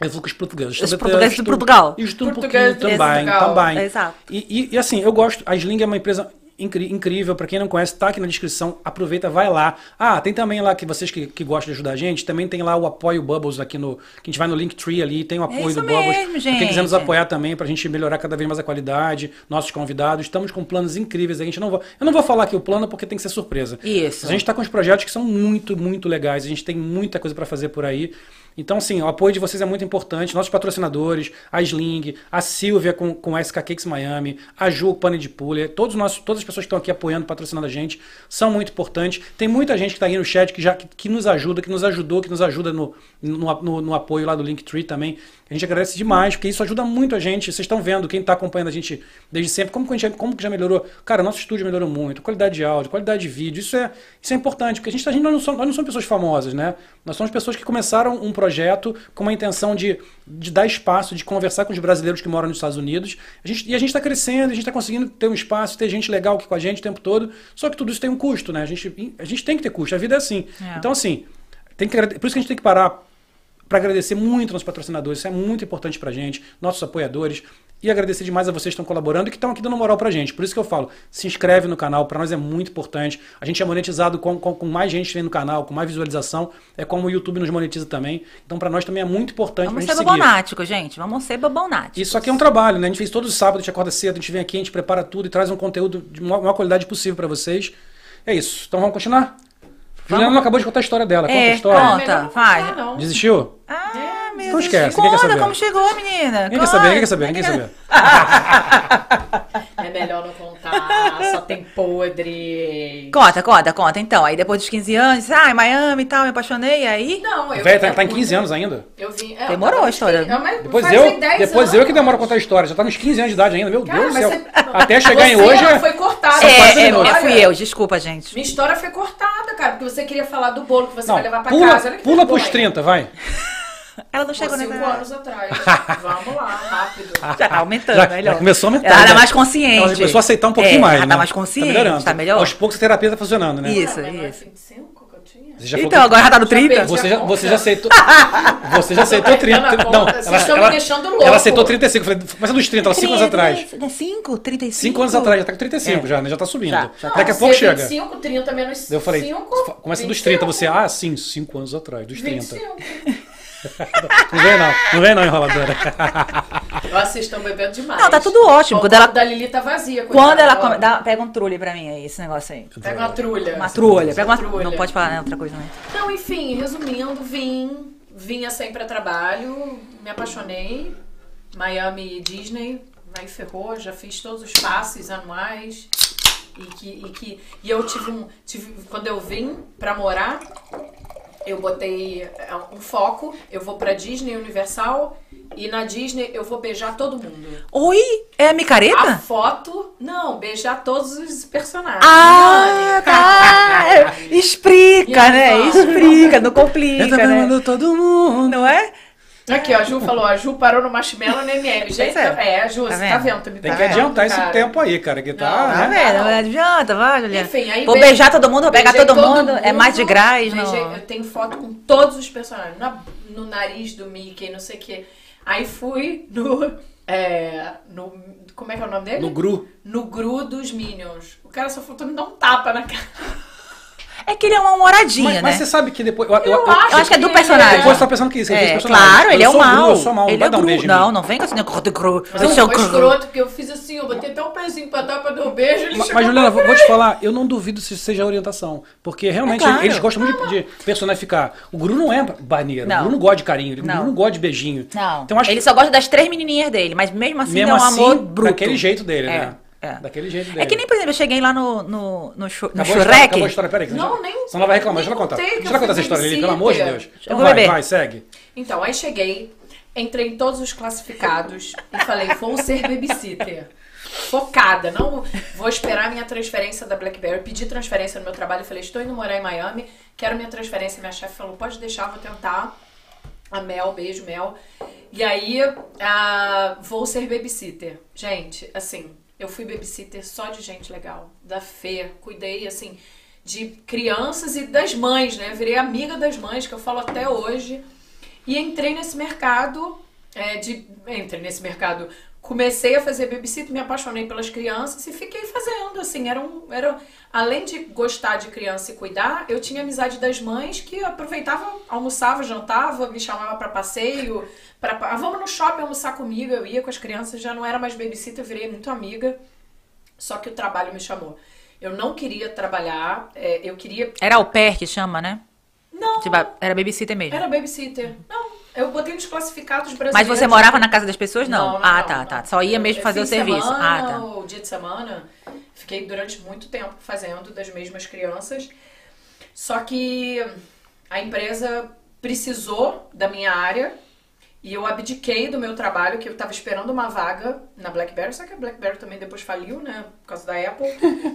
Eu falo com os portugueses.
Os
também,
portugueses
eu
de
estudo-
Portugal.
eu Estudo um pouquinho
Portugueses de
também,
Portugal.
também.
Exato.
E, e- e assim, eu gosto. A Sling é uma empresa incri- incrível. Pra quem não conhece, tá aqui na descrição. Aproveita, vai lá. Ah, tem também lá que vocês que, que gostam de ajudar a gente, também tem lá o apoio Bubbles aqui no. Que a gente vai no Linktree ali, tem o apoio
É isso
do Bubbles.
mesmo,
Pra Quem
gente.
quiser nos apoiar também, pra gente melhorar cada vez mais a qualidade, nossos convidados. Estamos com planos incríveis. A gente não vai, eu não vou falar aqui o plano porque tem que ser surpresa.
Isso.
A gente está com uns projetos que são muito, muito legais. A gente tem muita coisa para fazer por aí. Então, assim, o apoio de vocês é muito importante. Nossos patrocinadores, a Sling, a Silvia com, com a SK Cakes Miami, a Ju, Pane de Pulha, todos os nossos, todas as pessoas que estão aqui apoiando, patrocinando a gente, são muito importantes. Tem muita gente que está aqui no chat que já que, que nos ajuda, que nos ajudou, que nos ajuda no, no, no- no apoio lá do Linktree também. A gente agradece demais, porque isso ajuda muito a gente. Vocês estão vendo, quem está acompanhando a gente desde sempre, como que, a gente, como que já melhorou. Cara, nosso estúdio melhorou muito, qualidade de áudio, qualidade de vídeo, isso é, isso é importante, porque a gente, a gente nós, não somos, nós não somos pessoas famosas, né? Nós somos pessoas que começaram um projeto com uma intenção de, de dar espaço, de conversar com os brasileiros que moram nos Estados Unidos. A gente, e a gente está crescendo, a gente está conseguindo ter um espaço, ter gente legal aqui com a gente o tempo todo. Só que tudo isso tem um custo, né? A gente, a gente tem que ter custo, a vida é assim.
É.
Então, assim, tem que, agrade- por isso que a gente tem que parar para agradecer muito aos patrocinadores, isso é muito importante pra gente, nossos apoiadores. E agradecer demais a vocês que estão colaborando e que estão aqui dando moral pra gente. Por isso que eu falo, se inscreve no canal, pra nós é muito importante. A gente é monetizado com, com- com mais gente vendo no canal, com mais visualização. É como o YouTube nos monetiza também. Então pra nós também é muito importante
Vamos
pra
ser
gente seguir.
babonáticos, gente. Vamos ser babonáticos.
Isso aqui é um trabalho, né? A gente fez todos os sábados, a gente acorda cedo, a gente vem aqui, a gente prepara tudo e traz um conteúdo de maior maior qualidade possível pra vocês. É isso. Então vamos continuar? Juliana não acabou de contar a história dela. Conta
É,
a história.
Conta,
melhor não
vai.
contar, não.
Desistiu?
Ah, meu
Então
Deus.
esquece, ninguém quer
Conta
saber.
como chegou, menina.
Ninguém quer saber, ninguém quer
Conta.
saber, ninguém quer saber.
É melhor não contar, só tem podre.
Conta, conta, conta. Então, aí depois dos 15 anos, ai, Miami e tal, me apaixonei, aí...
Não,
A
eu.
véia tá, tá em 15 anos ainda.
Eu vim. é,
Demorou
eu
a história.
fiquei- mas
Depois
fazem
eu,
10
depois eu que
anos.
demoro a contar a história. Já tá nos 15 anos de idade ainda, meu
Cara,
Deus do
mas
céu.
você-
Até chegar em
Você
hoje.
foi cortada.
É,
quase
é,
minutos.
é, fui eu, desculpa, gente.
Minha história foi cortada, cara, porque você queria falar do bolo que você
Não,
vai levar pra
pula,
casa. Olha que
pula
vergonha.
pros 30, vai.
Ela não
Pô,
chegou
cinco
nessa...
anos atrás. Vamos lá, rápido.
Já tá aumentando,
Já- já
melhor.
começou a aumentar,
Ela
já.
era mais consciente.
Ela já começou a aceitar um pouquinho
É,
mais.
Ela
né?
tá mais consciente, tá,
melhorando.
melhor.
Aos poucos a terapia tá funcionando, né?
Isso,
Mas não é
isso.
25 que eu tinha?
Você já falou
Então,
que-
agora já tá no
Já
30?
perdi.
Você já, você já
Não.
aceitou. Você já aceitou
Não, tá
30.
errando a
Não,
conta, vocês estão me deixando louco.
ela aceitou 35. eu Falei, começa dos 30, ela 5 anos atrás.
5? 35?
5 anos atrás, já tá com 35,
É.
já, né? Já tá subindo.
Já, já
Daqui a
Não,
pouco
se é
chega.
25, 30 menos 5.
Eu falei, fa- começa dos
um?
30, você, ah, sim, 5 anos atrás, dos 30.
25.
Não vem não, não vem não, enroladora.
Ó, Vocês estão bebendo um demais.
Não, tá tudo ótimo.
Ó,
Quando
o
ela-
copo da Lili tá vazia.
Quando
coitada,
ela
ó.
come... dá- pega um trulho pra mim aí, esse negócio aí.
Pega uma É, trulha.
Uma trulha, pega uma...
Trulha.
Não pode falar né, outra coisa, né?
Então, enfim, resumindo, vim. Vinha sempre a trabalho, me apaixonei. Miami e Disney, aí ferrou, já fiz todos os passes anuais. E que. E, que, e eu tive um. Tive, quando eu vim pra morar, eu botei é, um foco. Eu vou pra Disney Universal e na Disney eu vou beijar todo mundo.
Oi? É a
A
micareta?
foto, não, beijar todos os personagens.
Ah, tá! Explica, né? Explica, não complica,
Entra
né?
mandando todo mundo.
Não é?
Aqui, ó, a Ju falou, a Ju parou no marshmallow no MM. Gente,
Pois
é.
é.
a Ju,
Tá
você tá
vendo?
vendo? Tá me
Tem que
pegando,
adiantar esse
cara.
tempo aí, cara, que
Não,
tá,
Tá
não.
né?
vendo? Não adianta, vai, Juliana.
Enfim, aí
É. Vou
beijei-
beijar todo mundo, vou pegar
beijei
todo, mundo. É mais de graz, não.
Beijei- Eu tenho foto com todos os personagens. na- no nariz do Mickey, não sei o quê. Aí fui no, é, no... Como é que é o nome dele?
No Gru.
No Gru dos Minions. O cara só faltou me dar um tapa na cara.
É que ele é uma moradinha,
Mas,
né?
mas você sabe que depois. Eu, eu, eu,
Eu acho que é do
ele
personagem.
depois você tá pensando que isso, que
É,
é,
claro, ele é o mal.
Gru, eu sou mal,
ele
não vai
é
dar um
gru.
beijo. em mim.
Não, não vem com esse é negócio de gru.
Mas
Eu
não,
sou
foi
gru.
escroto, porque eu fiz assim, eu botei até um pezinho pra dar pra dar um beijo, ele
Mas,
chegou
mas Juliana,
pra
vou, vou te falar, eu não duvido se isso seja orientação. Porque realmente
É claro.
eles gostam muito de, de personificar. O Gru não é baneiro, o
Não.
Gru não gosta de carinho, ele- o Gru
Não.
não gosta de beijinho.
Não,
Então acho
ele
que
só gosta das três menininhas dele, mas mesmo assim
mesmo
é um
assim,
amor bruto.
daquele jeito dele,
É,
né?
é.
Daquele jeito dele.
É que nem, por exemplo, eu cheguei lá no, no, no, chu-
Acabou
no
a história,
Shurek.
acabou a história, peraí. que
Não,
já-
nem-
Você não vai reclamar,
nem
deixa ela contar.
contei que
Deixa
eu
ela
fui
contar essa história, Lili, pelo amor de Deus.
babysitter.
Eu vou
vai,
beber.
vai, segue.
Então, aí cheguei, entrei em todos os classificados e falei, vou ser babysitter. Focada, não vou esperar minha transferência da BlackBerry. Pedi transferência no meu trabalho, falei, estou indo morar em Miami, quero minha transferência. Minha chefe falou, pode deixar, vou tentar. A Mel, beijo, Mel. E aí, ah, vou ser babysitter. Gente, assim, eu fui babysitter só de gente legal, da Fê. Cuidei, assim, de crianças e das mães, né? Virei amiga das mães, que eu falo até hoje. E entrei nesse mercado, é, de, entrei nesse mercado, comecei a fazer babysitter, me apaixonei pelas crianças e fiquei fazendo, assim, era um, era, além de gostar de criança e cuidar, eu tinha amizade das mães que aproveitavam, almoçava, jantava, me chamava pra passeio, para vamos no shopping almoçar comigo, eu ia com as crianças, já não era mais babysitter, eu virei muito amiga, só que o trabalho me chamou. Eu não queria trabalhar, é, eu queria...
Era o pé que chama, né?
Não,
Tipo, era babysitter mesmo.
era babysitter. Não, eu botei nos classificados brasileiros.
Mas você morava na casa das pessoas? Não. ah, tá,
não.
tá. Só ia mesmo
Eu-
fazer o
fim de
serviço.
Semana,
ah, tá.
ou dia de semana, fiquei durante muito tempo fazendo das mesmas crianças. Só que a empresa precisou da minha área E eu abdiquei do meu trabalho, que eu tava esperando uma vaga na BlackBerry, só que a BlackBerry também depois faliu, né? Por causa da Apple.
É.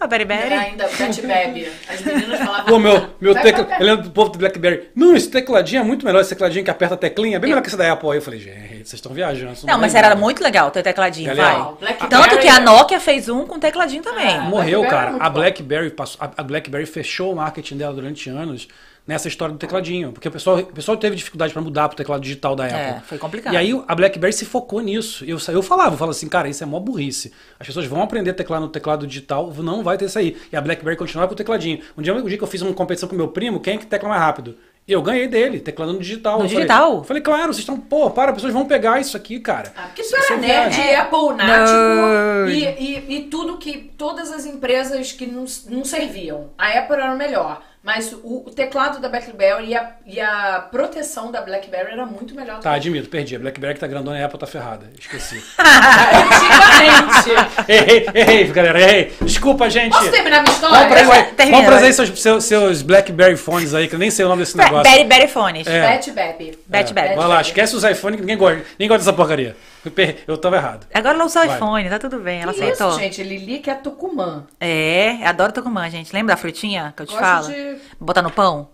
A Ah, Beriberi?
Era ainda BetBeb. As meninas falavam.
Pô, meu, meu
"Vai
tecla.
pra
Eu lembro do povo do Blackberry. Não, esse tecladinho é muito melhor, esse tecladinho que aperta a teclinha, é bem melhor que esse da Apple. Aí eu falei, gente, vocês estão viajando. isso é
Não, mas
vai
era
dar.
muito legal ter tecladinho,
Galera,
vai.
Blackberry-
Tanto que a Nokia fez um com tecladinho também.
Ah.
Morreu,
Blackberry era
cara.
muito
A
bom.
BlackBerry, passou, a a BlackBerry fechou o marketing dela durante anos nessa história do tecladinho. Porque o pessoal, o pessoal teve dificuldade pra mudar pro teclado digital da Apple.
É, foi complicado.
E aí a BlackBerry se focou nisso. Eu, sa- eu falava, eu falava assim, cara, isso é mó burrice. As pessoas vão aprender a teclar no teclado digital, não vai ter isso aí. E a BlackBerry continuava com o tecladinho. Um dia, um dia que eu fiz uma competição com meu primo, quem é que tecla mais rápido? E eu ganhei dele, teclando no digital.
No
Eu falei-
digital?
Falei, claro, vocês estão, pô, para, as pessoas vão pegar isso aqui, cara.
Ah, porque isso era
Isso é
nerd,
verdade.
Apple, nático
Nerd.
e, e, e tudo que. Todas as empresas que não, não serviam. A Apple era o melhor. Mas o, o teclado da BlackBerry e a, e a proteção da BlackBerry era muito melhor do
Tá, admito, perdi. A BlackBerry que tá grandona e a Apple tá ferrada. Esqueci.
que antigamente.
Errei, errei, galera, errei. Desculpa, gente.
Posso terminar minha história?
Compra aí, ué.
Termina,
Compra aí
vai.
seus, seus, seus BlackBerry fones aí, que eu nem sei o nome desse negócio.
Beriberi Fones.
É.
Bet Bebe.
Bet Bebe.
Vai lá, esquece os iPhone que ninguém gosta. Ninguém gosta dessa porcaria. Eu per- Eu tava errado.
Agora ela usa o
Vai.
iPhone, tá tudo
é
bem, ela
Que
aceitou.
Isso, gente, Lili que é Tucumã.
É, eu adoro Tucumã, gente. Lembra da frutinha que eu te
Gosto
falo?
de-
Botar no pão?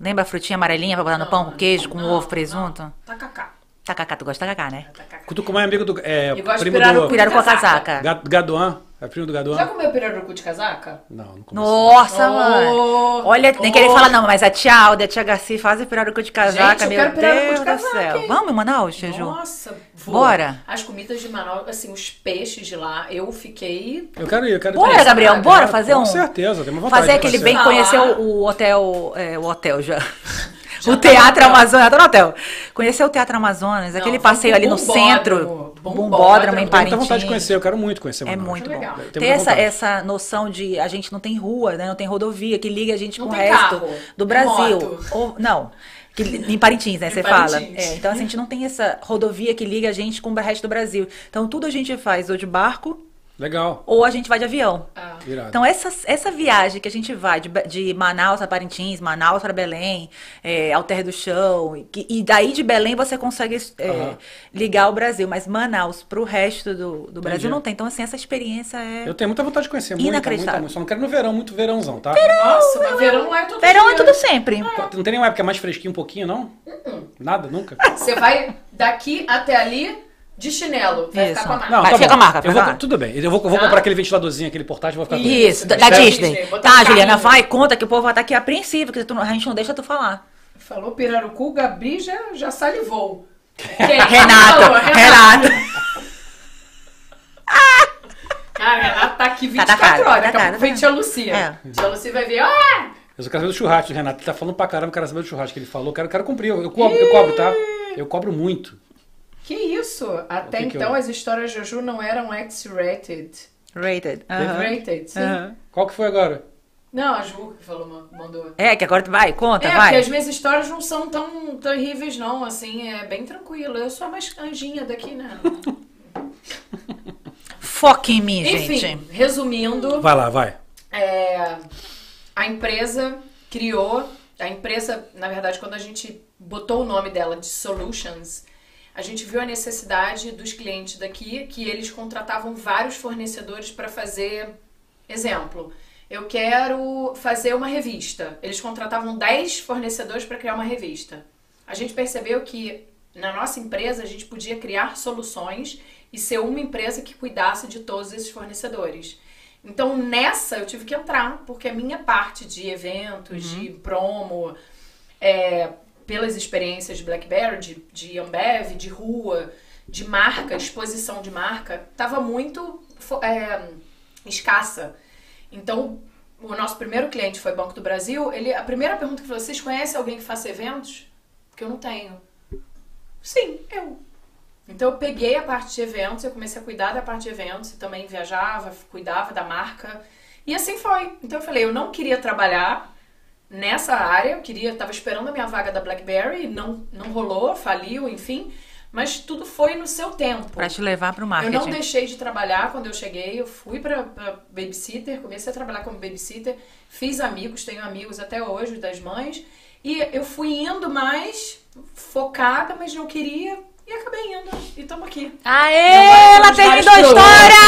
Lembra a frutinha amarelinha pra botar no pão com queijo, com ovo, presunto?
Ah, Tacacá. Tacacá.
Tacacá, tu gosta de tacacá, né?
Tacacá.
Cutucumã é amigo do. É,
Eu gosto de
primo
pirarucu.
do.
Cuidado com a
Casaca.
casaca.
Ga- Gadoan. É primo do
Já
Gadoan?
comeu pirarucu de casaca?
Não, não comecei.
Nossa,
Oh,
mano. Olha, nem
oh.
querer falar não, mas a tia Alda, a tia Garcia fazem pirarucu de casaca,
Gente, eu
meu
quero pirarucu
Deus
de
do
casaca,
céu.
hein?
Vamos em Manaus, Jeju?
Nossa, vou.
Bora.
As comidas de Manaus, assim, os peixes de lá, eu fiquei.
Eu quero ir, eu quero ir
Bora,
também.
Gabriel, bora
Com
fazer um.
certeza, tem uma vontade de
Fazer aquele
conhecer.
bem
Ah. tá
conhecer o, o hotel. é, o hotel já. o Teatro Amazonas, tá no hotel. Conhecer o Teatro Amazonas, aquele
vamos
passeio
pro
ali no
um Bombódromo.
centro,
Bombódromo.
Bombódromo em
Eu tenho
Parintins.
vontade de conhecer, eu quero muito conhecer.
É
Manaus.
muito bom.
legal.
Tem
Ter
muita
essa,
vontade.
essa noção de a gente não tem rua, né? Não tem rodovia que liga a gente
Não
com o
tem
resto
carro,
do
tem
Brasil.
moto.
Ou, não. Que, em Parintins, né?
Em
Você
Parintins.
fala. É, então, assim, a gente não tem essa rodovia que liga a gente com o resto do Brasil. Então, tudo a gente faz ou de barco
Legal.
ou a gente vai de avião.
Ah,
Irado.
Então, essa, essa viagem que a gente vai de, Be- de Manaus a Parintins, Manaus para Belém, é, Alter do Chão, e, que- e daí de Belém você consegue é,
Aham.
ligar o Brasil, mas Manaus para o resto do, do Brasil não tem. Então, assim, essa experiência é.
Eu tenho muita vontade de conhecer. Muita, muita,
Inacreditável.
muita. Só não quero no verão, muito verãozão, tá?
Nossa, mas verão lá é todo
Verão é
dia.
tudo sempre.
Não tem nenhuma época mais fresquinho um pouquinho, não? Nada, nunca?
Você vai daqui até ali de chinelo. Vai
Isso.
ficar com a marca.
Não,
Vai,
tá
fica
bom.
a marca,
Eu
fica
vou,
a marca.
Tudo bem, eu vou, eu vou
Tá.
comprar aquele ventiladorzinho, aquele portável, vou ficar com ele.
Isso, da, da
Da
Disney.
Disney,
Tá,
botar no
Juliana,
um carrinho.
vai, conta que o povo vai estar aqui apreensivo, que tu não- a gente não deixa tu falar.
Falou pirarucu, Gabi já, já salivou. Quem?
Tá, Renato,
Falou,
Renato.
Cara, Renato tá aqui
Tá na
24
cara,
horas.
tá na
Daqui a
cara,
pouco vem
tá.
tia Lucia.
É.
Tia Lucia vai ver. Ah!
Eu só quero saber do churrasco, do Renato. Ele tá falando pra caramba, eu quero saber do churrasco que ele falou. Quero, quero cumprir, eu, eu cobro, eu cobro, tá? Eu cobro muito.
Que isso? Até
que que
então
eu-
as histórias de Juju não eram X-rated.
Rated. aham.
Rated, sim.
Aham.
Qual que foi agora?
Não, a Ju que falou, ma- mandou.
É, que agora tu vai, conta,
É, porque
vai.
as minhas histórias não são tão terríveis, não. Assim, é bem tranquilo. Eu sou a mais anjinha daqui, né?
Foca em mim,
Enfim,
gente.
resumindo,
Vai lá, vai.
é, a empresa criou. A empresa, na verdade, quando a gente botou o nome dela de Solutions, a gente viu a necessidade dos clientes daqui que eles contratavam vários fornecedores para fazer. Exemplo, eu quero fazer uma revista. Eles contratavam 10 fornecedores para criar uma revista. A gente percebeu que na nossa empresa a gente podia criar soluções e ser uma empresa que cuidasse de todos esses fornecedores. Então nessa eu tive que entrar, porque a minha parte de eventos, de promo, é, pelas experiências de Blackberry, de, de Ambev, de rua, de marca, exposição de marca, estava muito fo- é, escassa. Então, o nosso primeiro cliente foi Banco do Brasil. Ele, a primeira pergunta que falou: vocês conhecem é alguém que faça eventos? Porque eu não tenho. Sim, eu. Então eu peguei a parte de eventos, eu comecei a cuidar da parte de eventos e também viajava, cuidava da marca. E assim foi. Então eu falei, eu não queria trabalhar nessa área, eu queria, tava esperando a minha vaga da BlackBerry, não não rolou, faliu, enfim, mas tudo foi no seu tempo.
Pra te levar pro
Eu
marketing.
não deixei de trabalhar quando eu cheguei, eu fui pra, pra babysitter, comecei a trabalhar como babysitter, fiz amigos, tenho amigos até hoje das mães, E eu fui indo mais focada, mas não queria. E acabei indo. E estamos aqui.
Aê! Ela
Vamos lá,
terminou a
estourou.
história!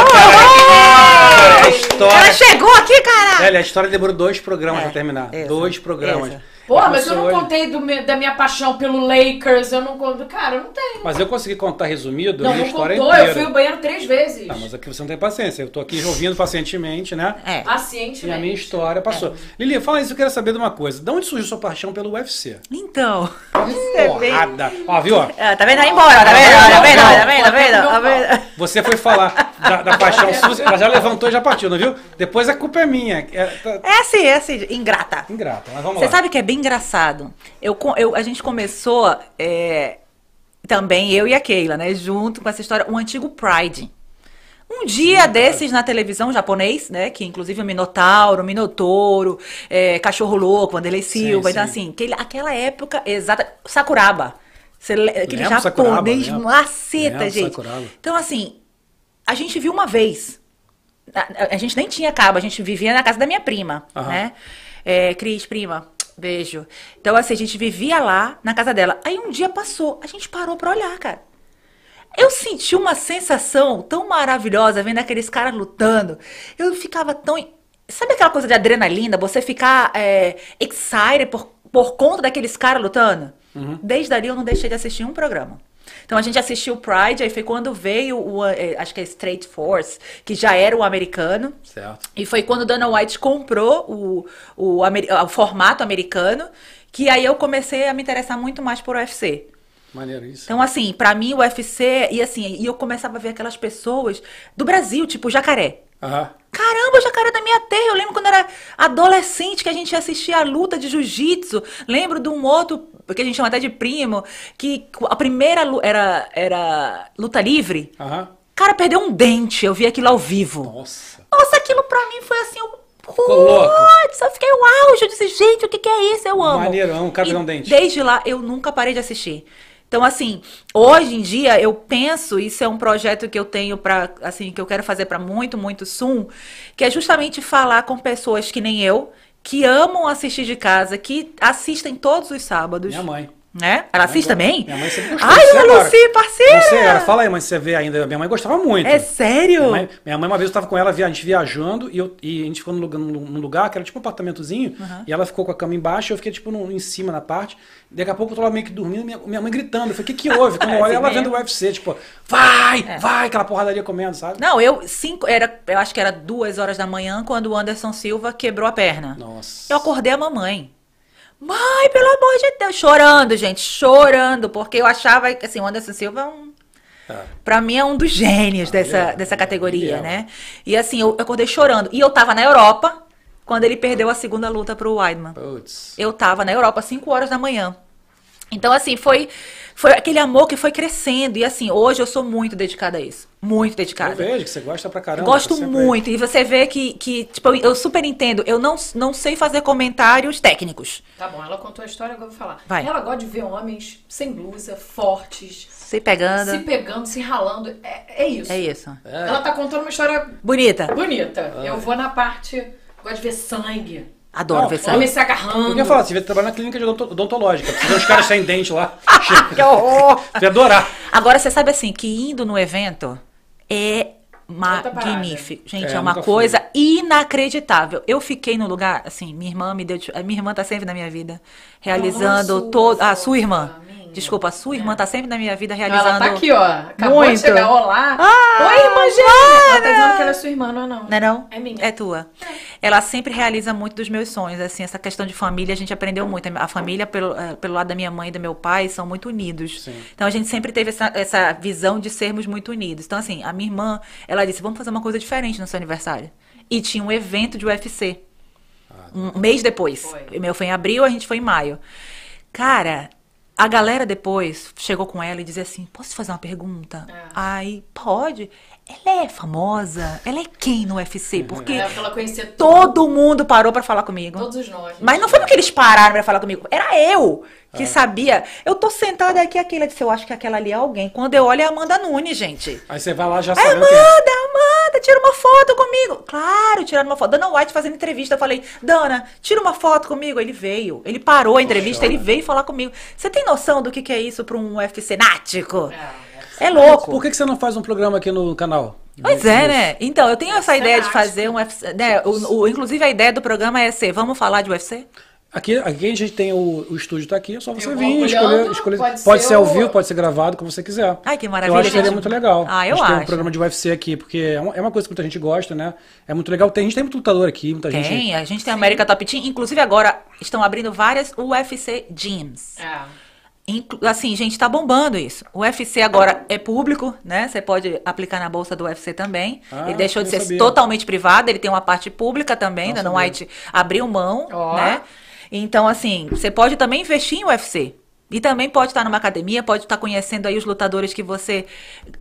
É
Cara, É a
Uhul! Ela
história.
chegou aqui, cara!
Velho, a história demorou dois programas
É,
pra terminar.
essa,
dois programas.
essa.
Pô,
A
mas eu
pessoa-
não contei do meu- da minha paixão pelo Lakers. Eu não conto. Cara, eu não tenho.
Mas eu consegui contar resumido a
Não,
minha
não
história
contou.
inteira.
Eu fui ao banheiro três vezes.
Tá, mas aqui você não tem paciência. Eu tô aqui ouvindo pacientemente, né?
É.
Paciente,
E a
né?
minha história passou. Lili, fala isso, eu quero saber de uma coisa. De onde surgiu sua paixão pelo UFC?
Então.
Porrada! Ó, viu? ó?
Ah, tá vendo? Vai embora, tá vendo? Tá vendo? Tá vendo? Tá vendo? Tá vendo?
Você foi falar da, da paixão suja, ela já levantou e já partiu, não viu? Depois a culpa é minha. É, tá-
É assim, é assim, ingrata.
Ingrata, mas vamos
Você
lá.
sabe que é bem engraçado. Eu, co- eu- a gente começou é, também, eu e a Keila, né? Junto com essa história, um antigo Pride. Um dia desses na televisão japonês, né? Que inclusive o Minotauro, Minotouro, é, Cachorro Louco, Wanderlei Silva. Então,
sim.
assim, aquele- aquela época exata. Sakuraba. Você le- aquele
Lembro Sakuraba,
japonês
lembro.
maceta,
Lembro
gente.
Sakuraba.
Então, assim, a gente viu uma vez. A, a- a gente nem tinha cabo, a gente vivia na casa da minha prima,
Aham.
né? É, Cris, prima, beijo. Então, assim, a gente vivia lá na casa dela. Aí um dia passou, a gente parou pra olhar, cara. Eu senti uma sensação tão maravilhosa vendo aqueles caras lutando. Eu ficava tão. Sabe aquela coisa de adrenalina? Você ficar é, excited por, por conta daqueles caras lutando? Desde ali eu não deixei de assistir um programa. Então a gente assistiu o Pride, aí foi quando veio o. eh, Acho que é Straight Force, que já era o americano.
Certo.
E foi quando Dana White comprou o, o, amer- o formato americano que aí eu comecei a me interessar muito mais por UFC.
Maneiro isso.
Então, assim, pra mim o UFC, e assim, e eu começava a ver aquelas pessoas do Brasil, tipo jacaré.
Aham.
Caramba, o jacaré da minha terra. Eu lembro quando era adolescente que a gente assistia a luta de jiu-jitsu. Lembro de um outro, que a gente chama até de primo, que a primeira lu- era, era luta livre.
Aham.
Cara, perdeu um dente. Eu vi aquilo ao vivo.
Nossa.
Nossa, aquilo pra mim foi assim, um
louco.
putz, eu fiquei uau, eu disse, gente, o que que é isso? Eu amo.
Maneirão, o cara
E
deu um dente.
Desde lá, eu nunca parei de assistir. Então, assim, hoje em dia eu penso, isso é um projeto que eu tenho para, assim, que eu quero fazer pra muito, muito soon, que é justamente falar com pessoas que nem eu, que amam assistir de casa, que assistem todos os sábados.
Minha mãe.
Né? Ela assiste
Minha mãe-
também?
Minha mãe sempre gostou.
Ai,
Você
a
agora.
Lucy, parceira!
Você era, fala aí, mas você vê ainda. Minha mãe gostava muito.
É sério?
Minha mãe, minha mãe, uma vez eu tava com ela, via- a gente viajando, e, eu- e a gente ficou num lugar, num- num lugar que era tipo um apartamentozinho, e ela ficou com a cama embaixo, eu fiquei tipo no- em cima na parte. Daqui a pouco eu tô lá meio que dormindo, minha, minha mãe gritando. Eu falei, o que que houve? Quando eu olho,
Assim
ela
mesmo.
vendo o UFC, tipo, vai,
É.
vai, aquela porradaria comendo, sabe?
Não, eu cinco, era, eu acho que era duas horas da manhã quando o Anderson Silva quebrou a perna.
Nossa.
Eu acordei a mamãe. Mãe, pelo amor de Deus, chorando, gente, chorando, porque eu achava que assim, o Anderson Silva é um
Ah,
Pra mim é um dos gênios dessa,
é,
dessa
é,
categoria,
ele é.
né? E assim, eu eu acordei chorando. E eu tava na Europa quando ele perdeu a segunda luta pro Weidman.
putz.
Eu tava na Europa 5 horas da manhã. Então, assim, foi, foi aquele amor que foi crescendo. E assim, hoje eu sou muito dedicada a isso. Muito
Eu
dedicada.
vejo que você gosta pra caramba.
Gosto
tá sempre aí.
muito. E você vê que, que tipo, eu, eu super entendo. Eu não, não sei fazer comentários técnicos.
Tá bom, ela contou a história, agora eu vou falar.
Vai.
Ela gosta de ver homens sem blusa, fortes,
Se pegando.
se pegando, se ralando. É, é isso.
É isso.
Ela tá contando uma história
Bonita.
bonita. Eu vou na parte. Gosto de ver sangue.
Adoro
Não,
ver
Sangue.
Homem
sangue.
se agarrando.
Eu ia falar, você devia trabalhar na clínica de odonto- odontológica. Precisa ver uns caras sem dente lá.
Que horror!
Você ia adorar.
Agora, você sabe assim, que indo no evento é
Outra parada.
magnífico. Gente,
É,
é, uma
nunca fui.
coisa inacreditável. Eu fiquei no lugar, assim, minha irmã me deu. a Minha irmã tá sempre na minha vida, realizando
sua,
todo. A
sua,
sua irmã.
minha.
Desculpa, a sua irmã tá sempre na minha vida realizando.
Ela tá aqui, ó. Acabou
Muito.
de chegar. Olá.
Ah,
Oi, irmã gêmea. Ela tá
Mara.
dizendo que ela é sua irmã, não é não.
Não é não?
É minha.
É tua. Ela sempre realiza muito dos meus sonhos, assim, essa questão de família, a gente aprendeu muito. A família, pelo, eh, pelo lado da minha mãe e do meu pai, são muito unidos.
Sim.
Então, a gente sempre teve essa, essa visão de sermos muito unidos. Então, assim, a minha irmã, ela disse, vamos fazer uma coisa diferente no seu aniversário. E tinha um evento de UFC. Um mês depois.
Foi.
O meu foi em abril, a gente foi em maio. Cara, a galera depois chegou com ela e dizia assim: Posso te fazer uma pergunta?
É.
Ai, pode. Ela é famosa? Ela é quem no UFC? Porque
É, pra ela conhecer
todo mundo parou pra falar comigo.
todos né? os nomes.
Mas não foi porque eles pararam pra falar comigo. Era eu que sabia. Eu tô sentada aqui, aquela disse: Eu acho que aquela ali é alguém. Quando eu olho é a Amanda Nunes, gente.
Aí você vai lá já
Amanda,
sabendo que é.
Amanda, Caraca, tira uma foto comigo. Claro, tiraram uma foto. Dana White fazendo entrevista. Eu falei, Dana, tira uma foto comigo. Ele veio. Ele parou a entrevista, ele veio falar comigo. Você tem noção do que, que é isso para um UFC nático? É, louco.
Por que, que você não faz um programa aqui no canal?
Pois é, né? Então, eu tenho essa ideia de
Cenático.
fazer um UFC. Né? O, o- inclusive, a ideia do programa é ser: vamos falar de UFC?
Aqui, aqui a gente tem o, o estúdio tá aqui, é só você
Eu
vir,
vou
escolher,
olhando,
escolher. Pode,
pode
ser,
ser
ao
o-
vivo, pode ser gravado, como você quiser.
Ai, que
Eu
maravilha,
acho que seria
gente.
muito legal.
Ah, eu
a gente tem um
acho.
programa de UFC aqui, porque é uma, é uma coisa que muita gente gosta, né? É muito legal. Tem, a gente tem muito lutador aqui, muita gente.
Tem, a gente tem a América Top Team. Inclusive, agora estão abrindo várias UFC gyms.
É.
Inclu- Assim, gente, tá bombando isso. O UFC agora é público, né? Você pode aplicar na bolsa do UFC também.
Ah,
ele deixou de
não
ser
sabia.
totalmente privado, ele tem uma parte pública também,
Não
ainda não
sabia.
White abriu mão,
Ó.
né? Então, assim, você pode também investir em UFC. E também pode estar numa academia, pode estar conhecendo aí os lutadores que você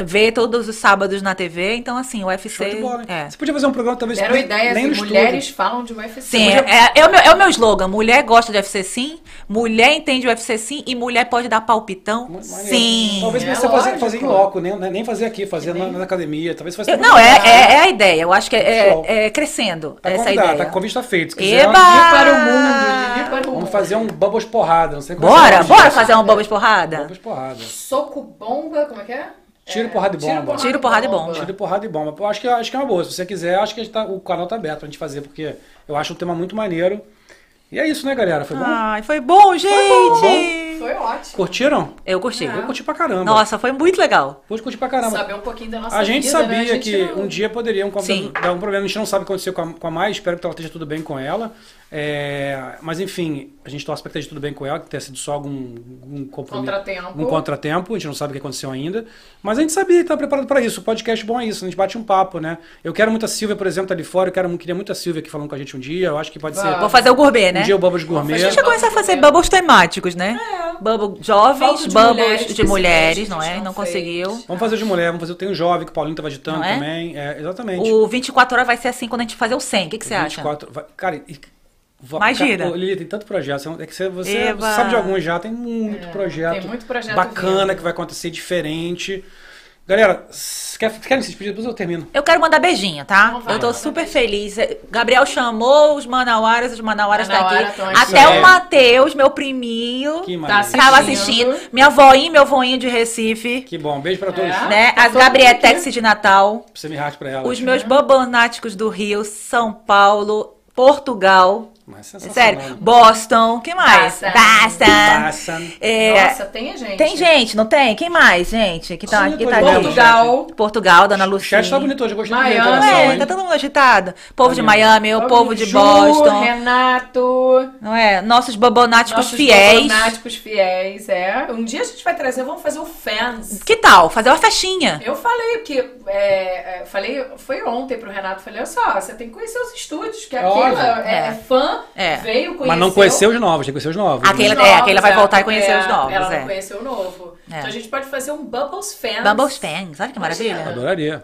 vê todos os sábados na TV. Então, assim, o UFC.
Show de bola, hein?
é.
Você podia fazer um programa talvez
Deram
nem,
ideias
nem no
e
estúdio.
mulheres falam de UFC.
Sim, é, é o meu, é o meu slogan. Mulher gosta de UFC sim, mulher entende o UFC sim e mulher pode dar palpitão
Muito maneiro.
sim.
Talvez
É
você fazer,
lógico.
fazer em loco, nem, nem fazer aqui, fazer na, na academia. Talvez faça
Eu-
também.
não, é, é, é a ideia. Eu acho que é,
Show.
é- é crescendo
Tá
essa
convidado,
ideia.
tá com o convite tá feito. Se quiser,
Eba!
liga
Para o mundo, Lili, para o mundo.
Vamos fazer um Bubbles Porrada, não sei como é que
Bora,
chama
bora
isso.
fazer um bobo de porrada?
Bubbles Porrada.
Soco, bomba, como é que é?
Tiro,
É,
porrada e bomba.
Tiro, porrada e bomba.
Tiro, porrada e bomba. Eu acho que, acho que é uma boa. Se você quiser, acho que a gente tá- o canal tá aberto pra gente fazer, porque eu acho um tema muito maneiro. E é isso, né, galera? Foi bom?
Ai, foi bom, gente!
Foi ótimo.
Curtiram?
Eu curti.
Eu curti pra caramba.
Nossa, foi muito legal.
Hoje curti pra caramba.
Saber um pouquinho da nossa
A gente
vida,
sabia
né? A gente
que
não-
um dia poderia um
Sim.
dar um problema. A gente não sabe o que aconteceu com a, com a Mai, espero que ela esteja tudo bem com ela. É, mas enfim, a gente torce para que esteja tudo bem com ela, que tenha sido só algum, algum compromisso.
Contratempo.
Algum contratempo, a gente não sabe o que aconteceu ainda. Mas a gente sabia que estava preparado para isso. O podcast bom é isso, a gente bate um papo, né? Eu quero muito a Silvia, por exemplo, tá ali fora. Eu quero, queria muito a Silvia aqui falando com a gente um dia. Eu acho que pode ser
Vamos.
Vou fazer o gourmet,
um
né?
dia o Bubbles Gourmet.
Deixa eu começar a fazer bubbles temáticos, né? Bubble jovens,
Foto de
bubbles
mulheres,
de mulheres,
principalmente,
não
que a
é?
gente
Não
não fez.
conseguiu.
Vamos fazer de mulher, vamos fazer. Tem um jovem que o Paulinho tá agitando
Não é?
também. É, exatamente.
O 24 horas vai ser assim quando a gente fazer o 100. O que, que você acha?
24. Vai, cara, e- va-
Imagina.
Ca- Ô, Lili, tem tanto projeto. você- É que você, você
Eba.
sabe de alguns já, tem muito projeto.
É, tem muito projeto
bacana
vindo.
que vai acontecer diferente. Galera, s- quer- querem se despedir? Depois eu termino.
Eu quero mandar beijinho, tá?
Vamos lá.
Eu tô super feliz. Gabriel chamou os manauaras, os manauaras tá
Manauara
aqui.
tão aqui.
Até
É.
o Matheus, meu priminho,
Que
Tá
maravilha.
tava
assistindo.
assistindo. Minha avóinha e meu voinho de Recife,
Que bom. Beijo pra todos.
É.
Pra
né?
tá
As
todo mundo
Gabrietex
aqui.
de Natal.
Você me rate pra ela.
Os meus babanáticos do Rio, São Paulo, Portugal. É
Mas é sensacional.
Sério, Boston, quem mais?
Boston.
Basta.
Passa.
Nossa, tem a gente.
Tem gente, não tem? Quem mais, gente? Que tá,
Sim,
que
tô
tá
ligado.
aqui?
Portugal.
Portugal, Dona
O
Lucinha.
chat tá bonito hoje, eu gostei
Miami.
da
É,
interação.
tá
hein? Tá
todo mundo agitado. Povo de Miami, É o povo de
Ju,
Boston.
Renato.
Não é? Nossos babonáticos
Nossos
fiéis.
fanáticos fiéis, é. Um dia a gente vai trazer, vamos fazer o fans.
Que tal? Fazer uma festinha.
Eu falei, porque é, é, falei, foi ontem pro Renato, falei, olha só, você tem que conhecer os estúdios, que
É
aquilo
óbvio.
é,
É.
é fã,
É.
veio, conheceu.
Mas não conheceu os novos, tem que conhecer os novos.
Aquele-
né?
Ela- é, aquela vai voltar e conhecer os novos,
Ela
é.
não conheceu o novo.
É.
Então a gente pode fazer um Bubbles Fans.
Bubbles Fangs, olha que
Imagina.
maravilha.
Adoraria.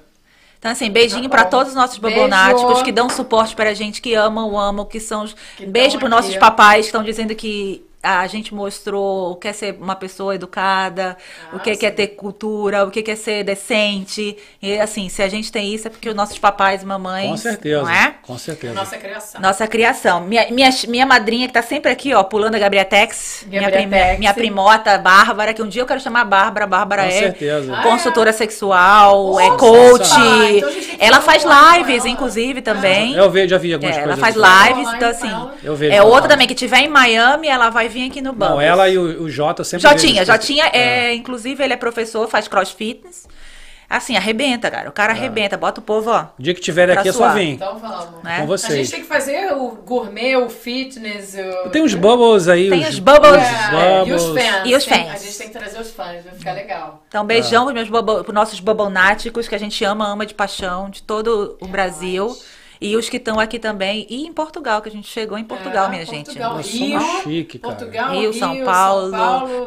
Então, assim, beijinho
Tá
pra
bom.
todos os nossos
Beijo.
babonáticos que dão suporte pra gente, que amam, amam, que são. os-
Que
Beijo
tão
pros
aqui.
nossos papais que estão dizendo que a gente mostrou o que é ser uma pessoa educada, o que é, que é ter cultura, o que é que é ser decente. E, assim, se a gente tem isso é porque os nossos papais e mamães.
Com certeza.
Não é?
Com certeza.
Nossa criação.
Tá. Nossa criação. Minha, minha, minha madrinha que tá sempre aqui, ó, pulando a Gabrietex. Minha,
Gabrietex.
prime- minha primota, Bárbara, que um dia eu quero chamar a Bárbara. A Bárbara
Com
é
certeza.
consultora sexual, é
Ah, Nossa,
coach.
sensacional. Então a gente tem que
ela
falar
faz
com ela.
lives, inclusive, também.
Eu vejo, já vi algumas
É, ela
coisas.
faz
assim.
lives,
Online
então
fala.
assim.
Eu vejo.
é outra
Fala.
também que tiver em Miami, ela vai vir aqui no banco.
Não, ela e o, o Jota sempre.
Jotinha,
vejo.
Jotinha é, inclusive, ele é professor, faz crossfitness. Assim, arrebenta, cara. O cara
Ah.
arrebenta, bota o povo, ó.
O dia que tiver aqui
Pra
é só
suar.
vir.
Então
Né?
vamos.
Com
A gente
vocês.
tem que fazer o gourmet, o fitness, o...
Tem uns bubbles aí.
Tem
os,
os bubbles.
É,
Os
e os
bubbles.
fãs.
E os
Tem- A
fãs.
gente tem que trazer os fãs, vai ficar legal.
Então,
Ah.
beijão pros meus bobo- pros nossos bobonáticos que a gente ama, ama de paixão, de todo
É
o Brasil. E os que estão aqui também. E em Portugal, que a gente chegou em Portugal,
É,
minha
Portugal,
Nós
gente.
somos
Rio,
chique, cara.
Portugal,
Rio, São Paulo,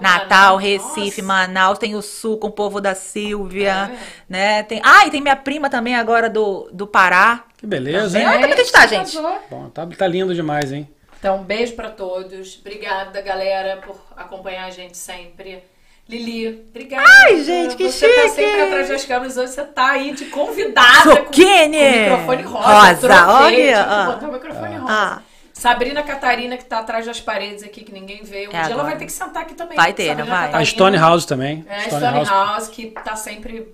Natal, Recife, Manaus, tem o Sul com o povo da Silvia,
É.
né? Tem, ah, e tem minha prima também agora do, do Pará.
Que beleza, hein?
Olha como é que a gente tá, gente.
Bom, tá, tá lindo demais, hein?
Então, um beijo pra todos. Obrigada, galera, por acompanhar a gente sempre. Lili, obrigada.
Ai, gente, que
você Você tá
chique.
sempre atrás das câmeras, hoje você tá aí de convidada.
Sou
com- com
Kenny.
microfone rosa.
Rosa, olha,
troquei, tive que
ah.
botar o microfone rosa.
Ah,
Sabrina Catarina, que tá atrás das paredes aqui, que ninguém vê. Um
É
dia ela
agora.
vai ter que sentar aqui também.
Vai ter, não
Sabrina
vai?
Catarina.
A É Stone House também.
É, Stone, House. que tá sempre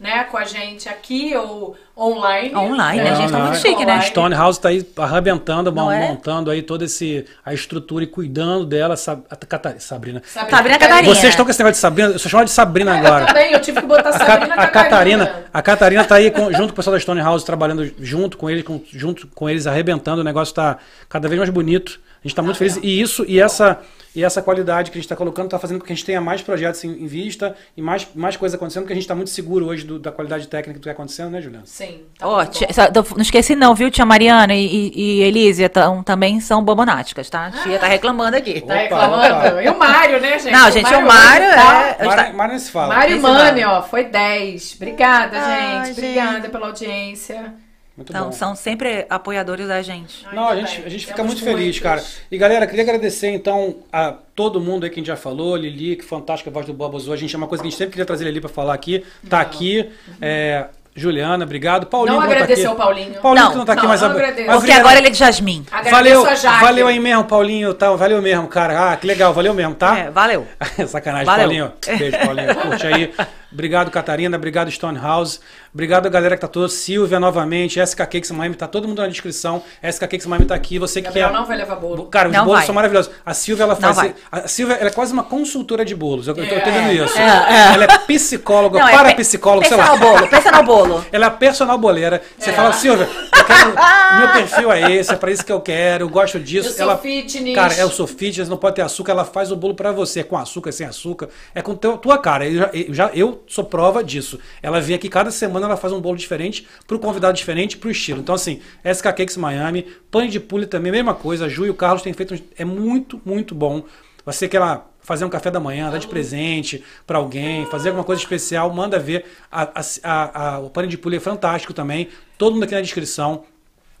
né, com a gente aqui ou online.
Online,
né, gente? Tá muito
chique, né?
A Stone House tá aí arrebentando,
Não é?
montando aí toda esse, a estrutura e cuidando dela, Sab- a Cata- Sabrina.
Sabrina Catarina.
Vocês estão com esse negócio de Sabrina, eu sou chamado de Sabrina
Eu
agora.
também, tá eu tive que botar
A, Ca-
Sabrina
a Catarina, a Catarina tá aí com- junto com o pessoal da Stone House trabalhando junto com eles, com- junto com eles arrebentando. O negócio tá cada vez mais bonito. A gente tá muito feliz e isso e essa e essa qualidade que a gente está colocando tá fazendo com que a gente tenha mais projetos em, em vista e mais mais coisa acontecendo, porque a gente está muito seguro hoje do- da qualidade técnica do que está acontecendo, né, Juliana?
Sim. tá
ó,
muito
tia-
bom.
só- tô- não esqueci não, viu? Tia Mariana e, e, e Elísia tão- também são bobonáticas, tá? A tia tá reclamando aqui.
Opa,
Tá reclamando.
opa.
E o Mário, né, gente?
Não, gente, o Mário
hoje tá-
é...
Mário, Mário não se fala.
Mário
Esse
Mani,
Mário.
ó, foi 10. Obrigada,
Ai,
gente.
gente.
Obrigada pela audiência.
Muito
Então,
bom.
são sempre apoiadores da gente.
Ai,
Não, a
também.
gente, a gente fica
Temos
muito feliz,
muitos.
cara. E galera, queria agradecer então a todo mundo aí que a gente já falou, Lili, que fantástica voz do Bobos hoje. A gente é uma coisa que a gente sempre queria trazer a Lili pra falar aqui. Tá aqui. É, Juliana, obrigado. Paulinho,
Não
que tá
agradeceu
aqui.
o Paulinho.
Paulinho
Não,
que não tá aqui
não,
mais
não
ab-
agradeço.
mas
Porque
obrigado.
agora ele é de Jasmine.
Agradeço
Valeu,
a Jaque.
valeu aí mesmo, Paulinho, tá? Valeu mesmo, cara. Ah, que legal, valeu mesmo, tá?
É, valeu.
Sacanagem,
Valeu.
Paulinho. Beijo, Paulinho. Curte aí. Obrigado, Catarina. Obrigado, Stonehouse. Obrigado, a galera que tá toda. Silvia, novamente. SK Cakes Miami. Tá todo mundo na descrição. SK Cakes Miami tá aqui. Você que
Gabriel
quer...
não vai levar bolo.
Cara, os
Não
bolos
vai.
são maravilhosos. A Silvia, ela
Não
faz.
vai.
A Silvia, ela é quase uma consultora de bolos. Eu, eu tô
É.
entendendo isso.
É, é.
Ela é psicóloga,
Não, é
para
pe-
psicóloga, sei
Pensa
lá.
no bolo, pensa no bolo.
Ela é a personal boleira.
É.
Você fala, Silvia, eu quero- meu perfil é esse, é pra isso que eu quero, eu gosto disso.
Eu sou
ela,
fitness.
Cara, é, eu sou fitness, não pode ter açúcar. Ela faz o bolo pra você, é com açúcar, sem açúcar. É com teu, tua cara. Eu já, eu já- eu sou prova disso. Ela vem aqui cada semana, ela faz um bolo diferente, pro convidado diferente, pro estilo. Então, assim, SK Cakes Miami, Pane de Pule também, mesma coisa. A Ju e o Carlos têm feito. um- É muito, muito bom. Você que ela fazer um café da manhã,
Tá
dar de presente pra alguém, fazer alguma coisa especial, manda ver. A- a- a- a- o pane de pule é fantástico também. Todo mundo aqui na descrição.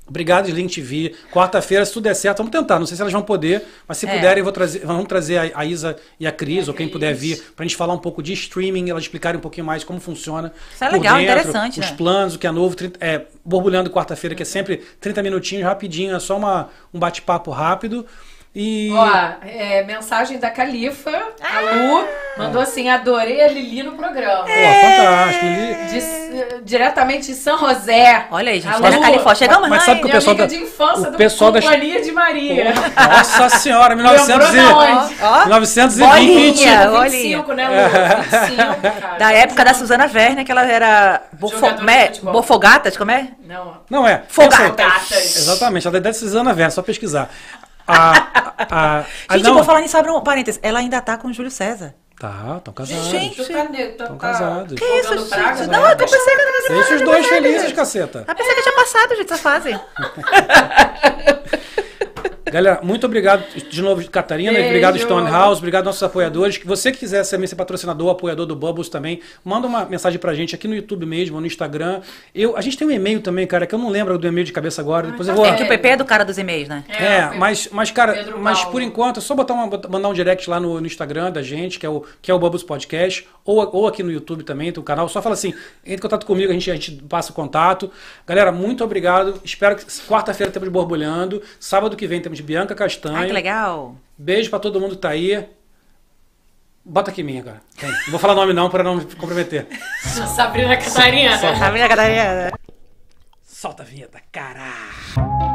Obrigado, Slim TV. Quarta-feira, se tudo der certo, vamos tentar. Não sei se elas vão poder, mas se
É.
puderem, eu vou trazer, vamos trazer a, a Isa e a Cris, ou quem
Cris.
puder vir, pra gente falar um pouco de streaming, elas explicarem um pouquinho mais como funciona.
Isso é
por
legal,
dentro,
interessante,
Os
né?
planos, o que é novo, 30 é, borbulhando quarta-feira, que é sempre 30 minutinhos, rapidinho, é só uma, um bate-papo rápido. E.
Ó, é, mensagem da Califa,
Ah!
a Lu, mandou assim, adorei a Lili no programa.
É.
Pô, fantástico. E-
De- diretamente de São José.
Olha aí, gente,
Alô?
lá na Califórnia. Chegamos
Mas
lá,
sabe
hein?
que o
Minha
pessoal
amiga
da-
de infância
o
do
pessoal das-
Companhia de Maria.
Nossa senhora, 1900
Lembrou da
e...
onde?
Ó, ó.
1920.
Bolinha.
Tinha
olha.
25, né, Lu? 25, cara.
Da época da Suzana Werner, que ela era bofo-
Jogadora de
me-
futebol.
bofogatas, como é?
Não,
Não é.
Fogatas.
Essa aí. Exatamente, tá a Dedé de Suzana Vera, só pesquisar. A, a, a, a-
Gente, eu vou falar nisso, abre um parênteses. Ela ainda tá com o Júlio César.
Tá, estão casados.
Gente,
Tu tá, ne- tu tá
casados. Que
Que isso,
jogando
gente?
praga,
não, é
né?
eu tô pensando que era
Deixa os dois felizes, caceta.
Eu pensei que tinha passado, gente, essa fase.
Galera, muito obrigado de novo, Catarina.
Beijo.
Obrigado, Stonehouse. Obrigado, nossos apoiadores. Que Você que quiser também ser patrocinador, apoiador do Bubbles também, manda uma mensagem pra gente aqui no YouTube mesmo, ou no Instagram. Eu, a gente tem um e-mail também, cara, que eu não lembro do e-mail de cabeça agora. Depois eu vou.
É que o PP é do cara dos e-mails, né?
É,
foi-
mas, mas cara,
Pedro
mas
Paulo.
por enquanto é só botar uma, botar- mandar um direct lá no, no Instagram da gente, que é o, que é o Bubbles Podcast, ou, ou aqui no YouTube também, tem o canal. Só fala assim, entre em contato comigo, a gente, a gente passa o contato. Galera, muito obrigado. Espero que quarta-feira temos Borbulhando. Sábado que vem temos Bianca
Ai, que
Castanho.
legal.
Beijo pra todo mundo que tá aí. Bota aqui minha, cara. Tem. Não vou falar nome não pra não me comprometer.
Sabrina Catarina.
Tá vendo, Catarina?
Solta a vinheta, caralho.